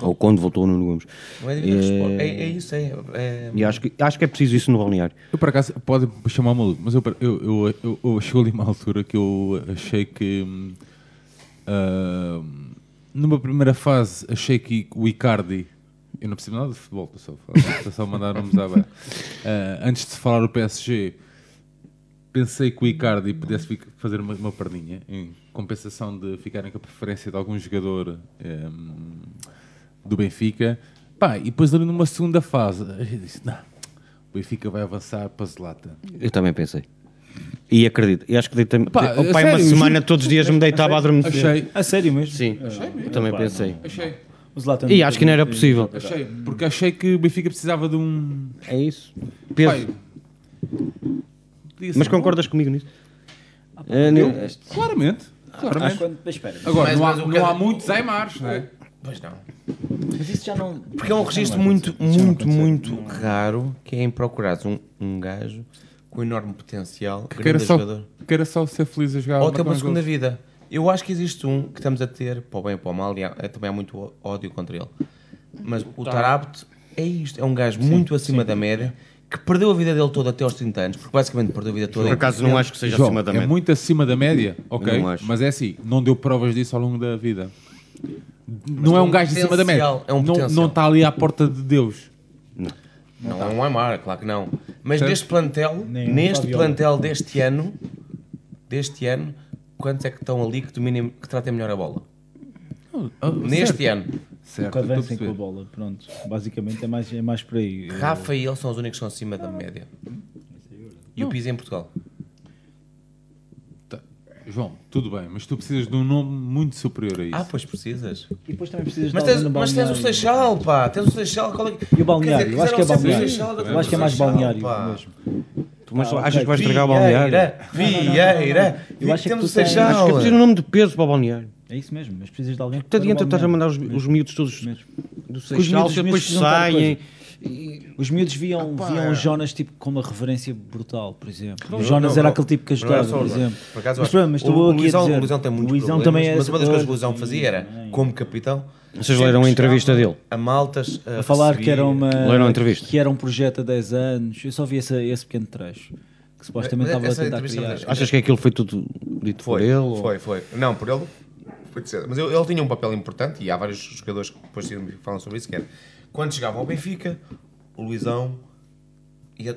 S5: Ou quando voltou o Nuno Gomes.
S4: Não é, devida resposta. é, é isso, é. é-
S5: E acho que, acho que é preciso isso no balneário.
S1: Eu, por acaso, pode me chamar maluco, mas eu, eu, eu, eu, eu- chegou ali uma altura que eu achei que. hum, ah, numa primeira fase, achei que o Icardi. Eu não percebo nada de futebol, estou só, a falar, estou só a mandar nomes à beira. Ah, antes de falar o PSG, pensei que o Icardi pudesse fic- fazer uma, uma perninha, em compensação de ficarem com a preferência de algum jogador hum, do Benfica. Pá, e depois ali numa segunda fase, eu disse, não, o Benfica vai avançar para Zelata.
S5: Eu também pensei. E acredito. E acho que deitei-me.
S1: Pá,
S5: Oh,
S1: a
S5: pá,
S1: sério,
S5: uma
S1: eu
S5: semana todos os dias me deitava a adormecer.
S1: Achei,
S10: A sério mesmo?
S5: Sim, eu também pensei.
S1: achei,
S10: O Zlatan
S5: E acho que não era possível.
S1: achei, porque achei que o Benfica precisava de um...
S5: É isso. Peso.
S1: Pai, podia ser
S5: Mas
S1: bom.
S5: concordas comigo nisso? Ah, não.
S1: Claramente,
S4: Ah,
S1: claramente.
S10: Mas espera,
S1: Agora,
S4: Mas-
S1: não há,
S4: mas o
S1: não
S4: Cas-
S1: há muitos Aymars, não é?
S4: Pois não.
S10: mas isso já não.
S4: Porque é um registro muito, muito, muito raro que é em procurares um, um gajo com enorme potencial,
S1: Que era
S4: grande
S1: só,
S4: é jogador.
S1: que era só ser feliz a jogar.
S4: Ou
S1: marcar
S4: ter uma
S1: uns
S4: segunda
S1: gols.
S4: vida. Eu acho que existe um que estamos a ter, para o bem ou para o mal, e há- é, também há muito ó- ódio contra ele. Mas o Tarabt é isto, é um gajo muito acima da média, que perdeu a vida dele toda até aos 30 anos, porque basicamente perdeu a vida toda.
S11: Por acaso não acho que seja
S1: João,
S11: acima da
S1: É
S11: média.
S1: muito acima da média, ok.
S11: Não acho.
S1: Mas é assim, não deu provas disso ao longo da vida. não é um gajo acima da média.
S4: potencial, é um
S1: não,
S4: potencial.
S1: não está ali à porta de Deus.
S6: Tá.
S4: Não é um Aymar, claro que não. Mas
S1: Certo.
S4: neste plantel,
S6: Nem um
S4: neste
S6: Fabiola.
S4: plantel deste ano, deste ano, quantos é que estão ali que dominem, que tratem melhor a bola?
S6: Oh,
S4: Neste ano,
S1: Certo,
S6: Que
S1: estou a
S6: avancem com a
S1: perceber.
S6: bola, pronto. Basicamente é mais, é mais por aí. Eu-
S4: Rafa e ele são os únicos que são acima da média. E o Pisa em Portugal.
S1: Tá. João, tudo bem, mas tu precisas de um nome muito superior a isso.
S4: Ah, pois precisas.
S6: E depois também precisas
S4: Mas
S6: de
S4: tens,
S6: alguém no
S4: mas tens o
S6: balneário.
S4: Seixal, pá. Tens o Seixal. Qual é que...
S6: E o balneário?
S4: Quer
S6: Eu acho que é
S4: quiseram sempre o
S6: balneário.
S4: Seixal, depois
S6: Eu acho que é
S4: o
S6: mais
S4: Seixal,
S6: balneário
S4: pá.
S6: mesmo.
S5: Tu mas
S6: Ah,
S5: achas
S6: ok.
S5: que vais estragar o balneário?
S4: Vieira.
S6: Eu acho que
S4: Temos
S6: tu
S4: o
S6: tens-
S5: Acho que é
S4: Seixal.
S5: preciso um nome de peso para o balneário.
S6: É isso mesmo, mas precisas de alguém. que para
S5: Até
S6: o
S5: adianta estás a mandar
S6: balneário.
S5: os, os miúdos todos
S6: Mesmo.
S5: do
S6: os
S5: Seixal,
S6: miúdos- os miúdos
S5: depois
S6: precisam de alguma
S5: saem.
S6: Os miúdos viam,
S4: é.
S6: viam o Jonas tipo, com uma reverência brutal, por exemplo. o Jonas era aquele tipo que
S4: Não era
S6: ajudava,
S4: só
S6: por
S4: o João.
S6: exemplo.
S4: Por acaso,
S6: mas,
S4: acho-
S6: pronto, mas estou
S4: o,
S6: aqui a
S4: Luizão,
S6: dizer,
S4: o Luizão tem muitos
S6: o Luizão
S4: problemas,
S6: também é
S4: mas uma das coisas que o
S6: outro- é.
S4: Luizão fazia era, como capitão...
S5: Vocês leram a entrevista dele?
S4: A maltas... eh,
S6: a falar que era uma
S5: Leram a entrevista.
S6: que era um projeto há 10 anos. Eu só vi esse, esse pequeno trecho que supostamente
S4: Mas
S6: estava a
S4: É, essa
S6: tentar
S4: entrevista-
S6: criar.
S5: Achas que aquilo foi tudo dito por
S4: Foi,
S5: ele? ou-
S4: foi, foi. Não, por ele foi de cedo. Mas ele, ele tinha um papel importante e há vários jogadores que depois tiram- falam sobre isso, que era quando chegavam ao Benfica, o Luizão e a-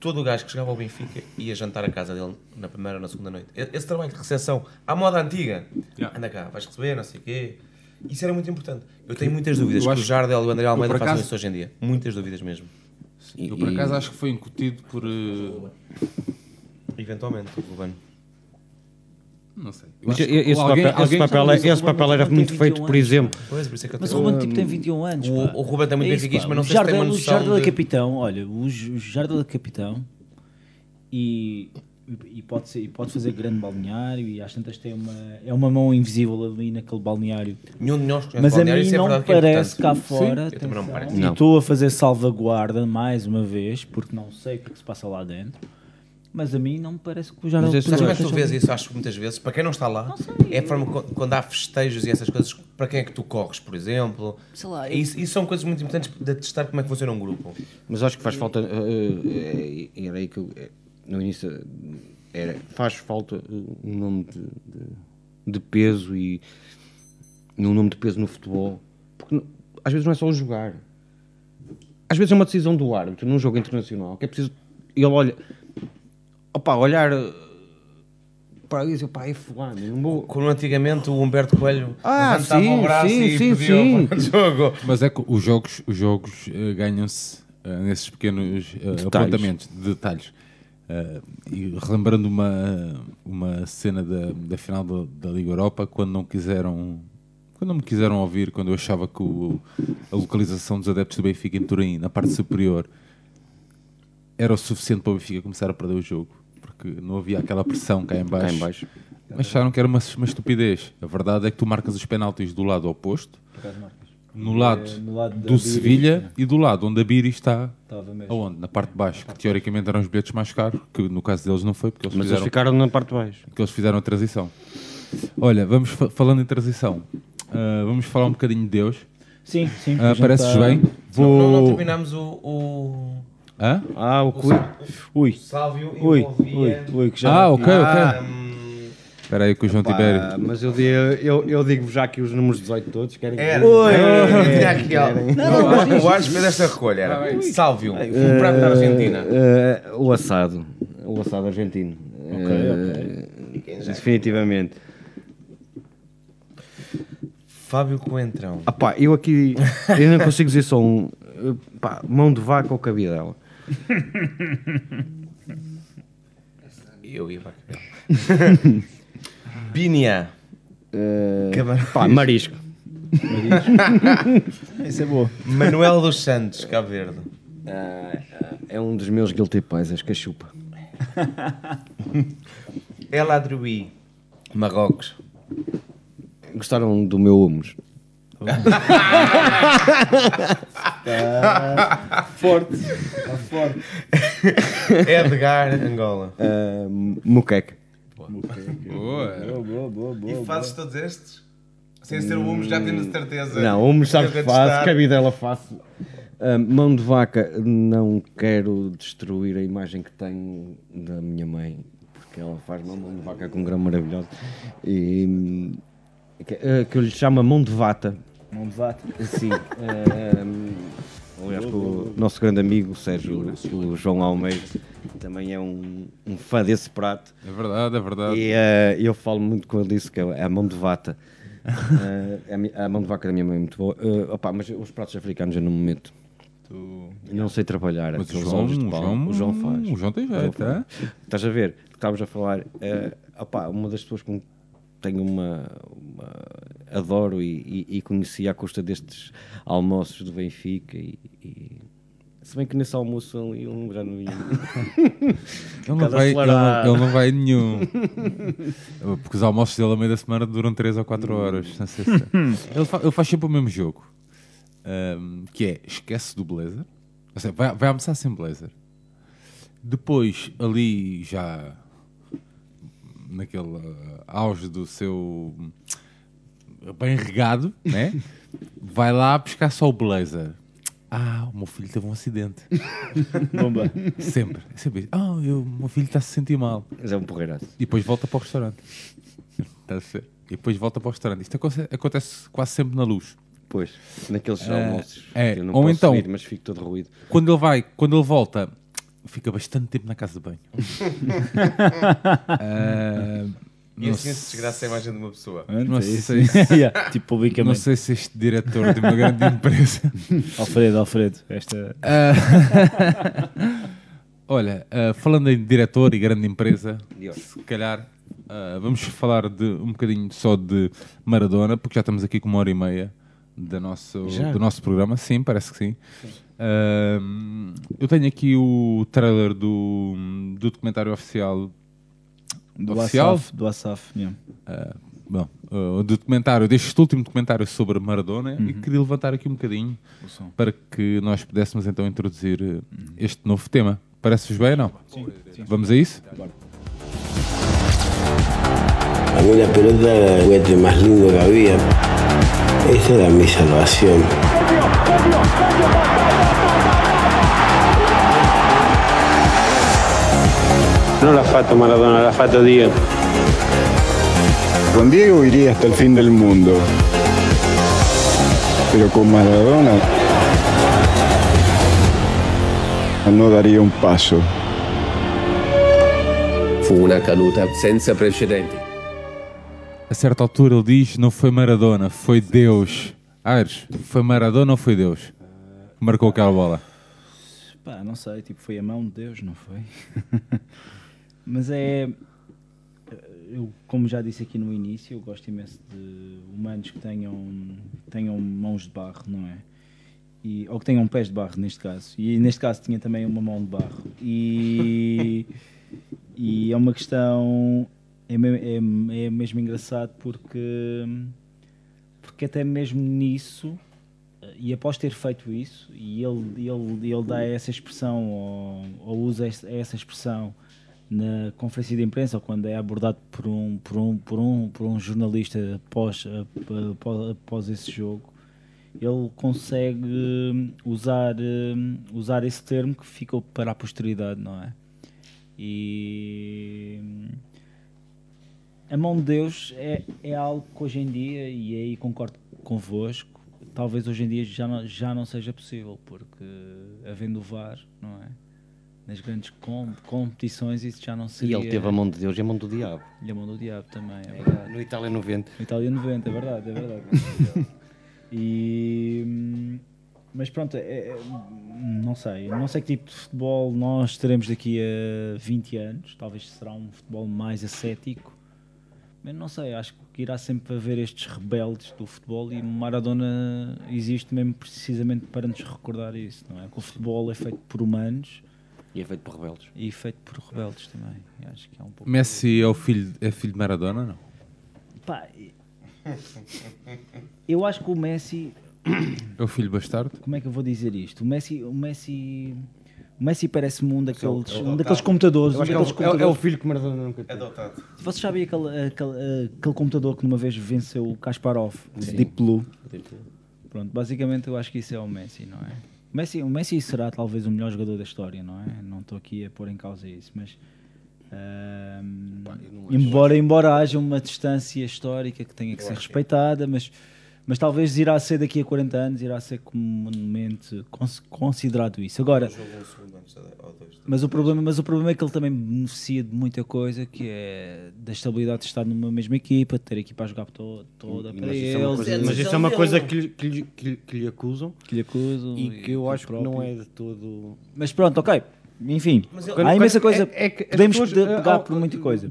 S4: todo o gajo que chegava ao Benfica ia jantar a casa dele na primeira ou na segunda noite. E- Esse trabalho de recepção, à moda antiga, anda cá, vais receber, não sei o quê. Isso era muito importante. Eu tenho muitas dúvidas
S1: eu
S4: que
S1: acho-
S4: o Jardel e o André Almeida
S1: por
S4: façam
S1: acaso-
S4: isso hoje em dia. Muitas dúvidas mesmo.
S1: Eu por acaso acho que foi incutido por. eh,
S4: Eventualmente, o Ruben.
S1: não sei. Eu
S5: Mas
S1: acho que
S5: esse papel, esse
S1: alguém-
S5: papel era, esse papel era
S6: Ruben
S5: muito
S6: tem
S5: feito,
S6: 21
S5: por exemplo.
S4: Pois, por isso é que eu
S6: Mas o
S4: tenho-
S6: Ruben tipo, tem 21 anos.
S4: O-
S6: pá.
S4: o Ruben tem muito
S6: É isso,
S4: benfiquista,
S6: pá.
S4: mas não
S6: O
S4: sei se tem
S6: Jardel-
S4: uma
S6: O
S4: noção
S6: Jardel é
S4: de-
S6: capitão, olha, o J- o Jardel é capitão e, e, pode ser, e pode fazer grande balneário e às tantas tem uma, é uma mão invisível ali naquele balneário.
S4: Nenhum de nós conhece
S6: Mas a
S4: balneário,
S6: mim
S4: isso é
S6: não
S4: verdade que é
S6: parece
S4: importante.
S6: cá fora.
S4: eu também não me
S6: atenção,
S4: parece.
S6: E estou a fazer salvaguarda mais uma vez, porque não sei o que, é que se passa lá dentro. Mas a mim não me parece que o Jardel.
S5: Mas esse-
S4: Mas
S5: Sim.
S4: como é que tu vês isso? Acho que muitas vezes, para quem não está lá, é a forma co- quando há festejos e essas coisas, para quem é que tu corres, por exemplo.
S12: Sei lá, eu-
S4: Isso, isso são coisas muito importantes de testar como é que funciona um grupo.
S5: Mas acho que faz falta. eh, eh, era aí que eu, eh, no início. eh, Era, faz falta eh, um nome de, de- de peso e. e um nome de peso no futebol. Porque não- às vezes não é só o jogar. Às vezes é uma decisão do árbitro num jogo internacional que é preciso. Ele olha. Opa, olhar. eh, Para isso, opa, é fulano. Não vou.
S4: Como antigamente o Humberto Coelho
S5: Ah,
S4: levantava
S5: sim,
S4: o braço
S5: sim,
S4: e
S5: sim,
S4: pedia
S5: sim.
S4: o jogo.
S1: Mas é que os jogos, os jogos eh, ganham-se eh, nesses pequenos eh, apontamentos, detalhes. Eh, e relembrando uma, uma cena da, da final da, da Liga Europa, quando não quiseram, quando não me quiseram ouvir, quando eu achava que o- a localização dos adeptos do Benfica em Turim, na parte superior, era o suficiente para o Benfica começar a perder o jogo. porque não havia aquela pressão cá em baixo.
S5: Cá em baixo.
S1: Mas acharam que era uma, uma estupidez. A verdade é que tu marcas os penaltis do lado oposto, no lado,
S3: no lado da
S1: do
S3: Biri,
S1: Sevilha e do lado onde a Biri está,
S3: Estava mesmo.
S1: aonde? Na parte de baixo, que teoricamente eram os bilhetes mais caros, que no caso deles não foi, porque eles
S5: Mas eles
S1: fizeram
S5: ficaram na parte de baixo.
S1: que eles fizeram a transição. Olha, vamos fa- falando em transição, ah, vamos falar um bocadinho de Deus.
S3: Sim, sim.
S1: Ah,
S3: a gente
S1: pareces
S3: tá-
S1: bem? Vou.
S4: Não, não terminámos o, o
S1: Hã?
S5: Ah, o cu.
S6: Ui,
S4: Sálvio
S6: ui,
S4: envolvia...
S6: ui, ui, que já.
S1: Ah, ok, ok.
S4: Hum,
S1: Espera aí que o João Tibério.
S5: ah, mas eu, di- eu, eu digo já aqui os números 18 todos. Querem
S4: era.
S5: que-
S4: Tinha aqui algo. O Guares fez esta é recolha. Era. Sálvio, um prato da Argentina.
S5: Eh, o assado. O assado argentino. Eh, Definitivamente.
S4: Fábio Coentrão.
S5: Ah pá, eu aqui eu não consigo dizer só um. Eh, Pá, mão de vaca ou cabidela?
S4: Eu ia para a cabela. Binia.
S5: Eh,
S4: Camarões.
S5: pá, marisco.
S4: é Manuel dos Santos, Cabo Verde.
S5: É um dos meus guilty pleasures, é cachupa.
S4: El Adruí. Marrocos.
S5: Gostaram do meu humus?
S4: Edgar, Angola.
S5: Eh, muqueca.
S4: E fazes todos estes? Sem ser o humo, já temos certeza.
S5: Não, humus sabes que
S4: Quero
S5: faço,
S4: testar.
S5: cabidela faço. Eh, mão de vaca, não quero destruir a imagem que tenho da minha mãe, porque ela faz uma mão de vaca com um grão maravilhoso. E, hum, que, eh, que eu lhe chamo a mão de vata,
S3: Não debate.
S5: Sim. ah, aliás, que o nosso grande amigo Sérgio, o João Almeida, também é um, um fã desse prato.
S1: É verdade, é verdade.
S5: E eh, eu falo muito com ele disso, que é a mão de vata. Eh, a mi- a, mão de vaca da minha mãe é muito boa. Eh, opá, mas os pratos africanos eu não me meto. Não sei trabalhar
S1: Mas o
S5: aqueles
S1: João, o
S5: olhos de pau.
S1: João,
S5: O João faz.
S1: O João tem jeito, é?
S5: Estás a ver? Estávamos a falar. eh, opá, uma das pessoas com que tenho uma. uma- adoro e, e, e conheci à custa destes almoços do Benfica. E, e- se bem que nesse almoço ali eu não- já não ia.
S1: Ele não, vai, ele, não, ele não vai nenhum. Porque os almoços dele a meio da semana duram 3 ou 4 horas. Não sei se... ele, fa- ele faz sempre o mesmo jogo. Ahm, que é, esquece do blazer. Ou seja, vai, vai almoçar sem blazer. Depois, ali já... Naquele ah, auge do seu... Bem regado, né? Vai lá pescar só o blazer. Ah, o meu filho teve um acidente.
S3: Bomba.
S1: Sempre. Sempre. isso. Ah, eu, o meu filho está a se sentir mal.
S5: Mas é um porreiraço.
S1: E depois volta para o restaurante.
S4: Tá
S1: Está a ser. E depois volta para o restaurante. Isto aconte- acontece quase sempre na luz.
S5: Pois, naqueles
S7: Eh,
S5: almoços.
S1: é,
S5: que eu não
S1: ou
S5: posso
S1: então-
S5: ir, mas fico todo ruído.
S1: Quando ele vai, quando ele volta, fica bastante tempo na casa de banho. Ah,
S4: E
S1: não,
S4: assim se desgraça a imagem de uma pessoa.
S6: é-
S1: não
S3: Antes,
S1: sei,
S3: yeah, tipo,
S1: não
S3: publicamente.
S1: sei se este diretor de uma grande empresa.
S3: Alfredo, Alfredo. Esta.
S1: Ah, Olha, ah, falando em diretor e grande empresa,
S5: Dior.
S1: se calhar ah, vamos falar de um bocadinho só de Maradona, porque já estamos aqui com uma hora e meia da nosso, do nosso programa. Sim, parece que sim. Ah, eu tenho aqui o trailer do, do documentário oficial.
S3: Do
S1: Oficial?
S3: Asaf. Do Asaf, yeah.
S1: Bom, ah, do documentário, deste último documentário sobre Maradona, e queria levantar aqui um bocadinho para que nós pudéssemos então introduzir eh, este novo tema. Parece-vos bem ou não? sim. Vamos a isso?
S13: A mí la pelota era el juguete más lindo que había. Esa era mi salvación. No la fato Maradona, la fato Diego.
S14: Con Diego iría hasta el fin del mundo. Pero con Maradona no daría un paso.
S15: Fu una caduta senza precedenti.
S1: A certa altura ele diz: não foi Maradona, foi Deus. Aires, foi Maradona ou foi Deus? que Marcou aquela bola.
S3: Pá, não sei, tipo, foi a mão de Deus, não foi? Mas é. Eu, como já disse aqui no início, eu gosto imenso de humanos que tenham, tenham mãos de barro, não é? E, ou que tenham pés de barro, neste caso. E neste caso tinha também uma mão de barro. E. E é uma questão. É, me- é- é mesmo engraçado porque. Porque até mesmo nisso. eh, E após ter feito isso, e ele, ele, ele dá essa expressão, ou, ou usa essa essa expressão na conferência de imprensa, ou quando é abordado por um, por um, por um, por um jornalista após, eh, após, após esse jogo, ele consegue hum, usar, hum, usar esse termo que ficou para a posteridade, não é? E hum, a mão de Deus é, é algo que hoje em dia, e é aí concordo convosco, talvez hoje em dia já não, já não seja possível, porque havendo o VAR, não é? Nas grandes com- competições isso já não
S7: E
S3: seria...
S7: ele teve a mão de Deus e a mão do diabo.
S3: E a mão do diabo também, é verdade.
S7: No Itália 90.
S3: No Itália 90, é verdade, é verdade. e, hum, mas pronto, é- é- não sei. Não sei que tipo de futebol nós teremos daqui a 20 anos. Talvez será um futebol mais ascético. Mas não sei, acho que irá sempre haver estes rebeldes do futebol e Maradona existe mesmo precisamente para nos recordar isso, não é? Que o futebol é feito por humanos.
S7: E é feito por rebeldes.
S3: E feito por rebeldes também. Eu Acho que é um pouco.
S1: Messi é o filho, é filho de Maradona, não?
S3: Pá, eu acho que o Messi.
S1: É o filho bastardo?
S3: Como é que eu vou dizer isto? O Messi. O Messi, o Messi parece-me um daqueles,
S5: é o
S3: um daqueles
S5: adotado.
S3: computadores.
S5: Eu
S3: Um
S5: acho que é
S3: daqueles
S5: o- é o- é o
S3: computadores.
S5: filho que Maradona nunca teve.
S16: Adotado.
S3: Vocês sabem aquele, aquele, aquele computador que numa vez venceu o Kasparov, o Deep Blue? Pronto, basicamente eu acho que isso é o Messi, não é? O Messi, o Messi será talvez o melhor jogador da história, não é? Não estou aqui a pôr em causa isso, mas. ahm, embora, embora haja uma distância histórica que tenha que ser respeitada, mas, mas talvez irá ser daqui a 40 anos, irá ser comumente cons- considerado isso. Agora,
S16: Jogou um segundo antes da- ou dois.
S3: mas o, problema, mas o problema é que ele também beneficia de muita coisa, que é da estabilidade de estar numa mesma equipa, de ter a equipa a jogar to- toda para
S5: Mas isso é
S3: ele.
S5: uma coisa, mas isso é uma coisa que, lhe- que, lhe- que, lhe- que lhe acusam.
S3: Que lhe acusam
S5: E que eu
S3: ele
S5: acho que não
S3: próprio.
S5: é de todo.
S3: Mas pronto, ok. Enfim,
S5: Mas ele-
S3: há imensa
S5: quando-
S3: coisa.
S5: é- é que as
S3: podemos
S5: pessoas,
S3: pode-
S5: eh,
S3: pegar
S5: ao-
S3: por muita coisa.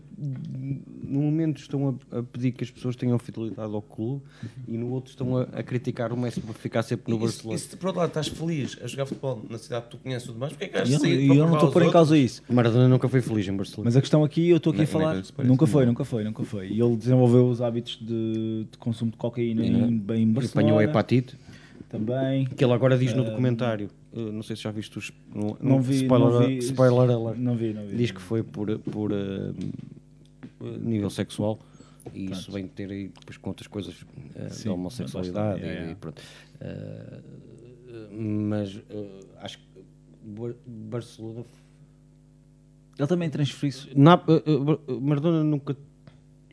S5: No momento estão a, a pedir que as pessoas tenham fidelidade ao clube e no outro estão a, a criticar o Messi por ficar sempre no
S16: Isso,
S5: Barcelona.
S16: isso, por outro lado, estás feliz a jogar futebol na cidade que tu conheces e tudo mais, porque é que has
S3: E eu,
S16: saído
S3: e
S16: para
S3: eu não
S16: provar
S3: estou a
S16: aos
S3: pôr em
S16: outros?
S3: causa isso.
S5: Maradona nunca foi feliz em Barcelona.
S3: Mas a questão aqui, eu estou aqui
S16: Não-
S3: a
S16: nem
S3: falar.
S16: quando se parece,
S3: Nunca foi, nunca foi, nunca foi. E ele desenvolveu os hábitos de, de consumo de cocaína em, em Barcelona.
S5: Espanhol hepatite.
S3: Também.
S5: Que ele agora diz no documentário. eh, não sei se já viste os. Não,
S3: Ah. Não vi,
S5: Spoiler,
S3: não vi.
S5: spoiler alert.
S3: Não vi, não vi.
S5: Diz que foi por, por eh, nível sexual e isso vem ter aí depois com outras coisas eh,
S3: Sim,
S5: da homossexualidade
S3: bastante, é,
S5: e,
S3: é.
S5: pronto. Eh, mas eh, acho que Bar- Barcelona.
S3: Ele também transferiu
S5: Na, eh, eh, Bar- eh, Maradona nunca.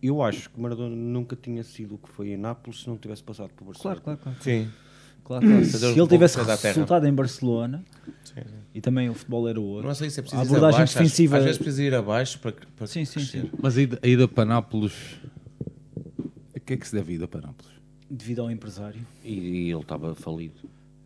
S5: Eu acho que Maradona nunca tinha sido o que foi em Nápoles se não tivesse passado por Barcelona.
S3: Claro, claro, claro.
S16: Sim.
S3: Claro, claro.
S16: Fazer
S3: Se
S16: os
S3: ele tivesse
S16: golpes da terra.
S3: resultado em Barcelona e também o futebol era o outro.
S16: Não é só isso, é preciso
S3: a
S16: ir abaixo.
S3: abordagem
S16: às-
S3: defensiva.
S16: Às vezes precisa ir abaixo para, para
S3: Sim, sim,
S16: crescer.
S3: sim.
S1: Mas a ida, a ida para Nápoles. A que é que se deve a ida para Nápoles?
S3: Devido ao empresário.
S5: E, e ele estava falido.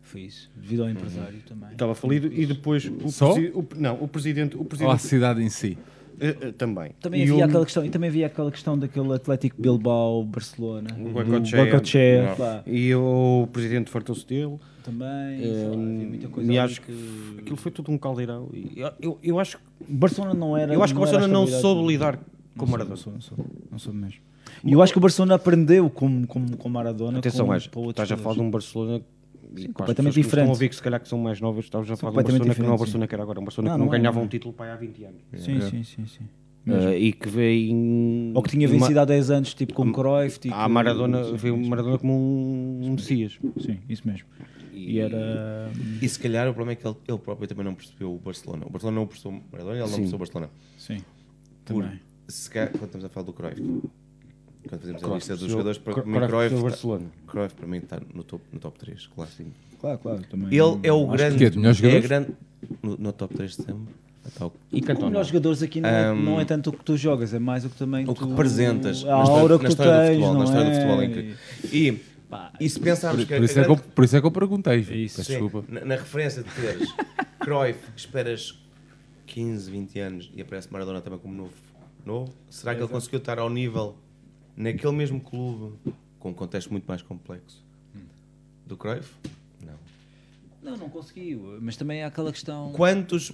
S3: Foi isso. Devido ao empresário também.
S5: Estava falido e depois o,
S1: Só?
S5: presi- o- não, o presidente, o
S1: Ou a
S5: presidente
S1: cidade em si?
S5: eh, eh, também.
S3: Também
S5: E
S3: havia,
S5: o-
S3: aquela questão, e também havia aquela questão daquele Atlético Bilbao, Barcelona.
S5: Um
S3: O
S5: Goicoechea.
S3: Goicoechea, pá.
S5: E o presidente fartou-se dele.
S3: Também. sei lá, havia muita
S5: Eh,
S3: coisa
S5: E
S3: ali
S5: acho que aquilo foi tudo um caldeirão. E eu, eu, eu acho,
S3: Barcelona não era.
S5: eu acho que o
S3: era a
S5: Barcelona não
S3: estabilidade
S5: soube
S3: do-
S5: lidar com o
S3: Não
S5: Maradona.
S3: soube, Não soube, não soube, não soube mesmo. E eu acho que o Barcelona aprendeu com, com, com Maradona.
S5: Atenção,
S3: com,
S5: gajo,
S3: com outros
S5: estás a falar de
S3: clubes.
S5: um Barcelona e com as
S3: completamente
S5: pessoas que nos Estão a
S3: diferente.
S5: ouvir que se calhar que são mais novas, estás a falar de um
S3: Completamente
S5: Barcelona que não é o
S3: diferente,
S5: Barcelona que era agora, um Barcelona
S3: Não,
S5: que não,
S3: não é,
S5: ganhava
S3: não é.
S5: um título para aí há 20 anos.
S3: Sim, sim, sim, sim.
S5: Eh, e que veio em-
S3: Ou que tinha
S5: em ma-
S3: vencido há 10 anos, tipo com Cruyff. Tipo,
S5: A Maradona veio o Maradona como um, um Messias.
S3: Sim, isso mesmo. E era.
S16: E se calhar o problema é que ele, ele próprio também não percebeu o Barcelona. O Barcelona não percebeu o Maradona e ele não percebeu o Barcelona.
S3: Sim.
S16: Por-
S3: Também.
S16: Se calhar, quando estamos a falar do Cruyff, quando fazemos a lista dos
S5: percebeu-
S16: jogadores, para
S5: Cro-
S16: mim,
S5: Cruyff
S16: Cruyff,
S5: percebeu o
S16: tá-
S5: Barcelona.
S16: Cruyff para mim está no top, no top 3, claro. Sim.
S3: Claro, claro. Também.
S16: Ele é o grande.
S1: que é de melhores
S16: é
S1: jogadores?
S16: grande. No, no top 3 de sempre. Está o-
S5: E
S3: Os
S5: Cantona.
S3: melhores jogadores aqui não é, não é tanto o que tu jogas, é mais o que também
S16: o que
S3: tu-
S16: representas
S3: a aura que tu
S16: história do
S3: tens,
S16: futebol,
S3: não
S16: na história
S3: é?
S16: do futebol é incrível. E, e se pensarmos
S1: Por,
S16: que a-
S1: por isso é que
S16: a
S1: eu, por isso é que eu perguntei.
S3: isso.
S1: Peço
S16: Sim,
S1: desculpa.
S16: Na, na referência de teres Cruyff, que esperas 15, 20 anos e aparece Maradona também como novo, novo será que ele conseguiu estar ao nível naquele mesmo clube com um contexto muito mais complexo do Cruyff? Não.
S3: Não, não conseguiu, mas também há aquela questão.
S16: Quantos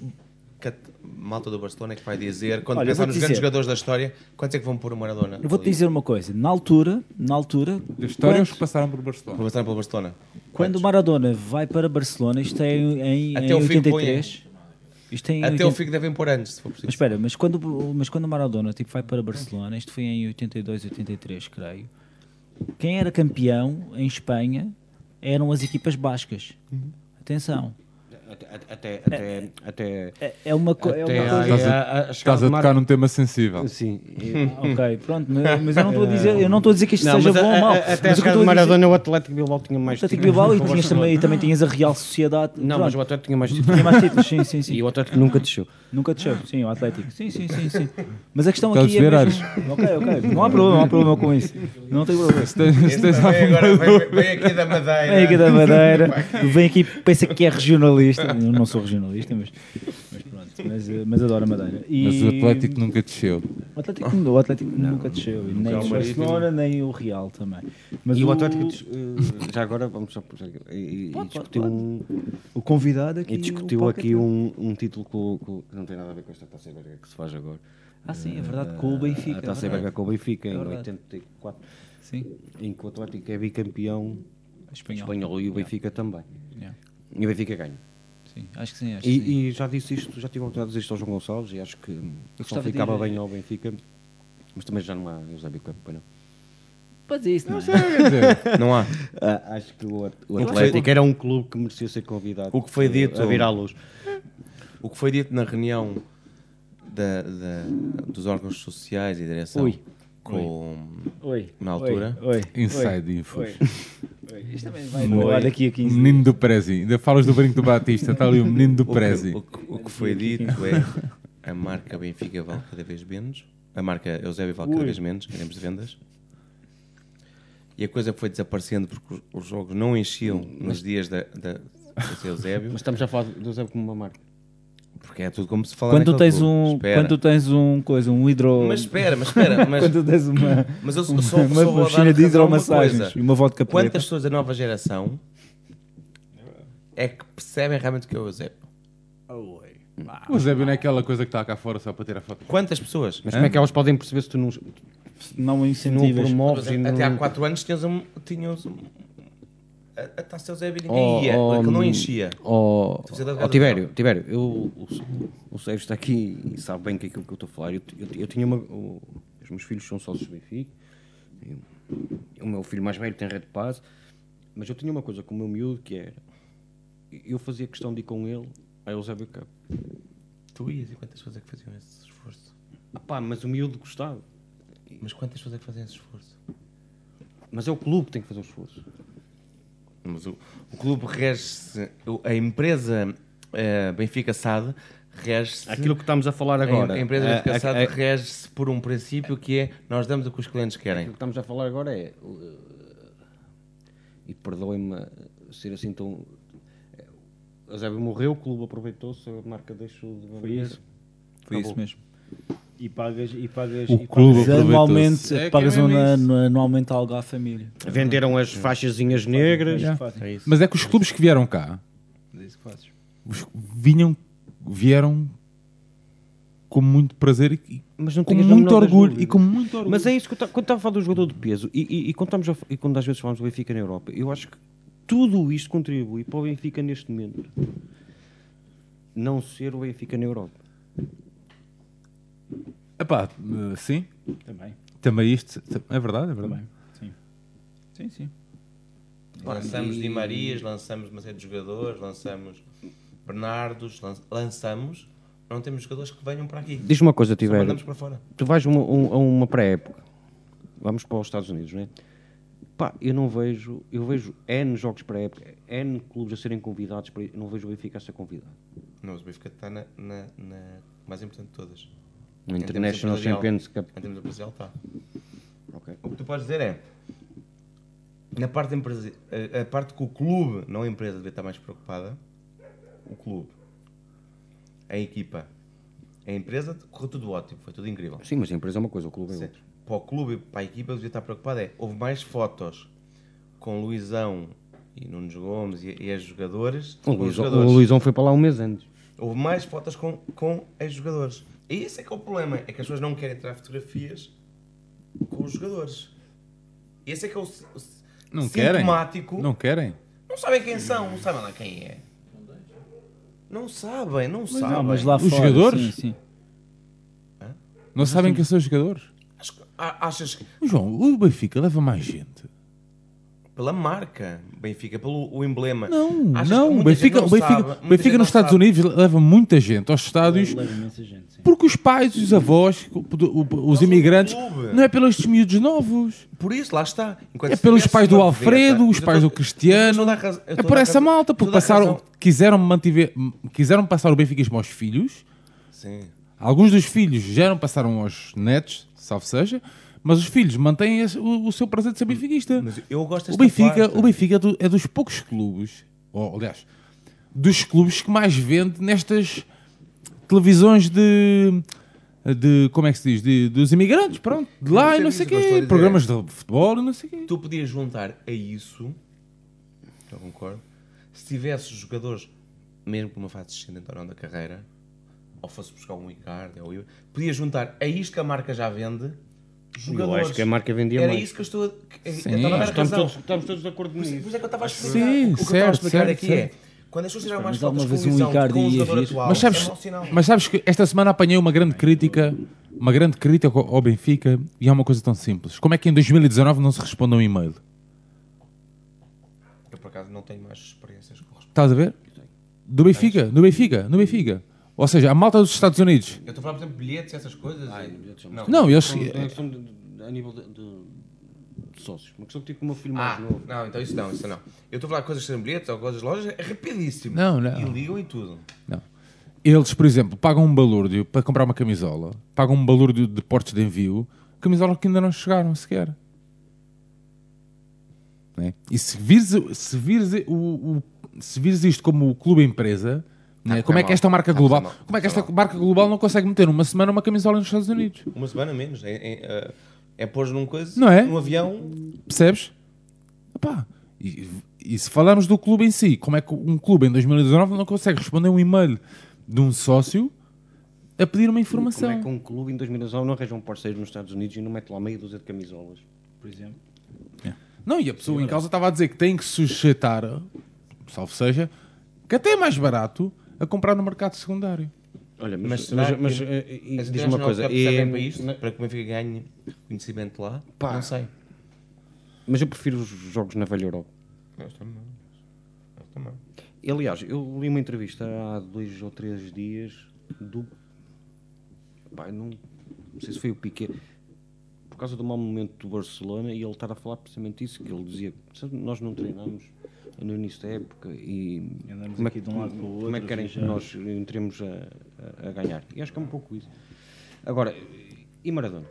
S16: cat-
S4: malta do Barcelona é que vai dizer, quando
S3: Olha, eu
S4: pensar
S3: vou-te
S4: nos grandes
S3: dizer-
S4: jogadores da história, quantos é que vão pôr o Maradona?
S3: Eu vou-te dizer uma coisa. Na altura, na altura...
S1: Da história,
S3: quando-
S1: os que passaram por Barcelona.
S4: Passaram pelo Barcelona.
S3: Quando o Maradona vai para Barcelona, isto é em, em,
S4: Até
S3: em
S4: o fim
S3: 83. Isto é em
S4: Até
S3: 80
S4: o fim que devem pôr antes, se for
S3: Mas
S4: preciso.
S3: espera, mas quando, mas quando o Maradona tipo, vai para Barcelona, isto foi em 82, 83, creio. Quem era campeão em Espanha eram as equipas bascas.
S17: Uhum.
S3: Atenção.
S5: Até, até, até, até,
S3: É- é uma co- é
S5: até
S3: uma coisa-
S1: Estás
S5: à-
S1: a,
S5: à- à chegada
S1: estás a
S5: de
S1: tocar
S5: Mar-
S1: num tema sensível.
S5: Sim.
S3: ok, pronto, mas, mas eu não estou a dizer, eu não estou a dizer que isto
S17: Não,
S3: seja
S17: mas
S3: bom
S17: a-
S3: ou mau.
S17: a-
S3: Mas
S17: Até a
S3: o que eu
S17: chegada
S3: estou
S17: de
S3: a dizer-
S5: é
S17: Maradona, o Atlético Bilbao tinha mais
S3: Atlético Bilbao e,
S17: que o
S3: tinhas também, e
S17: Barcelona.
S3: também tinhas a Real Sociedade.
S17: Não,
S3: Pronto,
S17: mas o Atlético tinha mais
S3: tinha mais títulos, sim, sim, sim.
S5: E o Atlético nunca desceu.
S3: Nunca desceu, sim, o Atlético. Sim, sim, sim, sim. Mas a questão
S1: Estás
S3: aqui
S1: a ver,
S3: é mesmo... Ok, ok, não há problema, não há problema com isso. Não tem problema.
S1: Se tens- se tens
S4: Também
S1: alguma
S4: agora
S1: dúvida-
S4: vem, vem aqui da Madeira.
S3: Vem aqui da Madeira, vem aqui, pensa que é regionalista. Eu não sou regionalista, mas, mas pronto, mas, eh, mas adoro a Madeira. E
S1: Mas o Atlético nunca desceu.
S3: o Atlético, o Atlético nunca desceu, e nem o Barcelona, nem o Real também. Mas
S5: E o Atlético, des- eh, já agora vamos só por aqui, e, e discutiu, um,
S3: o convidado aqui.
S5: e discutiu
S3: o
S5: aqui um, um título com, com- que não tem nada a ver com esta Taça Ibérica que se faz agora.
S3: Ah, sim, é verdade, com o Benfica.
S5: A Taça
S3: é verdade.
S5: Ibérica com o Benfica, em
S3: verdade.
S5: 84,
S3: Sim,
S5: em que o Atlético é bicampeão
S3: espanhol.
S5: espanhol e o Benfica também.
S3: Yeah.
S5: E o Benfica ganha.
S3: Sim, acho que sim, acho que sim.
S5: E, e já disse isto, já tive a oportunidade de dizer isto ao João Gonçalves e acho que hum, só
S3: gostava de
S5: ficava
S3: ir-
S5: bem ao Benfica, mas também já não há Eusébio Campo, não.
S3: Pois é isso, não é?
S4: Não há.
S5: Ah, acho que o, At- o
S4: Eu
S5: Atlético era um clube que merecia ser convidado
S4: O que foi dito-
S5: a vir à luz.
S4: O que foi dito na reunião da- da- dos órgãos sociais e direção
S3: Ui.
S4: com.
S3: Oi.
S4: Na altura?
S3: Oi.
S1: Inside Infos. Um
S3: Isto também vai embora daqui a 15 dias.
S1: Menino do Prezi. Ainda falas do brinco do Batista. Está ali o menino do
S4: O que,
S1: Prezi.
S4: o que- o que foi dito é a marca Benfica vale cada vez menos, a marca Eusébio vale cada vez menos, queremos vendas. E a coisa foi desaparecendo porque os- os jogos não enchiam nos dias da, da, desse Eusébio,
S17: Mas estamos a falar do Zé como uma marca.
S4: porque é tudo como se fala
S3: Quando tu
S4: naquele
S3: tens
S4: clube.
S3: um,
S4: Espera.
S3: quando tu tens um coisa, um hidro...
S4: Mas espera, mas espera, mas,
S3: Quando tu tens uma...
S4: mas eu só,
S3: uma,
S4: só, só
S3: uma
S4: vou dar
S3: piscina de
S4: razão a uma
S3: hidromassagens
S4: coisa.
S3: e uma vodka preta.
S4: Quantas pessoas da nova geração é que percebem realmente o que é o Eusébio?
S1: O Zébio não é aquela coisa que está cá fora só para tirar foto.
S4: Quantas pessoas?
S17: Mas como é que elas podem perceber se tu não,
S3: Não
S17: não
S3: incentivas.
S17: promoves e
S4: Até há
S17: não...
S4: 4 anos tinhas um. Tinhas um a, a taça Eusébio ninguém
S3: Oh,
S4: ia, aquilo não enchia.
S5: Ó
S4: Sociedade
S5: ó, Tibério, Tibério, eu, o, o Sérgio está aqui e sabe bem que é aquilo que eu estou a falar. Eu, ti- eu, ti- eu tinha uma. o- os meus filhos são sócios do Benfica. Eu- o meu filho mais velho tem Red Pass. Mas eu tinha uma coisa com o meu miúdo que era. Eu fazia questão de ir com ele a Eusébio Cup.
S4: Tu ias e quantas pessoas é que faziam esse esforço?
S5: Ah pá, mas o miúdo gostava.
S4: Mas quantas pessoas é que faziam esse esforço?
S5: Mas é o clube que tem que fazer o esforço.
S4: Mas o, o clube rege-se. o- A empresa eh, Benfica SAD rege-se.
S17: Aquilo que estamos a falar
S4: a em-
S17: agora. eh,
S4: A empresa
S17: a-
S5: É,
S4: Benfica
S17: a-
S4: SAD
S17: a-
S4: rege-se por um princípio que é nós damos o que os clientes
S5: O
S4: querem.
S5: que estamos a falar agora é. uh, E perdoem-me uh, ser assim tão. Eusébio morreu, o clube aproveitou-se, a marca deixou de É
S6: Foi isso.
S3: Foi isso mesmo.
S6: E pagas, e pagas,
S1: O
S6: e
S1: clube
S6: pagas
S1: aproveitou-se.
S3: Anualmente,
S1: É que é
S3: pagas
S1: mesmo
S3: um
S1: isso.
S3: ano- anualmente algo à família.
S17: Venderam as faixazinhas negras.
S1: Mas é que os clubes que vieram cá É os- vinham, vieram com muito prazer e- e
S5: Mas não
S1: com
S5: tenhas a
S1: muito
S5: menor das
S1: orgulho.
S5: dúvidas.
S1: E com muito orgulho.
S5: Mas é isso que eu ta- quando estava a falar do jogador de peso e, e, e quando, estamos a fa- e quando às vezes falamos do Benfica na Europa, eu acho que tudo isto contribui para o Benfica neste momento não ser o Benfica na Europa.
S1: Epá, eh, sim,
S6: Também.
S1: também isto. É verdade, é verdade.
S3: Sim, sim.
S4: Lançamos Di Marias, lançamos uma série de jogadores, lançamos Bernardos, lan- lançamos. Não temos jogadores que venham para aqui.
S5: Diz-me uma coisa,
S4: Só
S5: Tiver.
S4: mandamos para fora.
S5: Tu vais a uma- um- a uma pré-época, vamos para os Estados Unidos, não é? Pá, eu não vejo, eu vejo N jogos pré-época, N clubes a serem convidados, para, eu não vejo o Benfica a ser convidado.
S4: Não, o Benfica está na, na- na mais importante de todas.
S5: No
S4: Em termos
S5: International
S4: empresarial.
S5: Champions Cup.
S4: Em termos empresarial, está. O que tu podes dizer é, na parte, empresa, a, a parte que o clube, não a empresa, devia estar mais preocupada, o clube, a equipa, a empresa, correu tudo ótimo, foi tudo incrível.
S5: Sim, mas a empresa é uma coisa, o clube é outra.
S4: Para o clube e para a equipa, devia estar preocupado é, houve mais fotos com Luizão e Nunes Gomes e, e as jogadores.
S5: O
S4: com os
S5: Luizão,
S4: jogadores.
S5: o Luizão foi para lá um mês antes.
S4: Houve mais fotos com, com ex-jogadores. E esse é que é o problema, é que as pessoas não querem tirar fotografias com os jogadores. Esse é que é o, si- o si-
S1: Não querem?
S4: sintomático.
S1: Não querem?
S4: Não sabem quem são, não sabem lá quem é. Não sabem, não
S1: não,
S4: sabem.
S1: mas lá Os fora, jogadores? sim, sim. Não sabem quem são os jogadores?
S4: A- Achas que
S1: Mas, João, o Benfica leva mais gente.
S4: pela marca Benfica, pelo o emblema?
S1: Não,
S4: Achas que
S1: não, o
S4: muita gente
S1: Benfica,
S4: não
S1: o Benfica,
S4: sabe,
S1: o
S4: muita
S1: Benfica
S4: gente
S1: nos
S4: não
S1: Estados
S4: sabe?
S1: Unidos leva muita gente aos estádios porque os pais, os avós, o- os imigrantes,
S4: clube.
S1: não é pelos miúdos novos.
S4: Por isso, lá está.
S1: É pelos pais do Alfredo, os
S4: eu
S1: pais
S4: tô-
S1: do Cristiano.
S4: eu
S1: É
S4: tô
S1: por
S4: na
S1: essa
S4: casa-
S1: malta,
S4: eu tô
S1: porque
S4: na
S1: passaram,
S4: razão.
S1: quiseram, mantiver, quiseram passar o benfiquismo aos filhos.
S4: Sim.
S1: Alguns dos filhos já não passaram aos netos, salvo seja, mas os filhos mantêm esse- o, o seu prazer de ser benfiquista.
S4: eu
S1: o
S4: gosto desta
S1: Benfica,
S4: parte.
S1: o Benfica é, do- é dos poucos clubes, ou, aliás, dos clubes que mais vende nestas televisões de. De, como é que se diz? De, dos imigrantes, pronto, de lá e não sei o quê, programas de futebol, não sei o quê.
S4: Tu podias juntar a isso, eu concordo, se tivesse jogadores, mesmo por uma fase descendente ou não da carreira, ou fosse buscar um Icardi, ou eu, podias juntar a isto que a marca já vende, jogadores.
S5: acho que a marca vendia
S4: Era
S5: mais.
S4: isso que eu estou a... que-
S5: Sim.
S4: eu estava a dar
S5: Estamos
S4: razão.
S5: todos- estamos todos de acordo
S4: Por isso-
S5: nisso.
S4: Por isso é que eu estava a
S5: Acho que
S4: explicar.
S1: sim.
S4: o que eu estava a
S1: Certo,
S4: explicar
S1: certo,
S4: aqui
S1: certo.
S4: é, quando as pessoas tiram
S3: Mas
S4: mais
S3: alguma
S4: fotos com
S3: vez um
S4: lesão
S3: Icardi
S4: com o
S3: ia
S4: jogador
S3: vir?
S4: atual,
S1: Mas sabes,
S4: é mau sinal.
S1: mas sabes que esta semana apanhei uma grande crítica, uma grande crítica ao ao Benfica e é uma coisa tão simples. Como é que em 2019 não se responde a um e-mail?
S4: Eu, por acaso, não tenho mais experiências com respeito.
S1: Estás a ver? Do Benfica, no Benfica, no Benfica. Ou seja, a malta dos Estados Unidos.
S4: Eu estou a falar, por exemplo, bilhetes e essas coisas. e-
S1: Não, não, eles-
S5: Não é questão de- de- a nível de, de- de sócios. Uma questão que tipo como o meu filho mais
S4: Ah,
S5: novo.
S4: não, então isso não, isso não. Eu estou a falar de coisas sem bilhetes ou coisas de lojas, é rapidíssimo.
S1: Não, não.
S4: E ligam e tudo.
S1: Não. Eles, por exemplo, pagam um balúrdio para comprar uma camisola, pagam um balúrdio de portos de envio, camisola que ainda não chegaram sequer. Né? E se vires, se, vires o, o- se vires isto como o clube empresa, né?
S5: Ah,
S1: como
S5: tá
S1: é que esta marca global, como é que esta marca global não consegue meter uma semana uma camisola nos Estados Unidos?
S4: Uma semana menos. É, é, é, é pôr num coisa,
S1: Não é?
S4: num avião.
S1: Percebes? Epá, E, e se falarmos do clube em si, como é que um clube em 2019 não consegue responder um e-mail de um sócio a pedir uma informação?
S5: Como é que um clube em 2019 não arranja um parceiro nos Estados Unidos e não mete lá meia dúzia de camisolas, por exemplo?
S1: Não, e a pessoa em causa estava a dizer que tem que sujeitar, salvo seja, que até é mais barato a comprar no mercado secundário.
S5: Olha,
S4: Mas,
S5: mas,
S4: será
S5: mas,
S4: que
S5: mas,
S4: as
S5: eh, e
S4: entidades
S5: diz-me uma
S4: não
S5: coisa.
S4: percebem
S5: eh,
S4: para isto, para que o Benfica ganhe conhecimento lá, não sei.
S5: Mas eu prefiro os jogos na Velha Europa.
S4: Nós também. Nós também.
S5: E, Aliás, eu li uma entrevista há dois ou três dias do. Pá, não, não sei se foi o Piquet, por causa do mau momento do Barcelona, e ele estar a falar precisamente isso: que ele dizia, "Sabe, nós não treinámos no início da época e.
S3: Andamos
S5: como é
S3: aqui
S5: que-
S3: de um lado para o
S5: Como é
S3: outro, assim,
S5: que querem que nós
S3: viajamos."
S5: entremos a, a- a ganhar? E acho que é um pouco isso. Agora, e Maradona?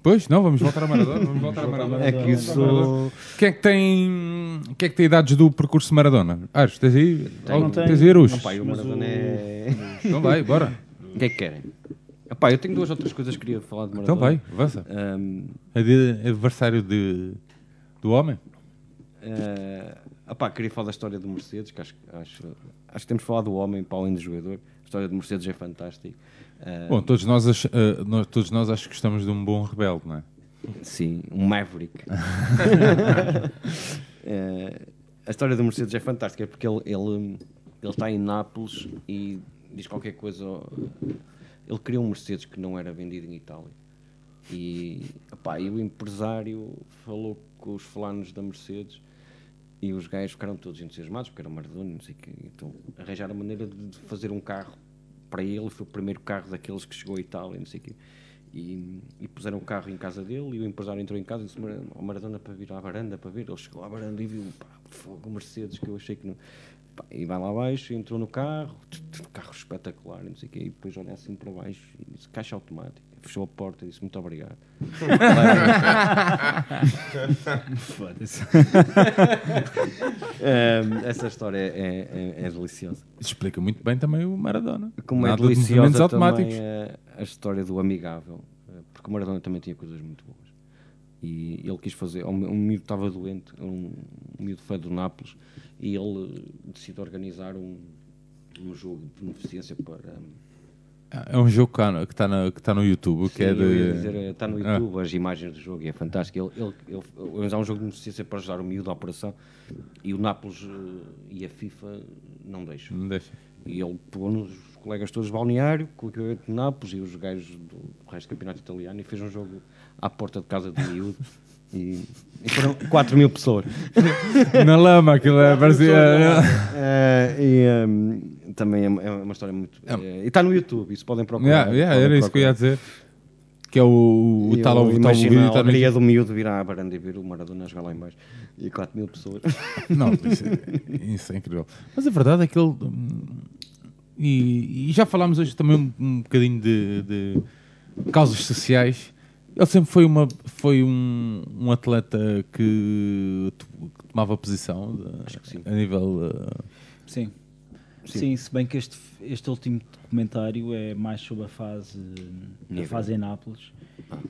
S1: Pois, não, vamos voltar a Maradona. Vamos voltar a Maradona.
S5: É que isso-
S1: Quem é que tem, quem é que tem idades do percurso Maradona? Ares, tens aí?
S5: Tenho,
S1: Ou-
S5: tenho.
S1: tens aí Arux?
S5: Não, pá, o Maradona é.
S1: Então vai, bora.
S5: O que é que querem? Epá, eu tenho duas outras coisas que queria falar de Maradona.
S1: Então vai, avança.
S5: Ahm,
S1: É de- adversário de, do homem?
S5: ah, epá, queria falar da história do Mercedes, que acho, acho, acho que temos falado do homem para além do jogador. A história do Mercedes é fantástica. Ah,
S1: É. Bom, todos nós, ach- eh, nós- todos nós acho que gostamos de um bom rebelde, não é?
S5: Sim, um Maverick. Eh, a história do Mercedes é fantástica porque ele, ele, ele está em Nápoles e diz qualquer coisa. ao- Ele criou um Mercedes que não era vendido em Itália. E, epá, e o empresário falou com os fulanos da Mercedes e os gajos ficaram todos entusiasmados porque era o Maradona, e não sei o quê. Então arranjaram a maneira de de fazer um carro para ele. Foi o primeiro carro daqueles que chegou à Itália, e não sei o quê. E, e puseram o carro em casa dele e o empresário entrou em casa e disse "Mara- ao Maradona para vir à varanda, para ver. Ele chegou à varanda e viu pá, fogo, o Mercedes que eu achei que não... Pá, e vai lá abaixo, entrou no carro, tch, tch, carro espetacular, e não sei o quê. E depois olha assim para baixo e disse caixa automática. Fechou a porta e disse muito obrigado.
S3: Foda-se.
S5: Ahm, essa história é- é- é deliciosa.
S1: Explica muito bem também o Maradona.
S5: Como é
S1: Nada de movimentos
S5: deliciosa
S1: automáticos.
S5: também a, a história do amigável, eh, porque o Maradona também tinha coisas muito boas. E ele quis fazer, um, um miúdo estava doente, um, um miúdo fã do Nápoles, e ele eh, decide organizar um, um jogo de beneficência para.
S1: É um jogo que está no, que tá no YouTube, que é
S5: Sim, eu ia
S1: de...
S5: dizer, está no
S1: Ah.
S5: YouTube as imagens do jogo e é fantástico. Ele, ele, ele, há um jogo de beneficência para ajudar o miúdo da operação e o Nápoles eh, e a FIFA não deixam.
S1: Não deixa.
S5: E ele pegou-nos os colegas todos de balneário, com o equivalente de Nápoles e os gajos do resto do campeonato italiano e fez um jogo à porta de casa do miúdo. E, e foram 4 mil pessoas.
S1: Na lama, aquilo é, parecia...
S5: Eh, e ehm, também é uma, é uma história muito. eh, e está no YouTube, isso podem procurar.
S1: Yeah, yeah,
S5: podem
S1: era isso que eu ia dizer. Que é o, o
S5: Eu
S1: tal, o tal
S5: imagino
S1: vídeo
S5: a
S1: está no
S5: alegria do
S1: YouTube.
S5: miúdo vir à varanda e ver o Maradona jogar lá em baixo. E 4 mil pessoas.
S1: Não, isso é, isso é incrível. Mas a verdade é que ele. hum, E, e já falámos hoje também um, um bocadinho de, de causas sociais. Ele sempre foi, uma, foi um, um atleta que, to- que tomava posição de- a nível. uh,
S3: Sim. Sim. se bem que este, este último documentário é mais sobre a fase, a
S5: Negra.
S3: fase em Nápoles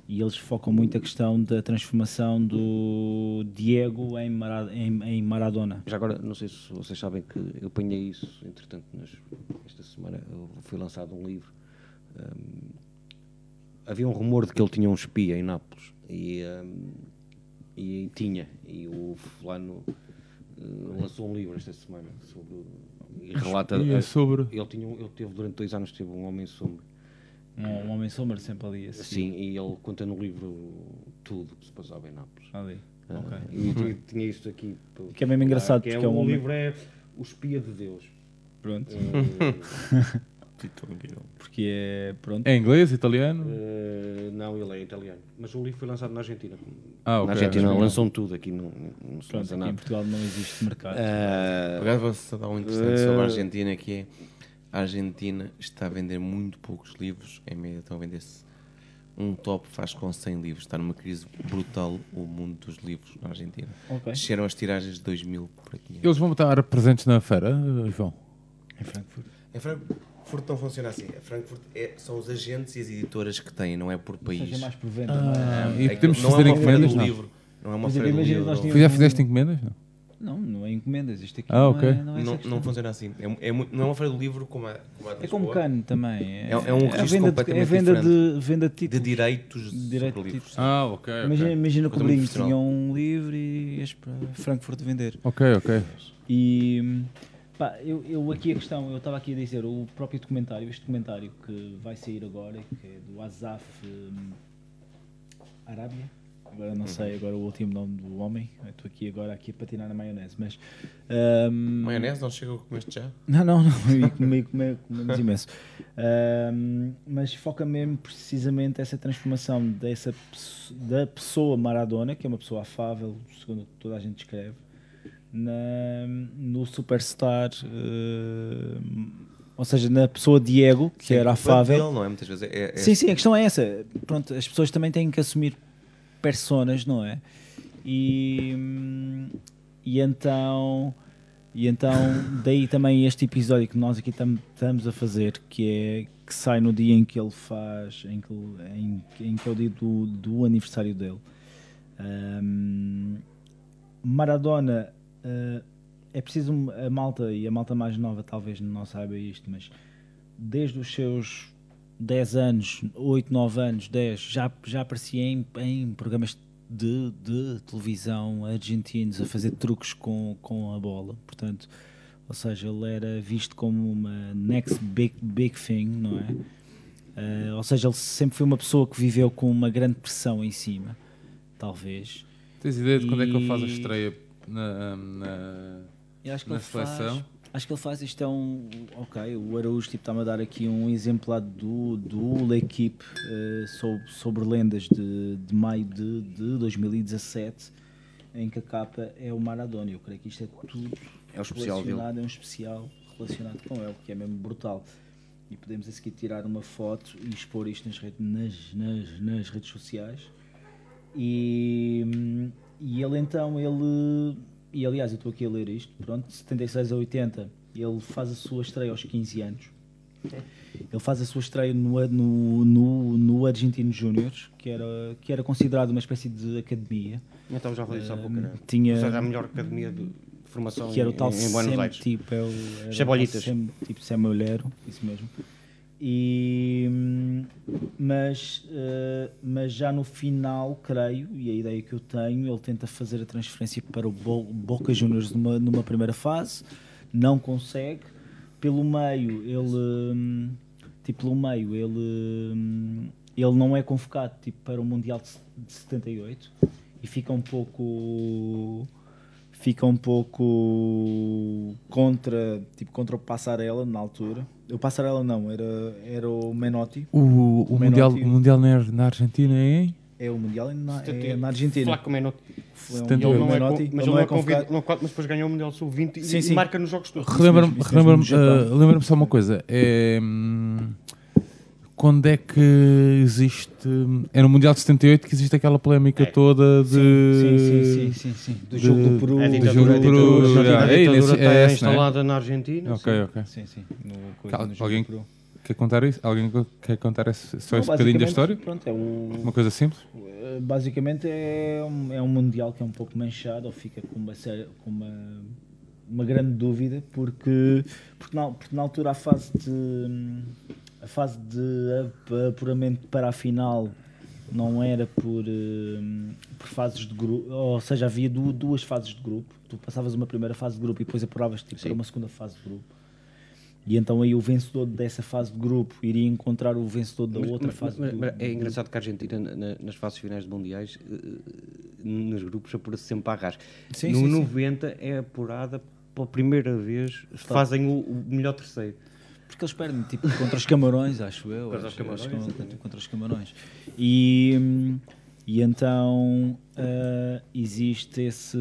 S3: e eles focam muito a questão da transformação do Diego em, Mara- em- em Maradona.
S5: Já agora, não sei se vocês sabem que eu apanhei isso, entretanto, nas, esta semana eu- foi lançado um livro. Hum, havia um rumor de que ele tinha um espia em Nápoles e, hum, e tinha. E o fulano hum, lançou um livro esta semana sobre. E relata. eh,
S1: espia sobre-
S5: Ele, tinha, um- ele teve durante dois anos teve um homem sombra.
S3: Um, um homem sombra sempre ali assim.
S5: Sim, e ele conta no livro tudo o que se passava em Nápoles.
S3: Ali,
S5: Ah,
S3: ok.
S5: E eu tinha isto aqui. para-
S3: Que é mesmo engraçado,
S5: que
S3: porque é um
S5: o
S3: homem-
S5: livro é O Espia de Deus.
S3: Pronto.
S5: Eh,
S3: Porque é. Pronto.
S1: É inglês, italiano?
S5: eh, não, ele é italiano. Mas o livro foi lançado na Argentina.
S1: Ah, ok.
S5: Na Argentina
S1: Espanhol.
S5: lançam tudo aqui, não, não se
S3: Pronto,
S5: lança
S3: aqui
S5: nada.
S3: em Portugal não existe mercado.
S18: Por acaso vou só dar um interessante
S5: Eh,
S18: sobre a Argentina que é a Argentina está a vender muito poucos livros, em média estão a vender-se um top faz com 100 livros, está numa crise brutal o mundo dos livros na Argentina.
S3: Ok.
S18: Desceram as tiragens de 2 mil para 500.
S1: Eles vão estar presentes na feira, João?
S3: Em Frankfurt.
S4: Em Frankfurt não funciona assim. Em Frankfurt é- são os agentes e as editoras que têm, não é por país.
S3: seja, é mais por venda,
S1: Ah,
S3: não
S1: e
S3: é?
S4: É que
S1: podemos
S4: não é
S1: fazer
S4: uma feira
S1: encomendas,
S4: do
S1: não?
S4: livro, não é uma
S3: Mas
S4: feira do
S3: imagina,
S4: livro.
S3: nós
S4: não.
S1: Tu já fizeste encomendas? Não?
S3: Não, não é encomendas. Isto aqui
S1: Ah,
S3: não,
S1: ok.
S3: é, não é essa
S4: Não,
S3: questão.
S4: não funciona assim. É, é muito- não é uma feira do livro como a, como a de
S3: É como
S4: Lisboa.
S3: cano também.
S4: É- é um
S3: a
S4: registro
S3: venda de, é
S4: completamente
S3: venda de,
S4: diferente.
S3: venda de
S4: De
S3: títulos.
S4: direitos
S3: Direito
S4: sobre
S3: de
S4: livros.
S3: títulos.
S1: Ah, ok.
S3: Imagina, imagina que o
S4: Coisa muito
S3: Brinco
S4: profissional.
S3: tinha um livro e ias para Frankfurt vender.
S1: Ok, ok.
S3: E pá, eu, eu aqui a questão, eu estava aqui a dizer, o próprio documentário, este documentário que vai sair agora, que é do Azaf hum, Arábia, agora não sei agora o último nome do homem, eu estou aqui agora aqui a patinar na maionese, mas... hum,
S4: Maionese não chega a comeste já?
S3: não, não, não, e comi, comi, comemos imenso. Ahm, mas foca mesmo precisamente essa transformação dessa, pesso- da pessoa Maradona, que é uma pessoa afável, segundo o que toda a gente descreve, na, no superstar, ahm, ou seja, na pessoa Diego, que
S4: Sim,
S3: era
S4: culpa
S3: afável.
S4: dele, não é? Muitas vezes é- é-
S3: Sim, sim, a questão é essa. Pronto, as pessoas também têm que assumir personas, não é? E, hum, e então e então daí também este episódio que nós aqui tam- estamos a fazer, que é que sai no dia em que ele faz, em que, ele- em, em que é o dia do, do aniversário dele. Hum, Maradona eh, é preciso um- a malta e a malta mais nova talvez não saiba isto, mas desde os seus 10 anos, 8, 9 anos, 10, já, já aparecia em, em programas de, de televisão argentinos a fazer truques com, com a bola. Portanto, ou seja, ele era visto como uma next big, big thing, não é? Eh, ou seja, ele sempre foi uma pessoa que viveu com uma grande pressão em cima, talvez.
S1: Tens ideia de quando é que ele faz a
S3: E-
S1: estreia na, um, na,
S3: Eu acho que
S1: na
S3: ele
S1: seleção?
S3: Faz, acho que ele faz isto é um. Ok, o Araújo tipo, está-me a dar aqui um exemplar do, do L'Equipe eh, sobre, sobre lendas de, de maio de, de 2017, em que a capa é o Maradona. Eu creio que isto é tudo
S5: É o especial dele.
S3: relacionado, é um especial relacionado com ele, que é mesmo brutal. E podemos a seguir tirar uma foto e expor isto nas, rede- nas, nas, nas redes sociais. E, e ele então, ele. E aliás, eu estou aqui a ler isto, pronto, de 76 a 80, ele faz a sua estreia aos 15 anos. Ele faz a sua estreia no, no, no, no Argentino Júnior, que era, que era considerado uma espécie de academia.
S5: né?
S19: Então já falei isso há pouco.
S3: Hum,
S19: era.
S3: tinha-
S19: Ou seja, a melhor academia de
S13: formação
S3: que era o tal
S13: em, em Buenos
S3: Sem
S13: Aires.
S3: tipo, é o- era o
S13: Chabolitas.
S3: tal Sem- tipo Sem Mulhero, isso mesmo. E, hum, mas, eh, mas já no final, creio, e a ideia que eu tenho, ele tenta fazer a transferência para o Bo- Boca Juniors numa, numa primeira fase, não consegue. Pelo meio, ele. hum, tipo, pelo meio, ele. hum, ele não é convocado tipo, para o Mundial de se- de 78 e fica um pouco fica um pouco contra, tipo, contra o Passarela na altura. O Passarela não, era, era o Menotti.
S1: O, o,
S3: Menotti
S1: mundial, o mundial na, na Argentina é em?
S3: É o Mundial é na, é
S13: 78.
S3: na Argentina.
S13: Flaco Menotti.
S3: Ele
S13: Ele
S1: Ele
S13: não é,
S3: Menotti,
S13: con- mas
S3: ele
S13: ele não
S3: convocado.
S13: é convidado, não, qual- mas depois ganhou o Mundial Sub-20 e,
S3: Sim,
S13: e
S3: sim.
S13: marca nos jogos todos.
S1: Relembra-me
S3: mesmo, isso
S1: relembra
S3: mesmo no Japão.
S1: lembra eh, só uma coisa. É, hum, quando é que existe. É no Mundial de 78 que existe aquela polémica toda de.
S3: É, Sim, sim, sim, sim, sim. Do jogo do Peru.
S13: A
S3: do
S13: ditadura,
S3: jogo
S13: a
S3: do
S13: ditadura,
S1: Peru,
S13: a
S1: já.
S13: ditadura
S1: É, nesse-
S13: está
S1: é esse, não é?
S13: instalada na Argentina.
S1: Ok,
S13: sim.
S1: ok.
S3: Sim, sim. No, coisa,
S1: Cal-
S3: no jogo
S1: alguém
S3: do Peru. Tá,
S1: quer contar isso? Alguém quer contar esse- só
S3: Não,
S1: esse bocadinho da
S3: basicamente,
S1: história?
S3: Pronto, é um,
S1: Uma coisa simples?
S3: Uh, basicamente é um, é um mundial que é um pouco manchado ou fica com uma, séria- com uma, uma grande dúvida porque, porque, na, porque na altura a fase de hum, a fase de ap- apuramento para a final não era por, hum, por fases de grupo, ou seja, havia du- duas fases de grupo. Tu passavas uma primeira fase de grupo e depois apuravas tipo, para uma segunda fase de grupo. E então aí o vencedor dessa fase de grupo iria encontrar o vencedor da outra
S5: Mas-
S3: fase
S5: mas-
S3: do,
S5: mas é engraçado que a Argentina, na- na- nas fases finais de mundiais, eh, eh, nos grupos, apura-se sempre à rasca.
S3: Sim,
S5: no
S3: sim, sim.
S5: 90 é apurada pela primeira vez, fazem o, o melhor terceiro.
S3: Porque eles perdem tipo, contra os camarões, acho eu. Contra os camarões. Contra, os camarões. E, hum, e então ah, existe esse.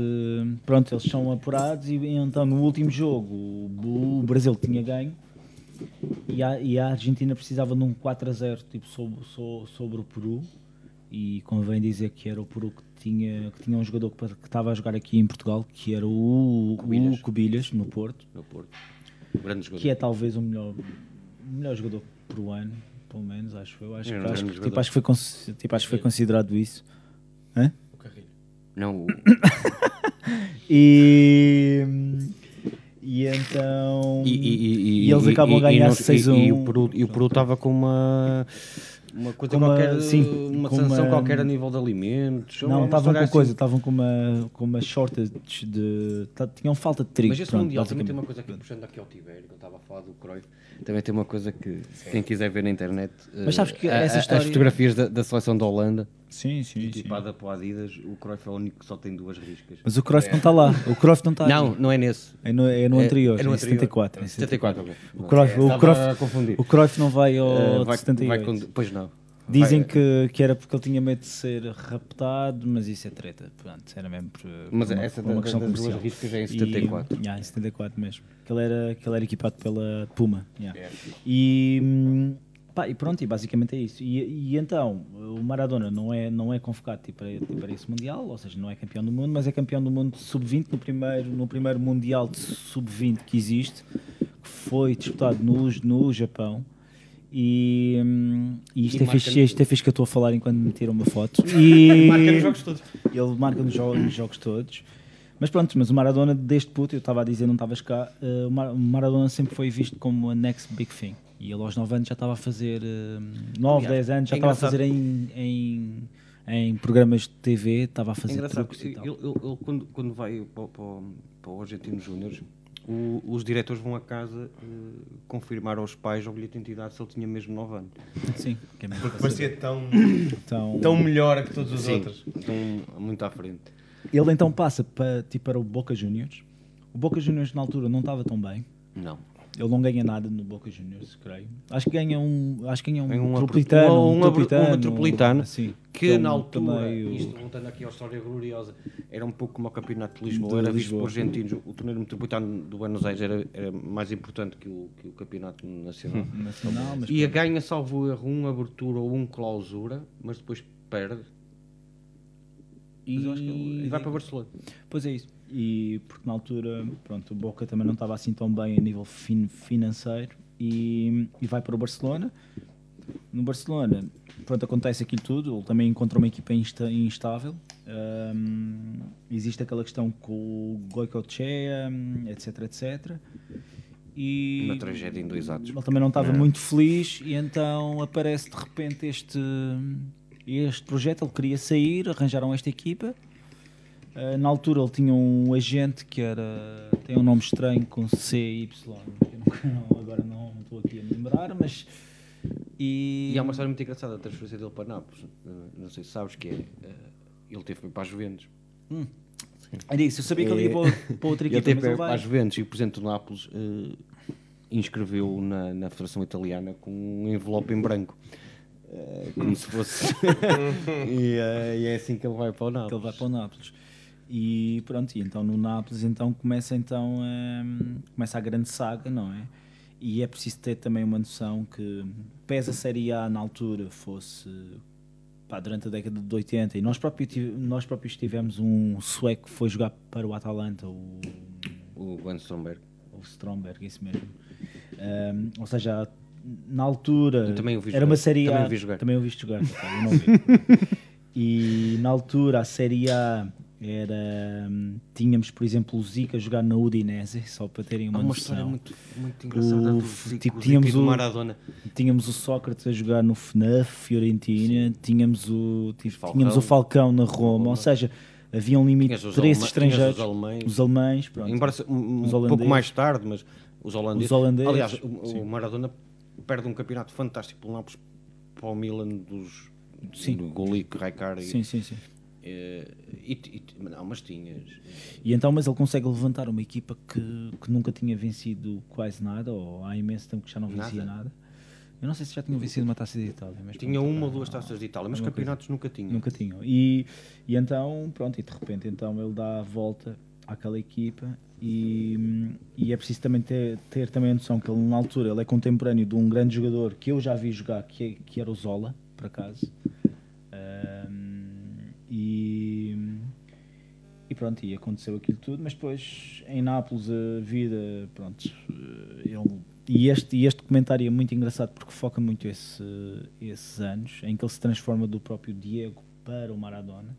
S3: Pronto, eles são apurados e então no último jogo o, o Brasil tinha ganho e a, e a Argentina precisava de um 4 a 0 tipo, sobre, so- sobre o Peru. E convém dizer que era o Peru que tinha, que tinha um jogador que que estava a jogar aqui em Portugal, que era o Cobilhas, o Cubilhas no Porto
S5: No Porto. Um grande jogador.
S3: que é talvez o melhor, o melhor jogador peruano, pelo menos, acho eu. Acho,
S5: É um
S3: que, acho,
S5: grande
S3: que,
S5: jogador. É.
S3: tipo, acho que foi, consi- tipo, acho que foi considerado isso.
S5: Não, o-
S3: E, hum, e então.
S5: e, e- e-
S3: e eles
S5: e-
S3: acabam
S5: e-
S3: a ganhar
S5: e nós-
S3: 6 a 1.
S5: E, e o Peru- e o Peru estava com uma. Uma
S3: Com
S5: coisa
S3: uma-
S5: qualquer,
S3: sim,
S5: uma
S3: com
S5: sanção
S3: uma-
S5: qualquer a nível de alimentos. ou
S3: não,
S5: uma
S3: estavam
S5: história
S3: com coisa,
S5: assim.
S3: estavam com uma, com uma shortage de. ta- Tinham falta de trigo.
S5: Mas esse
S3: pronto,
S5: Mundial também tem
S3: basicamente.
S5: uma coisa que, puxando aqui ao Tibério, que eu estava a falar do Cruyff, também tem uma coisa que, se quem quiser ver na internet,
S3: Mas sabes que
S5: eh, a-
S3: essa
S5: a-
S3: história-
S5: as fotografias da, da seleção da Holanda,
S3: Sim, sim, sim.
S5: equipada para o Adidas, o Cruyff é o único que só tem duas riscas.
S3: Mas o Cruyff não está lá. O Cruyff não está
S5: Não, não é nesse.
S3: É no, é no anterior,
S5: é no
S3: em
S5: anterior.
S3: 74. em
S5: 74, ok. É,
S3: O Cruyff, o,
S5: a
S3: Cruyff,
S5: confundir.
S3: o Cruyff não vai ao
S5: Eh,
S3: de
S5: vai-
S3: 78.
S5: vai com- pois não.
S3: Dizem
S5: Vai-
S3: que, que era porque ele tinha medo de ser raptado, mas isso é treta. Pronto, era mesmo por, por
S5: Mas
S3: uma,
S5: essa
S3: por uma
S5: da-
S3: questão
S5: das duas
S3: comercial.
S5: riscas é em
S3: E-
S5: 74.
S3: yeah, em 74 mesmo. Que ele era, que ele era equipado pela Puma. yeah.
S5: É.
S3: E, hum, pá, e pronto, e basicamente é isso. E, e então, o Maradona não é, não é convocado tipo, para, para esse Mundial, ou seja, não é campeão do mundo, mas é campeão do mundo de sub-20 no primeiro, no primeiro Mundial de sub-20 que existe, que foi disputado no, no Japão. E, hum, e isto, é fixe, isto é fixe que eu estou a falar enquanto me tiram uma foto. E marca nos jogos todos. Ele marca nos, jo- nos jogos todos. Mas pronto, mas o Maradona, desde puto, eu estava a dizer, não estavas cá, eh, o Mar- o Maradona sempre foi visto como a next big thing. E ele aos 9 anos já estava a fazer, 9, 10 anos, já
S5: é
S3: estava a
S5: engraçado.
S3: fazer em, em, em programas de TV, estava a
S5: É
S3: fazer
S5: engraçado,
S3: truques
S5: porque
S3: e
S5: ele,
S3: tal.
S5: ele- ele quando, quando vai para, o- para, o- para o Argentino Júnior, os diretores vão a casa eh, confirmar aos pais ao bilhete de identidade se ele tinha mesmo 9 anos.
S3: Sim, que é mesmo
S20: Porque
S3: fazer.
S20: parecia tão,
S3: Então,
S20: tão melhor que todos os
S5: Sim,
S20: outros.
S5: estão muito à frente.
S3: Ele então passa para, tipo, para o Boca Juniors. O Boca Juniors na altura não estava tão bem.
S5: Não.
S3: Ele não ganha nada no Boca Juniors, creio. Acho que ganha um, acho que ganha um,
S5: Ganha um apro-
S3: tropolitano,
S5: um- um
S3: um
S5: apro- um
S3: tropolitano,
S5: metropolitano,
S3: assim,
S5: que
S3: é um
S5: na altura,
S3: torneio-
S5: isto voltando aqui à história gloriosa, era um pouco como o campeonato de Lisboa,
S3: De
S5: era visto
S3: Lisboa.
S5: por argentinos, o torneio metropolitano do Buenos Aires era, era mais importante que o, que o campeonato nacional.
S3: Hum. nacional, mas
S5: E a ganha, salvo erro, um abertura ou um clausura, mas depois perde. E,
S3: Mas eu acho que ele- é
S5: e vai para Barcelona.
S3: Pois é isso. E porque na altura, pronto, o Boca também não estava assim tão bem a nível fin- financeiro e, e vai para o Barcelona. No Barcelona, pronto, acontece aquilo tudo. Ele também encontra uma equipa insta- instável. Hum, existe aquela questão com o hum, Goicoechea, etc, etc. E
S5: Uma tragédia em dois atos.
S3: Ele também não estava
S5: Não.
S3: muito feliz e então aparece de repente este, este projeto, ele queria sair, arranjaram esta equipa. Ah, na altura ele tinha um agente que era tem um nome estranho com CY, que eu não- não- agora não me estou aqui a me lembrar, mas e,
S5: E há uma história muito engraçada da transferência dele para Nápoles. Eh, Não sei se sabes que é. eh, Ele teve para ir para as Juventus.
S3: Hum. Era isso, eu sabia que ele ia
S5: É.
S3: para o- para outra
S5: Ele
S3: equipa,
S5: teve
S3: mas
S5: para
S3: ele
S5: ir para
S3: vai.
S5: as Juventus e o presidente do Nápoles eh, inscreveu na, na Federação Italiana com um envelope em branco. Eh, como se fosse. e, eh, e é assim que ele vai para o Nápoles.
S3: Que ele vai para o Nápoles. E pronto, e então no Nápoles então começa então hum, começa a grande saga, não é? E é preciso ter também uma noção que pesa a Série A na altura fosse pá, durante a década de 80 e nós próprios, tive- nós próprios tivemos um sueco que foi jogar para o Atalanta, o
S5: O Glenn Stromberg.
S3: o Stromberg, isso mesmo. Hum, ou seja, na altura
S5: Eu também o vi
S3: era
S5: jogar.
S3: uma série A.
S5: Também o vi jogar.
S3: Também o viste jogar, ok, eu não vi. e na altura a série A era. hum, Tínhamos, por exemplo, o Zica a jogar na Udinese, só para terem uma,
S5: Há uma
S3: noção.
S5: história muito- muito engraçada do Zico,
S3: tipo,
S5: o Zica
S3: tínhamos
S5: e do
S3: o-
S5: Maradona.
S3: Tínhamos o Sócrates a jogar no FNAF, Fiorentina, tínhamos o, tipo,
S5: Falcão.
S3: tínhamos o Falcão na Roma, ou seja, havia um limite
S5: Tinhas
S3: de
S5: os
S3: três
S5: alema-
S3: estrangeiros.
S5: tinhas os alemães.
S3: alemães, pronto.
S5: Embora se- um,
S3: Os
S5: um pouco
S3: holandeses.
S5: mais tarde, mas os holandeses.
S3: Os holandeses,
S5: Aliás, o, o
S3: sim.
S5: Maradona perde um campeonato fantástico pelo Nápoles para o Milan dos
S3: Sim.
S5: do Golic, Raikkonen.
S3: Sim, sim, sim.
S5: Eh, e, e, não, mas tinhas.
S3: E então, mas ele consegue levantar uma equipa que, que nunca tinha vencido quase nada, ou há imenso tempo que já não vencia
S5: Nada.
S3: nada. Eu não sei se já tinham vencido uma taça de Itália, mas
S5: Tinha um.
S3: pronto,
S5: uma ou
S3: era-
S5: duas taças de Itália, mas
S3: era uma coisa.
S5: campeonatos nunca tinha.
S3: Nunca tinham. E, e então, pronto, e de repente então ele dá a volta àquela equipa e, e é preciso também ter, ter também a noção que ele na altura ele é contemporâneo de um grande jogador que eu já vi jogar, que, é- que era o Zola, por acaso. Ahm, e, e pronto, e aconteceu aquilo tudo, mas depois em Nápoles a vida, pronto, eh, ele, e, este, e este comentário é muito engraçado porque foca muito esse, esses anos em que ele se transforma do próprio Diego para o Maradona.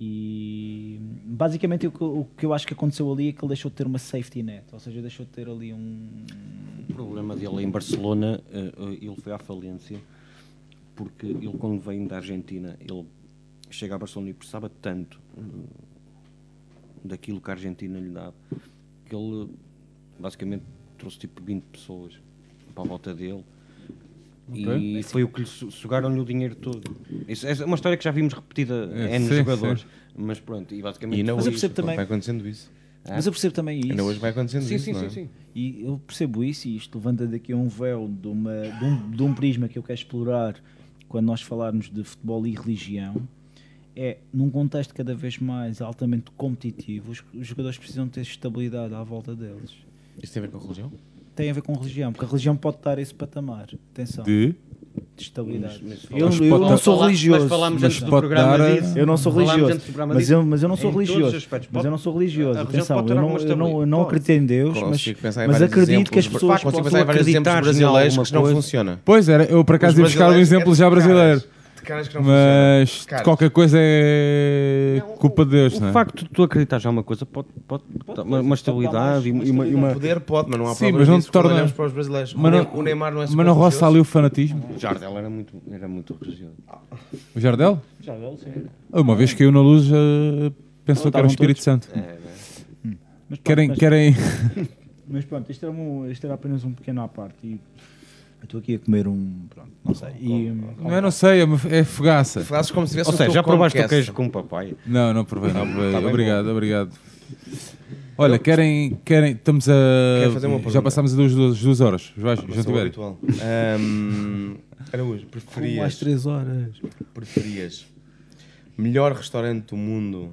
S3: E basicamente o que, o que eu acho que aconteceu ali é que ele deixou de ter uma safety net, ou seja, deixou de ter ali um.
S5: O problema dele é em Barcelona, eh, eh, ele foi à falência, porque ele quando vem da Argentina, ele chega a Barcelona e precisava tanto eh, daquilo que a Argentina lhe dava, que ele basicamente trouxe tipo 20 pessoas para a volta dele.
S1: Ok.
S5: E foi o que lhe su- sugaram-lhe o dinheiro todo. Isso é uma história que já vimos repetida
S1: É,
S5: em
S1: sim,
S5: jogadores.
S1: sim.
S5: Mas pronto, e basicamente.
S3: E ainda Mas eu hoje, percebo também-
S4: Vai acontecendo isso.
S3: Mas eu percebo também isso.
S4: Ah. Ainda hoje vai acontecendo
S3: sim,
S4: isso,
S3: Sim,
S4: não
S3: sim,
S4: é?
S3: sim. E eu percebo isso e isto levanta daqui um véu de, uma, de, um, de um prisma que eu quero explorar quando nós falarmos de futebol e religião. É num contexto cada vez mais altamente competitivo, os, os jogadores precisam ter estabilidade à volta deles.
S4: Isso tem a ver com a religião?
S3: Tem a ver com religião, porque a religião pode dar esse patamar. Atenção.
S1: De?
S3: De estabilidade. eu
S1: falámos-
S3: eu não
S1: mas
S3: sou
S1: falá-
S3: religioso.
S1: mas falámos
S3: mas
S1: antes
S3: pá.
S1: do programa Pode dar- disso.
S3: Eu não sou
S1: Falámos
S3: religioso.
S1: antes do programa
S3: Mas
S1: disso.
S3: eu, mas eu não sou
S1: Em todos os
S3: religioso.
S1: aspectos.
S3: Mas eu não sou religioso.
S1: a religião
S3: Atenção,
S1: pode
S3: eu
S1: dar
S3: não,
S1: alguma
S3: eu não, eu não
S1: estabilidade.
S3: acredito em Deus,
S1: Consigo
S3: mas,
S1: pensar em
S3: mas
S1: vários
S3: acredito que as
S1: exemplos,
S3: pessoas
S1: consigo
S3: possam
S1: pensar em vários
S3: acreditar
S4: exemplos
S3: em
S4: brasileiros
S3: alguma
S4: que não
S3: coisa.
S4: funciona.
S1: Pois era, eu por acaso
S4: Os
S1: ia buscar um
S4: brasileiros-
S1: exemplo já brasileiro.
S4: de caras que não
S1: mas
S4: funcionam.
S1: de
S4: Caras.
S1: qualquer coisa é culpa de Deus, não
S5: O
S1: é?
S5: facto de tu acreditas já uma coisa pode, pode, dar uma, uma estabilidade e uma- e uma, e uma-
S4: poder pode, mas não há
S1: Sim,
S4: provas
S1: mas não
S4: disso
S1: te
S4: quando
S1: torna.
S4: olhamos para os brasileiros. O
S1: Mas
S4: Ne- o Neymar não é
S1: Mas não
S4: super
S1: roça ali o fanatismo.
S5: O Jardel era muito, era muito religioso.
S1: O Jardel? Ah,
S3: Jardel, sim.
S1: Uma vez caiu na luz, eh, pensou
S3: Não,
S1: que era o
S3: estavam
S1: Espírito
S3: todos.
S1: Santo.
S3: É, né? Hum. Mas pronto,
S1: Querem.
S3: mas-
S1: querem...
S3: Mas pronto, isto era, um- isto era apenas um pequeno à parte. E eu estou aqui a comer um. Pronto, não sei. E, hum,
S1: Não, eu não sei, é, uma- é fogaça.
S4: Fazes como se tivesse
S5: Ou
S4: um
S5: seja,
S4: teu
S5: já provaste o
S4: podcast.
S5: queijo com o papai?
S1: Não, não provei, não
S5: Tá
S1: provei.
S5: bem bom.
S1: obrigado, obrigado. Olha, querem, querem. Estamos a.
S4: Quero fazer uma
S1: já
S4: pergunta.
S1: passámos a duas, duas, duas horas. Vais,
S4: Mas
S1: já
S4: é o
S1: tiver.
S4: habitual. Ahm, Araújo, preferias.
S3: Como às três horas.
S4: Preferias. Melhor restaurante do mundo.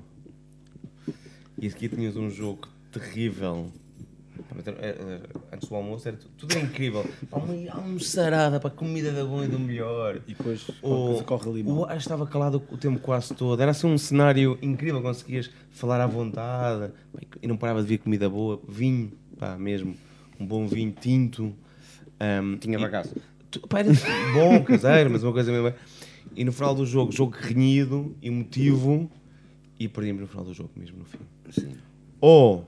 S4: E aqui tinhas um jogo terrível. Eh, eh, Antes do almoço era tu- tudo era incrível. Pá, uma almoçarada para comida da boa e do melhor.
S3: E depois qualquer
S4: O,
S3: coisa corre ali mal.
S4: o ar estava calado o tempo quase todo. Era assim um cenário incrível. Conseguias falar à vontade. Pá, E não parava de ver comida boa. Vinho, pá, mesmo. Um bom vinho tinto. Ahm,
S5: Tinha
S4: e-
S5: bagaço.
S4: Tu- pá, era assim, é, bom, caseiro, mas uma coisa mesmo. E no final do jogo, jogo renhido, emotivo, e perdíamos no final do jogo, mesmo no fim.
S5: Sim.
S4: Ou.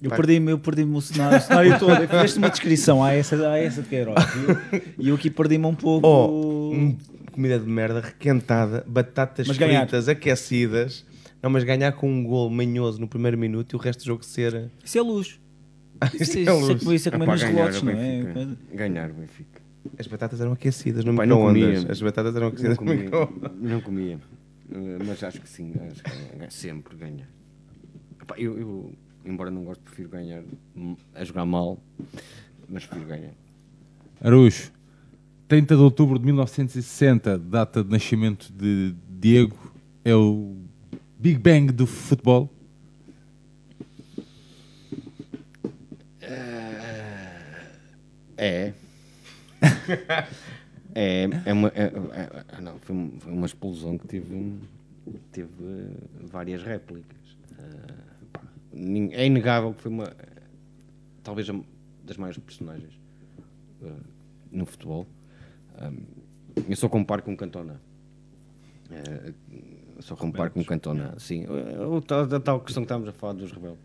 S3: Eu perdi-me eu perdi o cenário, o cenário todo. Eu Fizeste uma descrição a essa, a essa de Queiroz. E eu- E eu aqui perdi-me um pouco.
S4: Oh, hum, comida de merda requentada, batatas
S3: Mas ganhar.
S4: fritas aquecidas. Não, mas ganhar com um gol manhoso no primeiro minuto e o resto do jogo ser.
S3: Isso é luz. Isso,
S4: Isso é
S3: isso é
S4: luz.
S3: como isso é
S4: Ah,
S3: comer
S4: pá,
S3: nos
S4: ganhar
S3: relotes,
S4: o
S3: não é?
S4: Benfica.
S5: Ganhar o Benfica.
S4: As batatas eram aquecidas no
S5: Pá, não
S4: microondas.
S5: comia.
S4: As batatas eram
S5: Não
S4: aquecidas no
S5: comia.
S4: microondas.
S5: Não comia. Eh, Mas acho que sim, acho que é sempre ganhar. Epá, eu, eu, embora não goste, prefiro ganhar hum, a jogar mal, mas prefiro ganhar.
S1: Arujo, 30 de outubro de 1960, data de nascimento de Diego, é o Big Bang do futebol.
S5: É. é, é uma. é- é- é- não, foi, um- foi uma explosão que teve, um- teve eh, várias réplicas. Eh, pá, nin- é inegável que foi uma. eh, Talvez a m- das maiores personagens eh, no futebol. Um, eu só comparo com o Cantona. Eh, só comparo com o Cantona, sim. Eh, o tal- da tal questão que estávamos a falar dos rebeldes.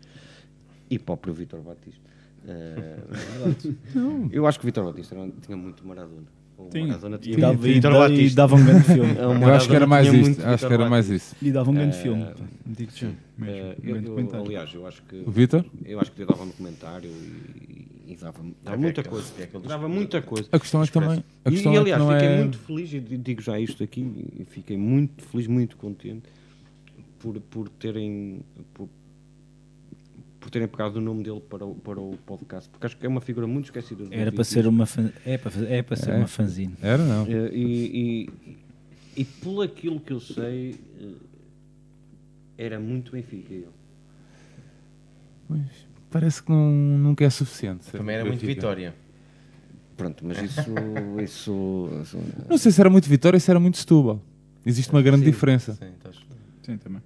S5: E próprio Vítor Batista. Eh, eu acho que o Vítor Batista era- um, tinha muito Maradona. O
S3: Tinha.
S5: Maradona
S3: E dava- e da- e dava um grande filme.
S5: O
S3: Eu acho
S1: Eu acho que era
S5: Maradona
S1: mais
S5: tinha
S1: isso.
S5: muito
S1: Acho
S5: Vítor
S1: que era mais
S5: Batista.
S1: isso.
S3: E dava um
S4: É.
S3: grande
S5: Eh,
S3: filme. pá. Digo-te já.
S5: sim.
S3: Mesmo.
S5: Eh,
S3: Um grande
S5: eu- eu-
S3: comentário.
S5: aliás, eu acho que.
S1: O Vítor?
S5: Eu acho que eu dava no comentário e, e dava, dava muita coisa. Dava muita coisa.
S1: A questão é que também- a
S5: E-
S1: questão
S5: e,
S1: é que
S5: aliás,
S1: não
S5: fiquei
S1: é-
S5: muito feliz, e di- digo já isto aqui, e fiquei muito feliz, muito contente por, por terem. Por, por terem pegado o nome dele para o, para o podcast, porque acho que é uma figura muito esquecida. nos
S3: Era
S5: benfiquistas.
S3: para ser uma fan... é para, fa- é para ser
S1: É.
S3: uma fanzine.
S1: Era não.
S5: Eh, E, e, e pelo aquilo que eu sei, eh, era muito Benfica ele.
S1: Pois, parece que não, nunca é suficiente. ser
S4: Também era muito
S1: Benfica.
S4: vitória.
S5: Pronto, mas isso. isso, isso
S1: Não sei se era muito Vitória ou se era muito Setúbal. Existe uma grande diferença.
S4: Sim, estás-
S3: Sim, também.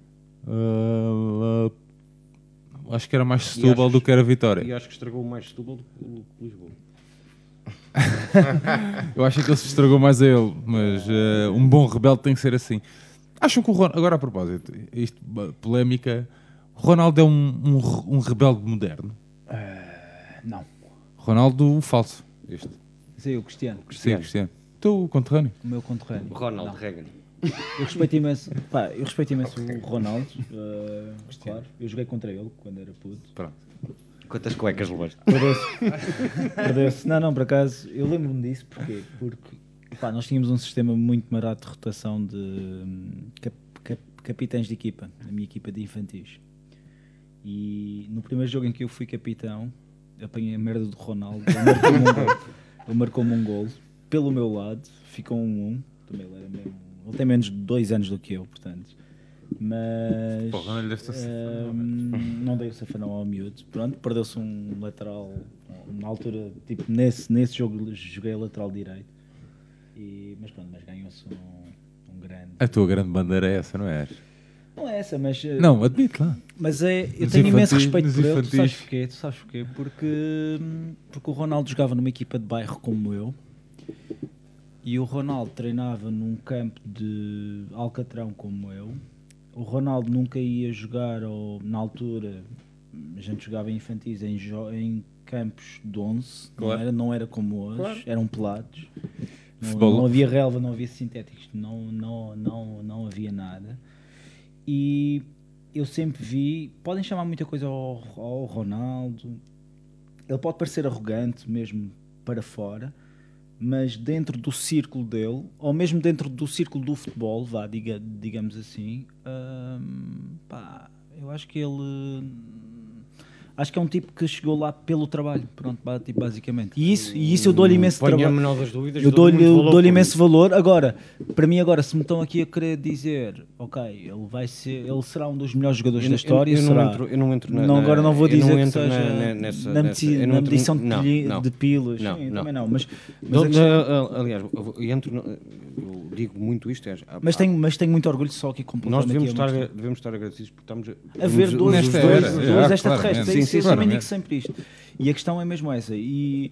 S1: Ah, ah, acho que era mais
S5: E
S1: Setúbal
S5: acho
S1: do que era
S5: E
S1: Vitória.
S5: acho que estragou mais Setúbal do que do que Lisboa.
S1: Eu acho que ele se estragou mais a ele, mas ah, um bom rebelde tem que ser assim. Acham que o Ronaldo, agora a propósito, isto, ba- polémica, Ronaldo é um, um, re- um rebelde moderno?
S3: Eh, não.
S1: Ronaldo o falso. Este.
S3: Sei, o Cristiano.
S1: Sim, Cristiano. Tu, o conterrâneo.
S3: O meu conterrâneo.
S5: Ronald
S3: Não.
S5: Reagan.
S3: Eu respeito imenso, pá, eu respeito imenso o Ronaldo, eh, claro. Eu joguei contra ele quando era puto.
S1: Pronto.
S5: Quantas cuecas levaste?
S3: Perdeu-se. Não, não, por acaso, eu lembro-me disso porquê? porque pá, nós tínhamos um sistema muito marado de rotação de hum, cap- cap- capitães de equipa, na minha equipa de infantis. E no primeiro jogo em que eu fui capitão, apanhei a merda do Ronaldo, ele marcou-me um gol. Ele marcou-me um gol pelo meu lado, ficou um 1. Também ele era mesmo. Ele tem menos de dois anos do que eu, portanto. Mas.
S1: Porra, não lhe deste o safanão,
S3: hum, não dei o safanão ao miúdo. Pronto, perdeu-se um lateral. Na altura, tipo, nesse, nesse jogo joguei lateral direito. E, mas pronto, mas ganhou-se um, um grande.
S1: A tua grande bandeira é essa, não é?
S3: Não é essa, mas. eh,
S1: Não, admite lá.
S3: mas é, eu
S1: Nos
S3: tenho imenso
S1: infantis-
S3: respeito
S1: nos
S3: por ele, tu sabes
S1: infantis.
S3: porquê? Tu sabes porquê? Porque, hum, porque o Ronaldo jogava numa equipa de bairro como eu e o Ronaldo treinava num campo de Alcatrão como eu. O Ronaldo nunca ia jogar, ou na altura a gente jogava em infantis em, jo- em campos de 11,
S1: Claro.
S3: não, era, não era como hoje, eram pelados. Não,
S1: Futebol.
S3: não havia relva, não havia sintéticos, não, não, não, não havia nada. E eu sempre vi, podem chamar muita coisa ao, ao Ronaldo, ele pode parecer arrogante mesmo para fora, mas dentro do círculo dele, ou mesmo dentro do círculo do futebol, vá, diga, digamos assim, hum, pá, eu acho que ele. hum, Acho que é um tipo que chegou lá pelo trabalho, pronto, ba- tipo, basicamente. E isso, e isso eu dou-lhe imenso
S5: Ponho a
S3: trabalho.
S5: menor das dúvidas.
S3: Eu dou-lhe
S5: muito valor
S3: dou-lhe
S5: por
S3: imenso
S5: isso.
S3: valor. Agora, para mim agora, se me estão aqui a querer dizer, ok, ele vai ser, ele será um dos melhores jogadores
S5: Eu-
S3: da
S5: eu-
S3: história,
S5: eu não
S3: será?
S5: entro- eu não entro na-
S3: Não, agora não vou
S5: eu não
S3: dizer que
S5: entro
S3: seja
S5: na- na- nessa-
S3: na,
S5: nessa-
S3: medi-
S5: eu não
S3: na
S5: entro-
S3: medição de,
S5: não,
S3: pilhi-
S5: não.
S3: de pilas.
S5: Não,
S3: Sim, eu
S5: não.
S3: também não, mas, mas, é
S5: Do-
S3: a questão-
S5: da- aliás, eu vou- eu entro. no- Eu digo muito isto. é, há-
S3: mas
S5: há-
S3: tenho, mas tenho muito orgulho só aqui completamente
S5: Nós devemos
S3: aqui
S5: estar,
S3: a mostrar.
S5: devemos estar agradecidos porque estamos
S3: a ver dois,
S1: nesta
S3: os
S1: era,
S3: dois, os
S1: é,
S3: dois
S1: claro,
S3: extraterrestres.
S1: claramente.
S3: É isso,
S1: Sim,
S3: eu
S1: sim,
S3: também digo
S1: claramente.
S3: sempre isto. E a questão é mesmo essa. E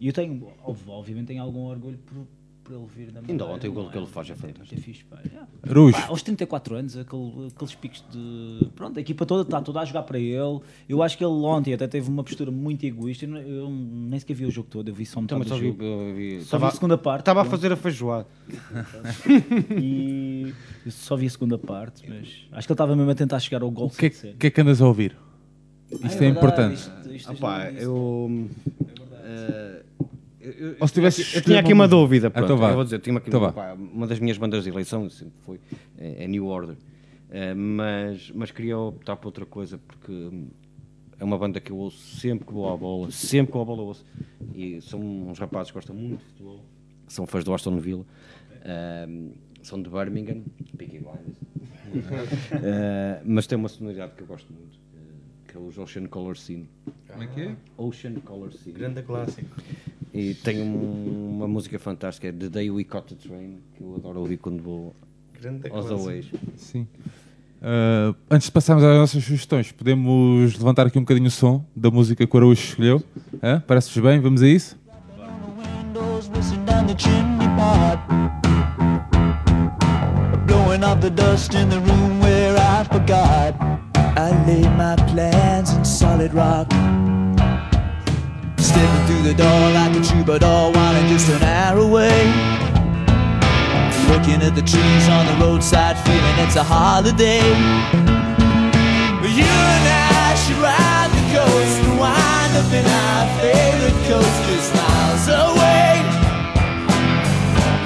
S3: e eu tenho, óbvio, obviamente, tenho algum orgulho por, por ele vir da
S21: Ainda
S3: Madeira,
S21: ontem o golo
S3: não é?
S21: que ele faz é fantástico.
S3: É fixe, pá. yeah.
S1: Rujo.
S3: Pá, Aos 34 anos, aquele- aqueles picos de. Pronto, a equipa toda está toda a jogar para ele. Eu acho que ele ontem até teve uma postura muito egoísta. Eu, não- eu nem sequer vi o jogo todo, eu vi só
S21: Então,
S3: metade
S5: Também
S3: do
S5: só vi-
S3: jogo.
S5: eu vi-
S3: Só
S5: Estava-
S3: vi a segunda parte.
S5: estava a
S3: pronto.
S5: fazer a feijoada.
S3: e eu só vi a segunda parte, mas acho que ele estava mesmo a tentar chegar ao gol.
S1: O que, é, que é que andas a ouvir? Isto é, importante.
S21: Ah, pá,
S3: é
S21: eu. eh, eu- eu-
S5: Ou se tivesse
S21: eu-
S5: escolhido uma- Ah,
S21: pronto.
S5: então vá.
S21: eu vou dizer, tinha aqui
S5: Então
S21: uma,
S5: vá.
S21: pá,
S5: uma das minhas bandas de eleição sempre foi é, é New Order. Eh, mas, mas queria optar por outra coisa, porque hum, é uma banda que eu ouço sempre que vou à bola, sempre que vou à bola ouço. E são uns rapazes que gostam muito de futebol, que são fãs do Aston Villa, Ahm, são de Birmingham, Peaky Blinders. Eh, mas tem uma sonoridade que eu gosto muito, eh, que é os Ocean Color Scene.
S4: Como é que é?
S5: Ocean Color Scene.
S4: Grande clássico.
S5: E tem um- uma música fantástica, é The Day We Caught the Train, que eu adoro ouvir quando vou
S4: Grande
S5: aos
S4: clássico.
S5: aways.
S1: Sim. Ah, antes de passarmos às nossas sugestões, podemos levantar aqui um bocadinho o som da música que o Araújo escolheu. Hã? Parece-vos bem? Vamos a isso?
S13: windows whistling down the chimney pot. Blowing out the dust in the room where I forgot. I laid my plans in solid rock. Stepping through the door like a troubadour while I'm just an hour away. Looking at the trees on the roadside, feeling it's a holiday. You and I should ride the coast and wind up in our favorite coaster miles away.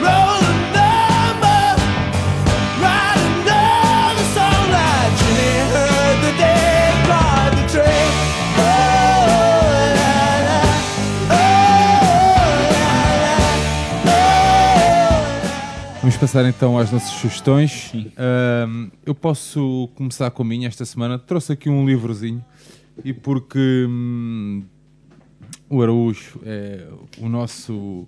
S13: Roll a number, ride another sunlight. Jimmy heard the day by the train. Oh, la, la.
S1: Vamos passar então às nossas sugestões. Ahm, eu posso começar com a minha esta semana. Trouxe aqui um livrozinho e porque hum, o Araújo é o nosso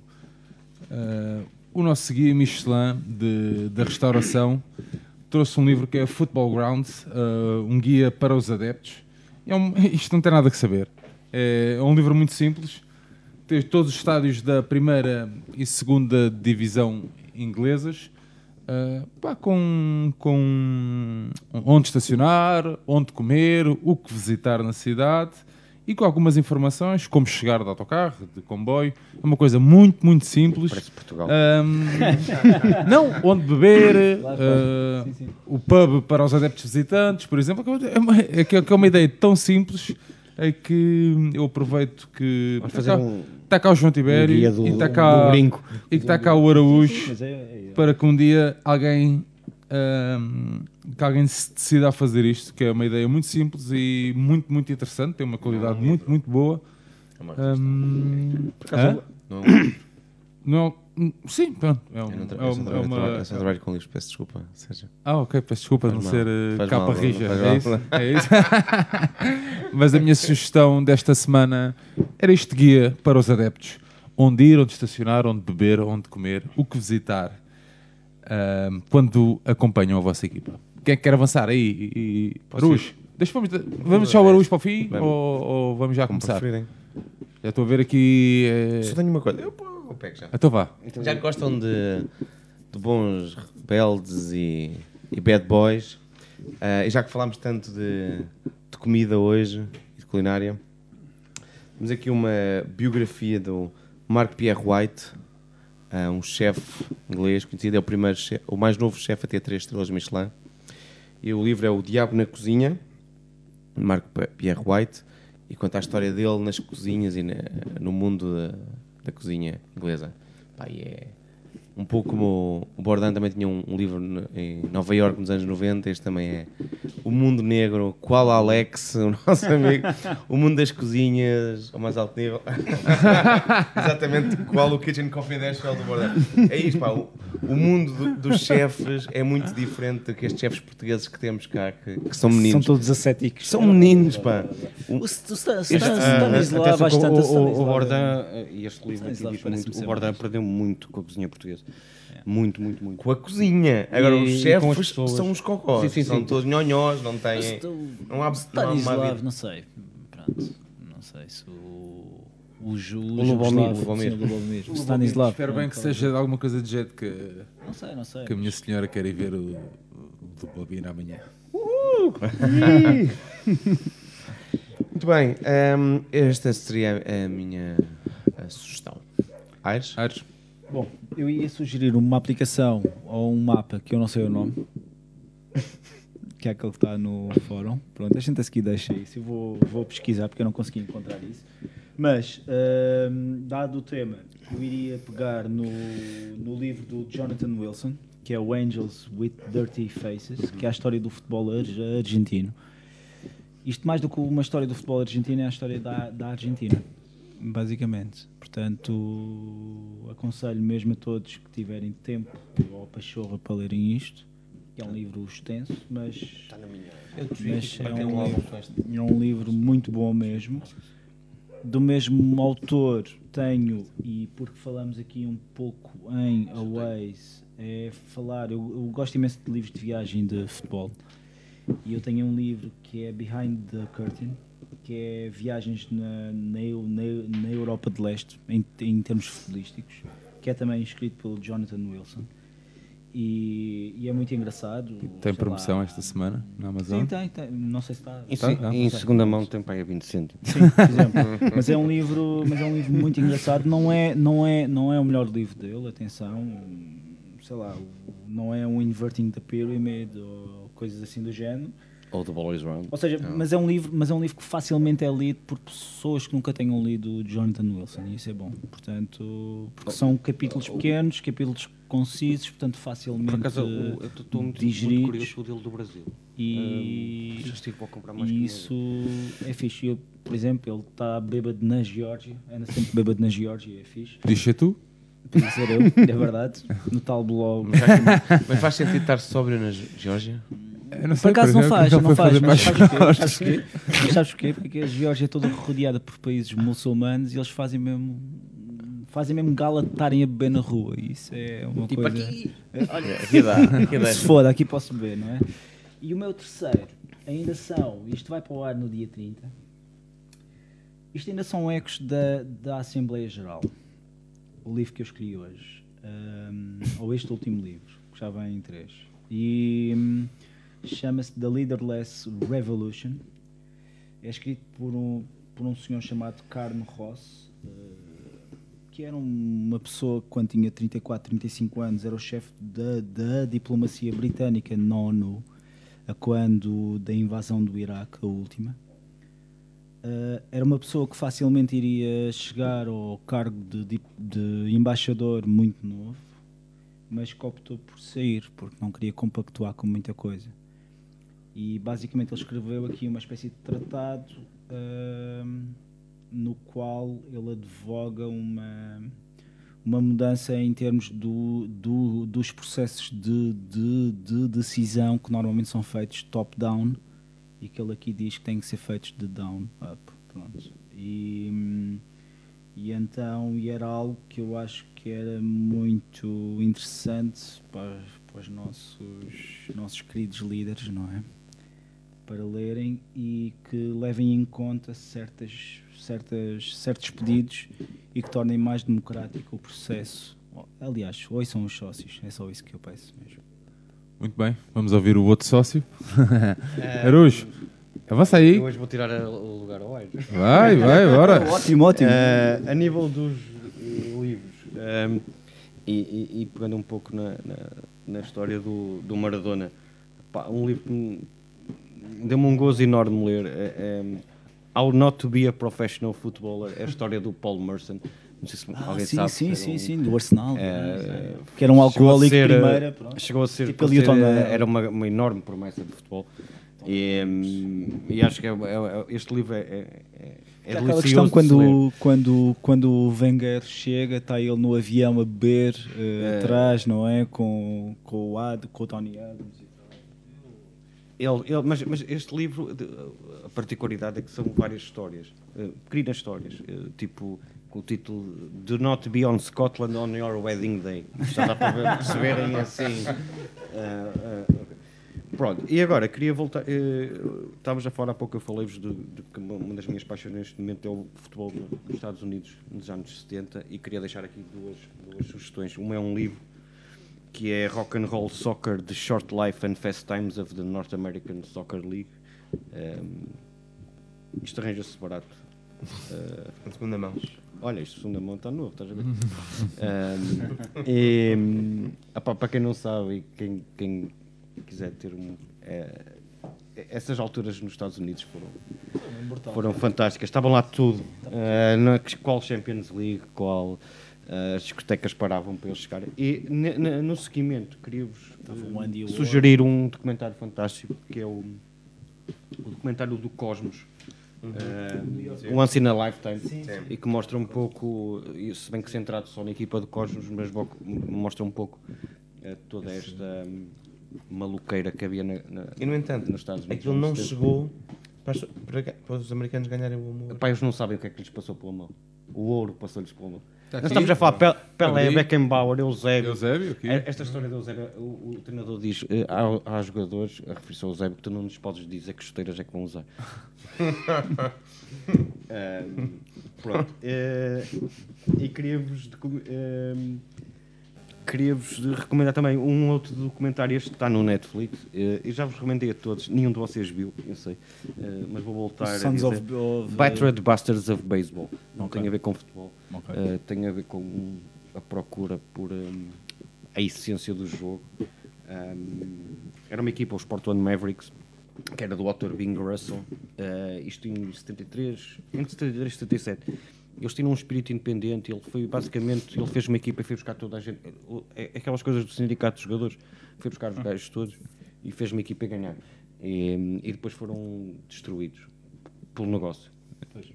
S1: ah, o nosso guia Michelin de, da restauração trouxe um livro que é Football Ground, ah, um guia para os adeptos. É um- isto não tem nada que saber. É, é um livro muito simples. Tem todos os estádios da primeira e segunda divisão inglesas. ah, pá, com, com onde estacionar, onde comer, o que visitar na cidade e com algumas informações, como chegar de autocarro, de comboio. É uma coisa muito, muito simples. Parece
S5: Portugal.
S1: não, onde beber,
S3: Claro,
S1: ah, o pub para os adeptos visitantes, por exemplo. É uma, é que é uma ideia tão simples é que eu aproveito que
S5: Vamos
S1: está
S5: fazer
S1: cá,
S5: um-
S1: tá cá o João
S5: um
S1: Tibério
S5: guia do-
S1: e está cá,
S5: do brinco.
S1: e que tá cá o
S3: Sim,
S1: Araújo
S3: mas é- é-
S1: para que um dia alguém ahm, que alguém se decida a fazer isto, que é uma ideia muito simples e muito, muito interessante, tem uma qualidade
S3: é
S1: muito, muito boa. Ahm,
S4: acaso,
S1: hã?
S4: É não é um livro.
S1: Não é um- Sim, pronto. É, um,
S4: Eu não tra-
S1: é,
S4: eu só
S1: um- é
S4: trabalho-
S1: uma.
S4: eu só trabalho com livros, peço desculpa, Sérgio.
S1: Ah, ok, peço desculpa
S4: Faz
S1: não
S4: mal,
S1: ser eh,
S4: faz
S1: capa
S4: mal,
S1: rija.
S4: faz
S1: É
S4: mal.
S1: isso? É isso? Mas a minha sugestão desta semana era este guia para os adeptos: onde ir, onde estacionar, onde beber, onde comer, o que visitar ahm, quando acompanham a vossa equipa. Quem é que quer avançar aí? E, e...
S4: Posso
S1: Arujo, deixa, vamos, vamos deixar o Arujo para o fim ou, ou vamos já começar?
S4: preferirem.
S1: Já estou a ver aqui. eh,
S4: Só tenho uma coisa. Eu, pô, eu pego já.
S1: Então vá.
S4: Já que gostam de, de bons rebeldes e, e bad boys. ah, e já que falámos tanto de, de comida hoje e de culinária, temos aqui uma biografia do Mark Pierre White, ah, um chefe inglês conhecido, é o, primeiro che- o mais novo chefe a ter três estrelas Michelin. E o livro é O Diabo na Cozinha, de Marco P- Pierre White, e conta a história dele nas cozinhas e na- no mundo da, da cozinha inglesa. Pá, e é um pouco como o Bordan também tinha um, um livro no- em Nova Iorque nos anos 90, este também é O Mundo Negro, qual Alex, o nosso amigo, o mundo das cozinhas, ao mais alto nível. Exatamente qual o Kitchen Confidential do Bordan. É isto, pá, o, o mundo do- dos chefes é muito diferente do que estes chefes portugueses que temos cá, que, que são meninos.
S22: São todos ascéticos.
S4: São meninos, pá.
S3: O Sta- Sta-
S4: Este-
S3: Stanislav,
S5: ah, Atenção que o-
S3: bastante
S5: o, o,
S3: Stanislav.
S5: Bordan, eh, e este livro aqui
S3: Stanislav
S5: diz
S3: parece-me
S5: muito, o
S3: ser
S5: Bordan
S3: mais.
S5: perdeu muito com a cozinha portuguesa. Muito, muito, muito.
S4: Com a cozinha. Agora, os chefes
S5: pessoas.
S4: são os cocós.
S5: Sim, sim,
S4: são
S5: sim.
S4: todos nhonhós, não têm.
S3: Mas o-
S4: Não há, não há uma
S3: Stanislav,
S4: vida.
S3: não sei. Pronto, não sei se o, o
S23: O Ju-
S1: O
S23: Jugoslavo,
S1: Lubomir, Lubomir.
S23: sim, o Lubomir.
S1: Lubomir.
S23: Stanislav.
S1: Espero bem que seja de alguma coisa de jeito que.
S23: Não sei, não sei.
S1: Que a minha senhora quer ir ver o, o Lubomir amanhã.
S5: Ih! Muito bem, hum, esta seria a minha a sugestão.
S4: Ah,
S5: Aires?
S1: Aires.
S3: Bom, eu ia sugerir uma aplicação ou um mapa que eu não sei o nome, que é aquele que está no fórum. Pronto, a gente a seguir deixa isso. Eu vou, vou pesquisar porque eu não consegui encontrar isso. Mas, ahm, dado o tema, eu iria pegar no, no livro do Jonathan Wilson, que é o Angels with Dirty Faces, que é a história do futebol ar- argentino. Isto, mais do que uma história do futebol argentino, é a história da, da Argentina, basicamente. Portanto, aconselho mesmo a todos que tiverem tempo ou pachorra para lerem isto. que É um livro extenso, mas. Está na minha.
S23: Eu te vi,
S3: Mas é
S23: para ter um
S3: um,
S23: álbum
S3: livro,
S23: com este.
S3: é um livro muito bom mesmo. Do mesmo autor tenho, e porque falamos aqui um pouco em Aways, é falar, eu, eu gosto imenso de livros de viagem de futebol. E eu tenho um livro que é Behind the Curtain, que é viagens na, na, Eu- na, Eu- na Europa de Leste, em, em termos futebolísticos, que é também escrito pelo Jonathan Wilson. E, e é muito engraçado. sei
S1: Tem
S3: lá,
S1: promoção esta semana na Amazon?
S3: Sim, tem, tem. Não sei se está.
S4: Em,
S3: Tá,
S4: se- ah,
S3: tá.
S4: em
S3: Não sei.
S4: segunda mão tem para aí a 20 cêntimos.
S3: Sim, por exemplo. mas é um livro, mas é um livro muito engraçado. Não é, não é, não é o melhor livro dele, atenção. Sei lá, o- não é um Inverting the Pyramid ou coisas assim do género.
S4: Ou The Ball is Round.
S3: Ou seja, mas é um livro, mas é um livro que facilmente é lido por pessoas que nunca tenham lido o Jonathan Wilson, e isso é bom. Portanto, porque são capítulos pequenos, capítulos concisos, portanto facilmente
S4: Oh, Por acaso, o- eu estou muito, muito
S3: digeridos.
S4: curioso com o dele do Brasil.
S3: E,
S4: Hum, já estive para comprar
S3: e
S4: mais que uma
S3: isso é fixe. Eu, por exemplo, ele está bêbado na Geórgia, anda sempre bêbado na Geórgia, é fixe.
S1: Diz ser tu?
S3: Podia ser eu, é verdade. No tal blog.
S5: Mas- mas faz sentido estar sóbrio na Ge- Geórgia?
S1: Eu
S3: por acaso não faz, não faz, mas sabes porquê? Sabes
S1: costas.
S3: porquê? Mas sabes porquê? Porque a Geórgia é toda rodeada por países muçulmanos e eles fazem mesmo fazem mesmo gala de estarem a beber na rua. E Isso é uma
S23: Tipo
S3: coisa.
S23: aqui.
S3: É,
S23: É, aqui dá, aqui dá.
S3: Se foda, aqui posso beber, não é? E o meu terceiro ainda são, isto vai para o ar no dia 30. Isto ainda são ecos da, da Assembleia Geral. O livro que eu escolhi hoje. Ahm, ou este último livro, que já vem em três. E hum, chama-se The Leaderless Revolution. É escrito por um, por um senhor chamado Carmo Ross, eh, que era um, uma pessoa que, quando tinha 34, 35 anos, era o chefe da, da diplomacia britânica na ONU, a quando da invasão do Iraque, a última. Uh, era uma pessoa que facilmente iria chegar ao cargo de, dip- de embaixador muito novo, mas que optou por sair porque não queria compactuar com muita coisa. E basicamente ele escreveu aqui uma espécie de tratado um, no qual ele advoga uma, uma mudança em termos do, do- dos processos de, de- de decisão que normalmente são feitos top-down e que ele aqui diz que têm que ser feitos de down-up. Pronto. E, hum, e então e era algo que eu acho que era muito interessante para, para os nossos, nossos queridos líderes, não é? Para lerem e que levem em conta certas, certas, certos pedidos e que tornem mais democrático o processo. Aliás, hoje são os sócios, é só isso que eu peço mesmo.
S1: Muito bem, vamos ouvir o outro sócio. É. Arujo, avança aí.
S24: Eu hoje vou tirar a- o lugar ao Aires.
S1: Vai, vai, bora.
S5: Eh, a nível dos eh, livros, ehm, e, e- e pegando um pouco na, na- na história do, do Maradona, pá, um livro que me- deu-me um gozo enorme ler. eh, ehm, How Not to Be a Professional Footballer, é a história do Paul Merson. Não sei se
S3: Ah,
S5: alguém
S3: sim,
S5: sabe.
S3: sim,
S5: era
S3: sim,
S5: um-
S3: sim, do Arsenal,
S5: eh,
S3: que era um
S5: chegou a
S3: alcoólico
S5: ser, eh,
S3: primeira, pronto.
S5: Chegou a ser,
S3: Tipo
S5: ser,
S3: Elton
S5: eh,
S3: John.
S5: era uma, uma enorme promessa de futebol. E, hum, e acho que é- é- é- este livro é, é, é, é
S3: É aquela
S5: delicioso
S3: questão
S5: de se
S3: quando,
S5: ler.
S3: quando, quando o Wenger chega, está ele no avião a beber eh,
S5: É.
S3: atrás, não é? Com, com o Ad, com o Tony Adams.
S5: Ele, ele- mas, mas este livro, de- a particularidade é que são várias histórias, eh, pequenas histórias, eh, tipo com o título Do Not Be on Scotland on Your Wedding Day. Já dá para ver- perceberem assim. é eh, eh, Pronto, e agora queria voltar. eh, Estávamos a falar há pouco, eu falei-vos de, de que uma uma das minhas paixões neste momento é o futebol no- nos Estados Unidos nos anos 70 e queria deixar aqui duas, duas sugestões. Uma é um livro que é Rock and Roll Soccer The Short Life and Fast Times of the North American Soccer League. Ehm, isto arranja-se barato. Eh,
S4: Em segunda mão.
S5: Olha, isto de segunda mão está novo, estás a ver? Ahm, e, hum, apá, para quem não sabe, e quem, quem quiser ter um. eh, essas alturas nos Estados Unidos foram,
S3: Brutal.
S5: foram fantásticas. Estavam lá tudo. Ah, na, qual Champions League, qual. ah, as discotecas paravam para eles chegarem. E ne- ne- no seguimento, queria-vos
S3: o Andy
S5: eh,
S3: Warhol.
S5: sugerir um documentário fantástico que é o, o documentário do Cosmos.
S4: Sim.
S5: o Once in a Lifetime
S4: Uhum. Sim. Sim.
S5: e que mostra um pouco, e se bem que centrado só na equipa do Cosmos, mas bo- mostra um pouco eh, toda esta hum, maluqueira que havia na, na-
S4: E no entanto,
S5: nos Estados Unidos.
S4: aquilo não
S5: Nos Estados-
S4: um chegou para, as- para ga- para os americanos ganharem o amor.
S5: Pá, eles não sabem o que é que lhes passou pela mão. O ouro passou-lhes pela mão.
S4: Tá
S5: Nós
S4: aqui.
S5: estamos a falar Pe- Pelé,
S4: Abri.
S5: Beckenbauer, Eusébio.
S1: Eusébio, aqui.
S5: Eh, Esta história do Eusébio, o, o treinador diz eh, ao- há, jogadores, a referir-se ao Eusébio, que tu não nos podes dizer que chuteiras é que vão usar. Ahm, pronto. Eh, e queria-vos docu- ehm, queria-vos recomendar também um outro documentário, este está no Netflix, eh, e já vos recomendei a todos, nenhum de vocês viu, eu sei, eh, mas vou voltar
S3: Sons
S5: a
S3: of-
S5: dizer.
S3: of-
S5: Battered é Bastards of Baseball, não
S3: Ok.
S5: tem a ver com futebol,
S3: Ok.
S5: Eh, tem a ver com hum, a procura por hum, a essência do jogo. Hum, era uma equipa, os Portland Mavericks, que era do autor Bing Russell, eh, isto em 73, entre 73 e 77. Eles tinham um espírito independente, ele foi basicamente, ele fez uma equipa e foi buscar toda a gente, o- é- aquelas coisas do sindicato dos jogadores, foi buscar
S3: Hum.
S5: os gajos todos e fez uma equipa a ganhar. E, e depois foram destruídos pelo negócio.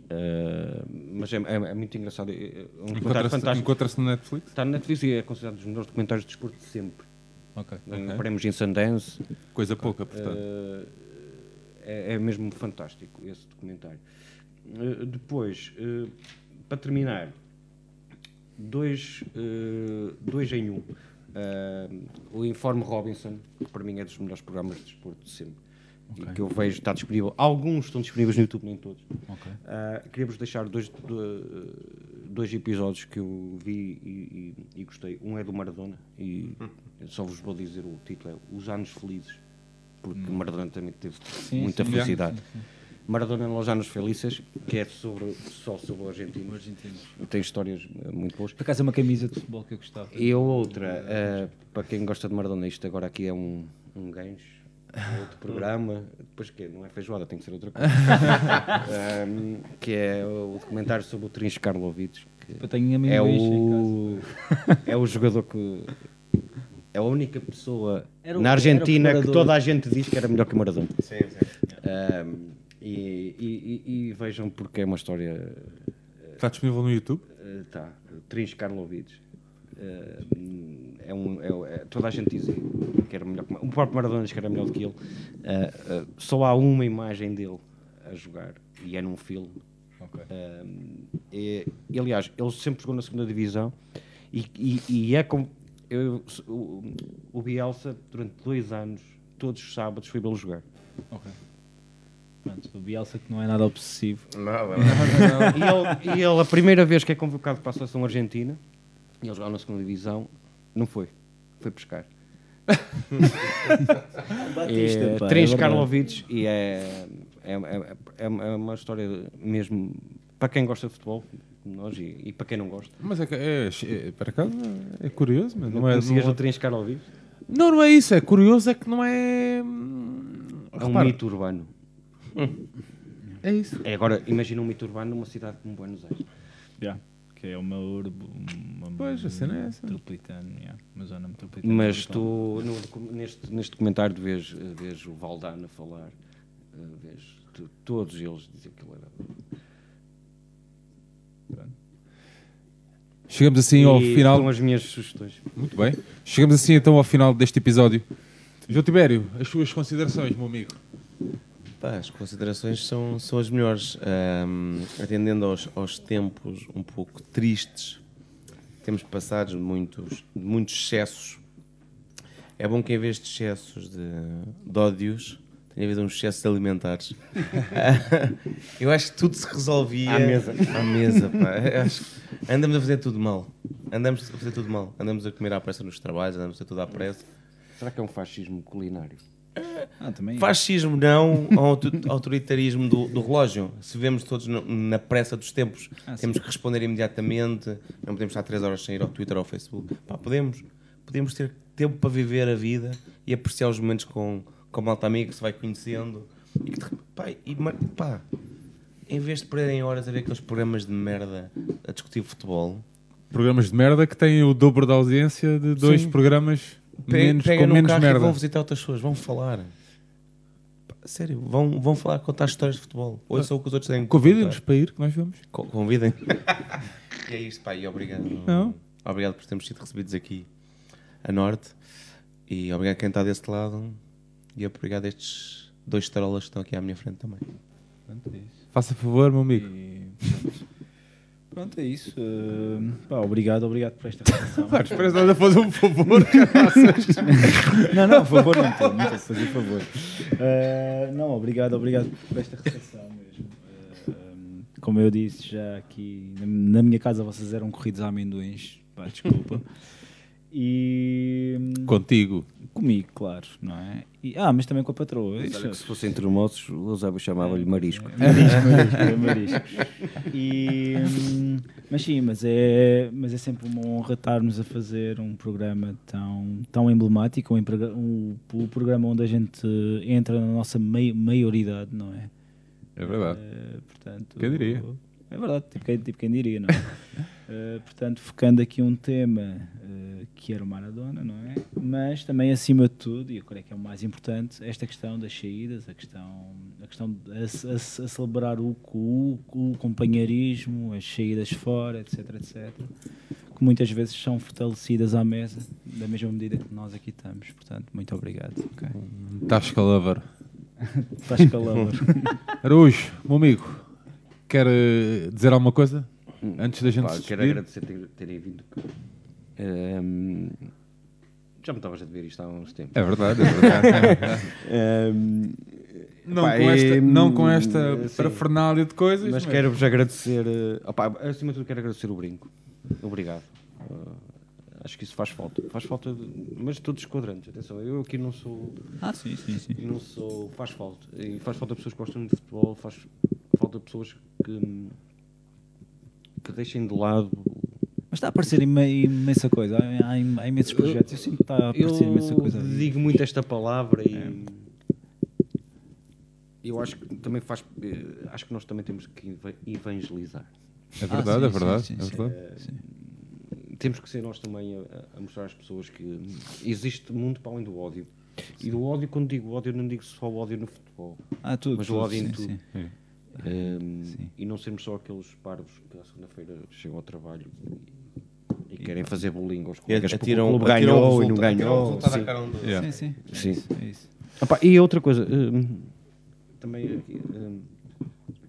S5: Eh, mas é, é- é muito engraçado. é- é um documentário
S1: Encontra-se
S5: fantástico.
S1: encontra-se no Netflix?
S5: Está na Netflix e é considerado um dos melhores documentários de desporto de sempre.
S1: Ok,
S5: Ganhou
S1: ok.
S5: Prémios em Sundance.
S1: Coisa pouca, portanto.
S5: Eh, é, é mesmo fantástico esse documentário. Eh, depois, eh, para terminar, dois, eh, dois em um. Eh, o Informe Robinson, que para mim é dos melhores programas de desporto de sempre. E que eu vejo está disponível. Alguns estão disponíveis no YouTube, nem todos. Ah, Queria-vos deixar dois, do- dois episódios que eu vi e, e- e gostei. Um é do Maradona e
S3: Hum.
S5: eu só vos vou dizer o título: é Os Anos Felizes, porque o Maradona também teve
S3: Hum. Sim,
S5: muita
S3: sim, é.
S5: felicidade.
S3: sim, sim.
S5: Maradona nos Anos Felices, que é sobre, só sobre o argentino. Tem histórias eh, muito boas.
S3: Por acaso é uma camisa de futebol que eu gostava.
S5: E a outra, eh, para quem gosta de Maradona, isto agora aqui é um, um gancho, um outro programa, depois que não é feijoada, tem que ser outra coisa, Ahm, que é o documentário sobre o Trins Karlovic, que
S3: Eu tenho amendoins
S5: é
S3: em
S5: o, é o jogador que... É a única pessoa
S3: Era o-
S5: na Argentina
S3: era o
S5: que
S3: preparador.
S5: toda a gente diz que era melhor que o Maradona.
S4: Sim, sim.
S5: Ahm, e, e- e- e vejam porque é uma história... é.
S1: Está disponível no YouTube?
S5: Está, Trins Karlovic. tá. Eh, hum, é um, é um- é- toda a gente dizia que era melhor que o próprio Maradona diz que era melhor do que ele. Eh, eh, só há uma imagem dele a jogar e é num filme. Eh, e, e, aliás, ele sempre jogou na segunda divisão e, e- e é como eu- o, o Bielsa durante dois anos, todos os sábados, foi vê-lo jogar.
S3: Pronto, o Bielsa que não é nada obsessivo.
S4: Não,
S5: e, ele, e ele, a primeira vez que é convocado para a seleção argentina, e ele jogava na segunda divisão, não foi. Foi pescar.
S3: Batista,
S5: é,
S3: pá, é
S5: Três
S3: verdade.
S5: Karlovic e é, é, é, é uma- é uma história mesmo para quem gosta de futebol, como nós, e, e para quem não gosta.
S1: Mas é, que- é, é, para acaso é curioso, mas não,
S5: Não
S1: é.
S5: conhecias
S1: não-
S5: o Três Karlovic?
S1: Não, não é isso. É curioso é que não é. hum,
S5: É um
S1: repara,
S5: mito urbano.
S1: É isso.
S5: É, agora, imagina um mito urbano numa cidade como Buenos Aires.
S3: Yeah, que é uma urbe, uma
S1: Pois, a cena é essa.
S3: metropolitana, yeah, uma zona metropolitana. Então,
S5: Mas
S1: Então.
S3: brutal.
S5: tu, no docu- neste, neste documentário, vês, eh, vês o Valdano a falar, eh, vês tu- todos eles dizer que ele era.
S1: Chegamos assim ao
S5: E
S1: final.
S5: São as minhas sugestões.
S1: Muito bem. Chegamos assim então ao final deste episódio. João Tibério, as suas considerações, meu amigo.
S4: Pá, as considerações são, são as melhores. Ahm, atendendo aos, aos tempos um pouco tristes, temos passado muitos, muitos excessos É bom que em vez de excessos de, de ódios, tenha havido uns excessos alimentares. Eu acho que tudo se resolvia
S25: À mesa.
S4: À mesa, pá. Eu acho que andamos a fazer tudo mal. Andamos a fazer tudo mal. Andamos a comer à pressa nos trabalhos, andamos a fazer tudo à pressa.
S26: Será que é um fascismo culinário?
S27: Ah, também.
S4: Fascismo não, auto- autoritarismo do, do relógio. Se vivemos todos no- na pressa dos tempos,
S27: Ah, sim.
S4: temos que responder imediatamente, não podemos estar 3 horas sem ir ao Twitter ou ao Facebook. Pá, podemos. Podemos ter tempo para viver a vida e apreciar os momentos com, com a malta amiga que se vai conhecendo. E que, de repente- pá, e mar- pá, em vez de perderem horas a ver aqueles programas de merda a discutir futebol,
S1: Programas de merda que têm o dobro da audiência de dois
S4: Sim.
S1: programas
S4: Pe-
S1: menos,
S4: pega
S1: com
S4: no
S1: menos
S4: carro e vão
S1: merda.
S4: visitar outras pessoas, vão falar. Pá, Sério, vão, vão falar, contar histórias de futebol. Ou só o que os outros têm. que
S1: Convidem-nos
S4: contar.
S1: para ir, é que nós vamos.
S4: Co- Convidem. e é isto, pá, e obrigado.
S1: Não.
S4: Obrigado por termos sido recebidos aqui a Norte. E obrigado a quem está desse lado. E obrigado a estes dois tarolas que estão aqui à minha frente também.
S3: Pronto, é isso.
S1: Faça favor, meu amigo.
S3: Pronto, é isso. Eh, pá, obrigado, obrigado por esta relação.
S1: Marcos, parece que estás a fazer um favor, caraças.
S3: não, não, favor não estou, não estou a fazer favor. Eh, não, obrigado, obrigado por esta recepção mesmo. Eh, um, como eu disse já aqui, na, na minha casa vocês eram corridos a amendoins, pá, desculpa. E. hum,
S1: Contigo.
S3: Comigo, claro, não é? E- ah, mas também com a patroa.
S5: Mas
S3: isso- é
S5: olha que se fossem tremosos, o Eusébio chamava-lhe marisco.
S3: Marisco, marisco, marisco. é E, hum, mas sim, mas é, mas é sempre uma honra estarmos a fazer um programa tão, tão emblemático, um, emprega- um- o programa onde a gente entra na nossa mai- maioridade, não é?
S1: É verdade.
S3: Eh, portanto,
S1: Quem diria?
S3: É verdade, tipo quem, tipo quem diria, não é? Eh, portanto, focando aqui um tema eh, que era o Maradona, não é? Mas também, acima de tudo, e eu creio que é o mais importante, esta questão das saídas, a questão, a questão de a, ce- a ce- a celebrar o, cu- o companheirismo, as saídas fora, etc, etc, que muitas vezes são fortalecidas à mesa, da mesma medida que nós aqui estamos. Portanto, muito obrigado. ok?
S1: Hum. Tasca Lover.
S3: Tasca Lover.
S1: Araújo, meu amigo, quer eh, dizer alguma coisa? Antes da gente
S5: Pá,
S1: se
S5: quero
S1: despedir?
S5: agradecer ter- terem vindo. Ehm, já me estavas a dever isto há uns tempos.
S1: É verdade, é verdade, é verdade.
S5: Ehm,
S1: Não
S5: pá,
S1: com esta-
S5: ehm,
S1: não com esta
S5: sim.
S1: parafernália de coisas,
S5: Mas,
S1: mas-
S5: quero-vos agradecer. eh, opá, acima de tudo, quero agradecer o brinco. Obrigado. Eh, acho que isso faz falta. Faz falta, de- mas todos os quadrantes. Atenção, eu aqui não sou.
S3: Ah, sim, sim, sim.
S5: Não sou. Faz falta. E faz falta pessoas que gostam de futebol, faz falta pessoas que. que deixem de lado.
S3: Mas está a aparecer imen- imensa coisa, há, há im- há imensos projetos. Eu sinto que está a aparecer Tá, imensa coisa. É.
S5: Eu digo muito esta palavra e.
S26: Eu acho que também faz.
S5: eh, acho que nós também temos que eva- evangelizar.
S1: É verdade, é verdade, é verdade.
S5: Eh, Temos que ser nós também a, a mostrar às pessoas que hum, existe mundo para além do ódio. E do ódio, quando digo ódio, não digo só o ódio no futebol.
S3: Ah, tudo,
S5: Mas
S3: tudo,
S5: o ódio em
S3: sim,
S5: tudo.
S3: sim. É.
S5: Hum, E não sermos só aqueles parvos que à segunda-feira chegam ao trabalho e, e querem fazer bullying aos colegas porque
S4: atiram-
S5: o clube
S4: atiram o
S5: ganhou e não
S4: resultado- atiram o
S5: ganhou.
S4: resultado à cara um do outro.
S1: Yeah.
S3: Sim,
S5: Sim.
S3: É isso.
S5: Epá, e outra coisa, hum, também aqui, hum,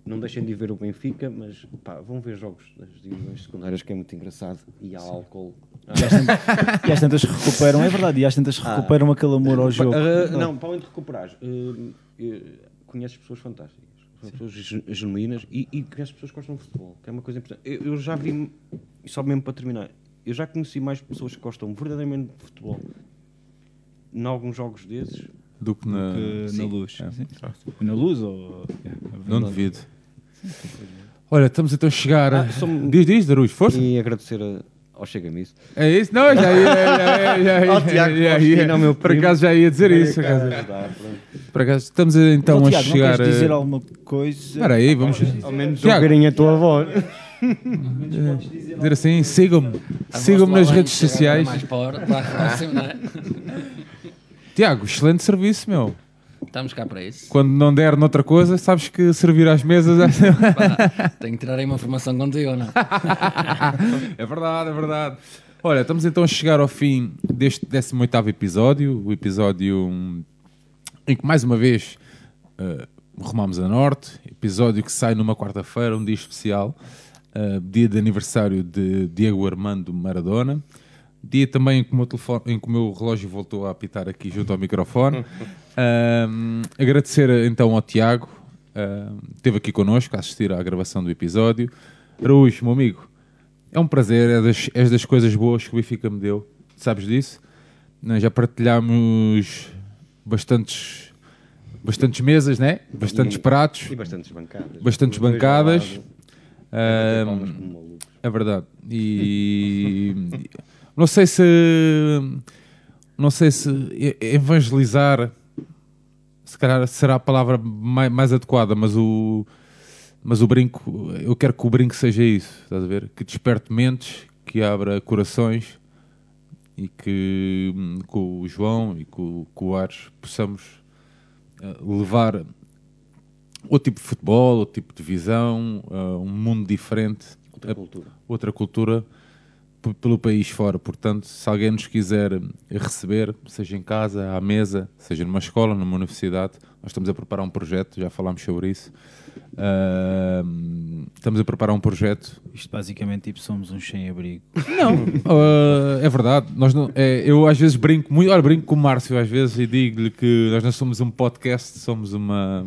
S5: não deixem de ver o Benfica, mas pá, vão ver jogos das divisões secundárias que é muito engraçado e há álcool.
S4: Ah,
S3: E às tantas- e às tantas recuperam, é verdade, e às tantas recuperam aquele amor ao jogo.
S5: Ah, não, para onde recuperares? Hum, eh, conheces pessoas fantásticas, são pessoas genu- genuínas e, e conheces pessoas que gostam de futebol, que é uma coisa importante. Eu, eu já vi, e só mesmo para terminar, eu já conheci mais pessoas que gostam verdadeiramente de futebol em alguns jogos desses
S1: Do que na,
S3: Que na
S1: Sim.
S3: luz.
S1: É.
S3: sim. Na luz ou.
S1: Não devido. Olha, estamos então a chegar. a-
S5: Ah, só me-
S1: Diz, diz, Daruz, força.
S5: E agradecer a- ao Chega-me isso.
S1: É isso? Não, já ia. Já ia, já ia,
S5: Ao
S1: já
S5: Tiago
S1: ia,
S5: Faustino, ao meu
S1: Por
S5: primo.
S1: acaso já ia dizer
S5: Olha,
S1: isso. por acaso.
S5: cara, dá, pronto.
S1: Por acaso estamos a, então
S3: Então,
S1: a
S3: Tiago,
S1: chegar.
S3: não queres
S1: a-
S3: dizer alguma coisa?
S1: Espera aí, vamos.
S3: Ao menos
S1: Tiago,
S5: ouvirem Um a tua voz.
S1: eh, dizer assim, sigam-me. Sigam-me nas redes sociais.
S13: Mais para a hora, para a próxima, não é?
S1: Tiago, excelente serviço, meu.
S13: Estamos cá para isso.
S1: Quando não der noutra coisa, sabes que servir às mesas.
S13: Pá, tenho que tirar aí uma formação contigo ou não?
S1: é verdade, é verdade. Olha, estamos então a chegar ao fim deste 18º episódio, o episódio hum, em que mais uma vez eh, rumamos a Norte, episódio que sai numa quarta-feira, um dia especial, eh, dia de aniversário de Diego Armando Maradona. Dia também em que, o meu telefone- em que o meu relógio voltou a apitar aqui junto ao microfone. Ahm, agradecer então ao Tiago, ahm, esteve aqui connosco a assistir à gravação do episódio. Araújo, meu amigo, é um prazer, é das, és das coisas boas que o Benfica me deu, sabes disso? Nós já partilhámos bastantes, bastantes mesas, né? bastantes
S4: E-
S1: pratos,
S4: e bastantes bancadas.
S1: bastantes
S4: Vejo ao
S1: bancadas. Hum. Ahm,
S4: lado. palmas como malucos.
S1: é verdade. E não sei se não sei se e- evangelizar se calhar será a palavra mai- mais, adequada, mas o mas o brinco, eu quero que o brinco seja isso, estás a ver? Que desperte mentes, que abra corações e que hum, com o João e com, com o Ares possamos eh, levar outro tipo de futebol, outro tipo de visão, eh, um mundo diferente. Outra cultura. Outra cultura p- pelo país fora. Portanto, se alguém nos quiser eh, receber, seja em casa, à mesa, seja numa escola, numa universidade, nós estamos a preparar um projeto, já falámos sobre isso. Ah, estamos a preparar um projeto
S3: Isto basicamente tipo somos uns sem-abrigo.
S1: não, uh, é verdade. Nós não, é, eu às vezes brinco muito, olha, brinco com o Márcio às vezes e digo-lhe que nós não somos um podcast, somos uma.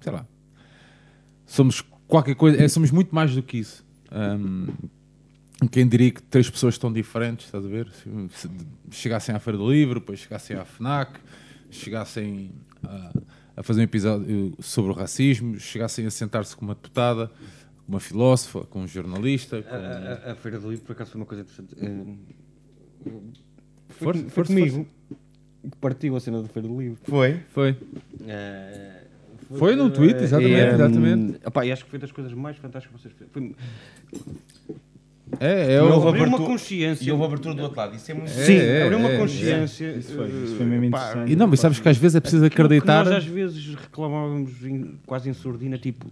S1: sei lá. Somos qualquer coisa, é, somos muito mais do que isso. Um, quem diria que três pessoas tão diferentes, estás a ver? Se- se chegassem à Feira do Livro, depois chegassem à FNAC, chegassem a, a fazer um episódio sobre o racismo, chegassem a sentar-se com uma deputada, com uma filósofa, com um jornalista.
S7: A,
S1: Com...
S5: Ah,
S7: a- a- a Feira do Livro, por acaso, foi uma coisa interessante. Eh, Foi,
S1: Força,
S7: com- foi
S1: força,
S7: comigo que partiu a cena da Feira do Livro.
S1: Foi? Foi.
S7: Eh,
S1: Foi no Twitter,
S7: eh,
S1: exatamente,
S7: eh,
S1: exatamente.
S7: opá, e acho que foi das coisas mais fantásticas que vocês fizeram. Foi- é
S1: É,
S4: E houve
S7: Abriu uma
S4: abertu-
S7: consciência.
S4: E houve abertura do outro lado. Isso é muito
S7: Sim, abriu uma consciência.
S1: é.
S7: eh, pá,
S1: E não, mas sabes que às vezes é preciso
S7: aquilo que
S1: acreditar.
S7: Nós às vezes reclamávamos em- quase em sordina, tipo,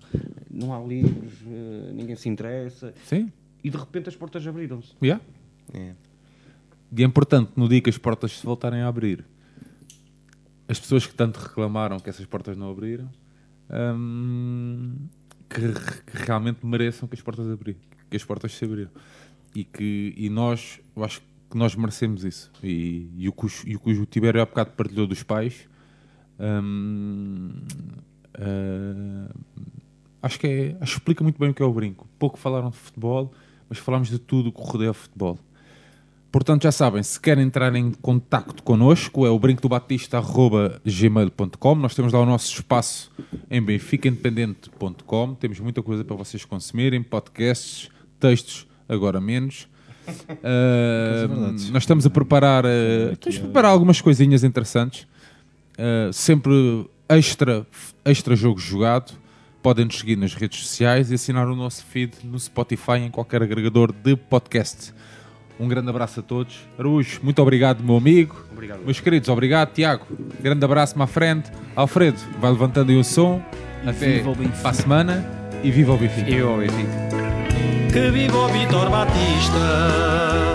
S7: não há livros, eh, ninguém se interessa.
S1: Sim.
S7: E de repente as portas abriram-se.
S1: Yeah. E é importante, no dia que as portas se voltarem a abrir, as pessoas que tanto reclamaram que essas portas não abriram, hum, que, re- que realmente mereçam que as portas abrir, que as portas se abriram. E, que, e nós, eu acho que nós merecemos isso. E, e o, que os- e o que o Tibério há bocado partilhou dos pais, hum, ah, acho que é- acho que explica muito bem o que é o brinco. Pouco falaram de futebol, mas falámos de tudo o que rodeia o futebol. Portanto, já sabem, se querem entrar em contacto connosco, é o brincodobatista.gmail.com. Nós temos lá o nosso espaço em benficaindependente.com. Temos muita coisa para vocês consumirem, podcasts, textos, agora menos. Ah, nós estamos a preparar, ah, estamos a preparar algumas coisinhas interessantes. Ah, sempre extra, extra jogo jogado. Podem nos seguir nas redes sociais e assinar o nosso feed no Spotify em qualquer agregador de podcast. Um grande abraço a todos. Araújo, muito obrigado, meu amigo.
S5: Obrigado.
S1: Meus queridos, obrigado, Tiago. Grande abraço-me à frente. Alfredo, vai levantando aí o som. Até
S5: viva o Benfica.
S1: para a semana. E viva o Benfica.
S5: Que viva o Vitor Batista!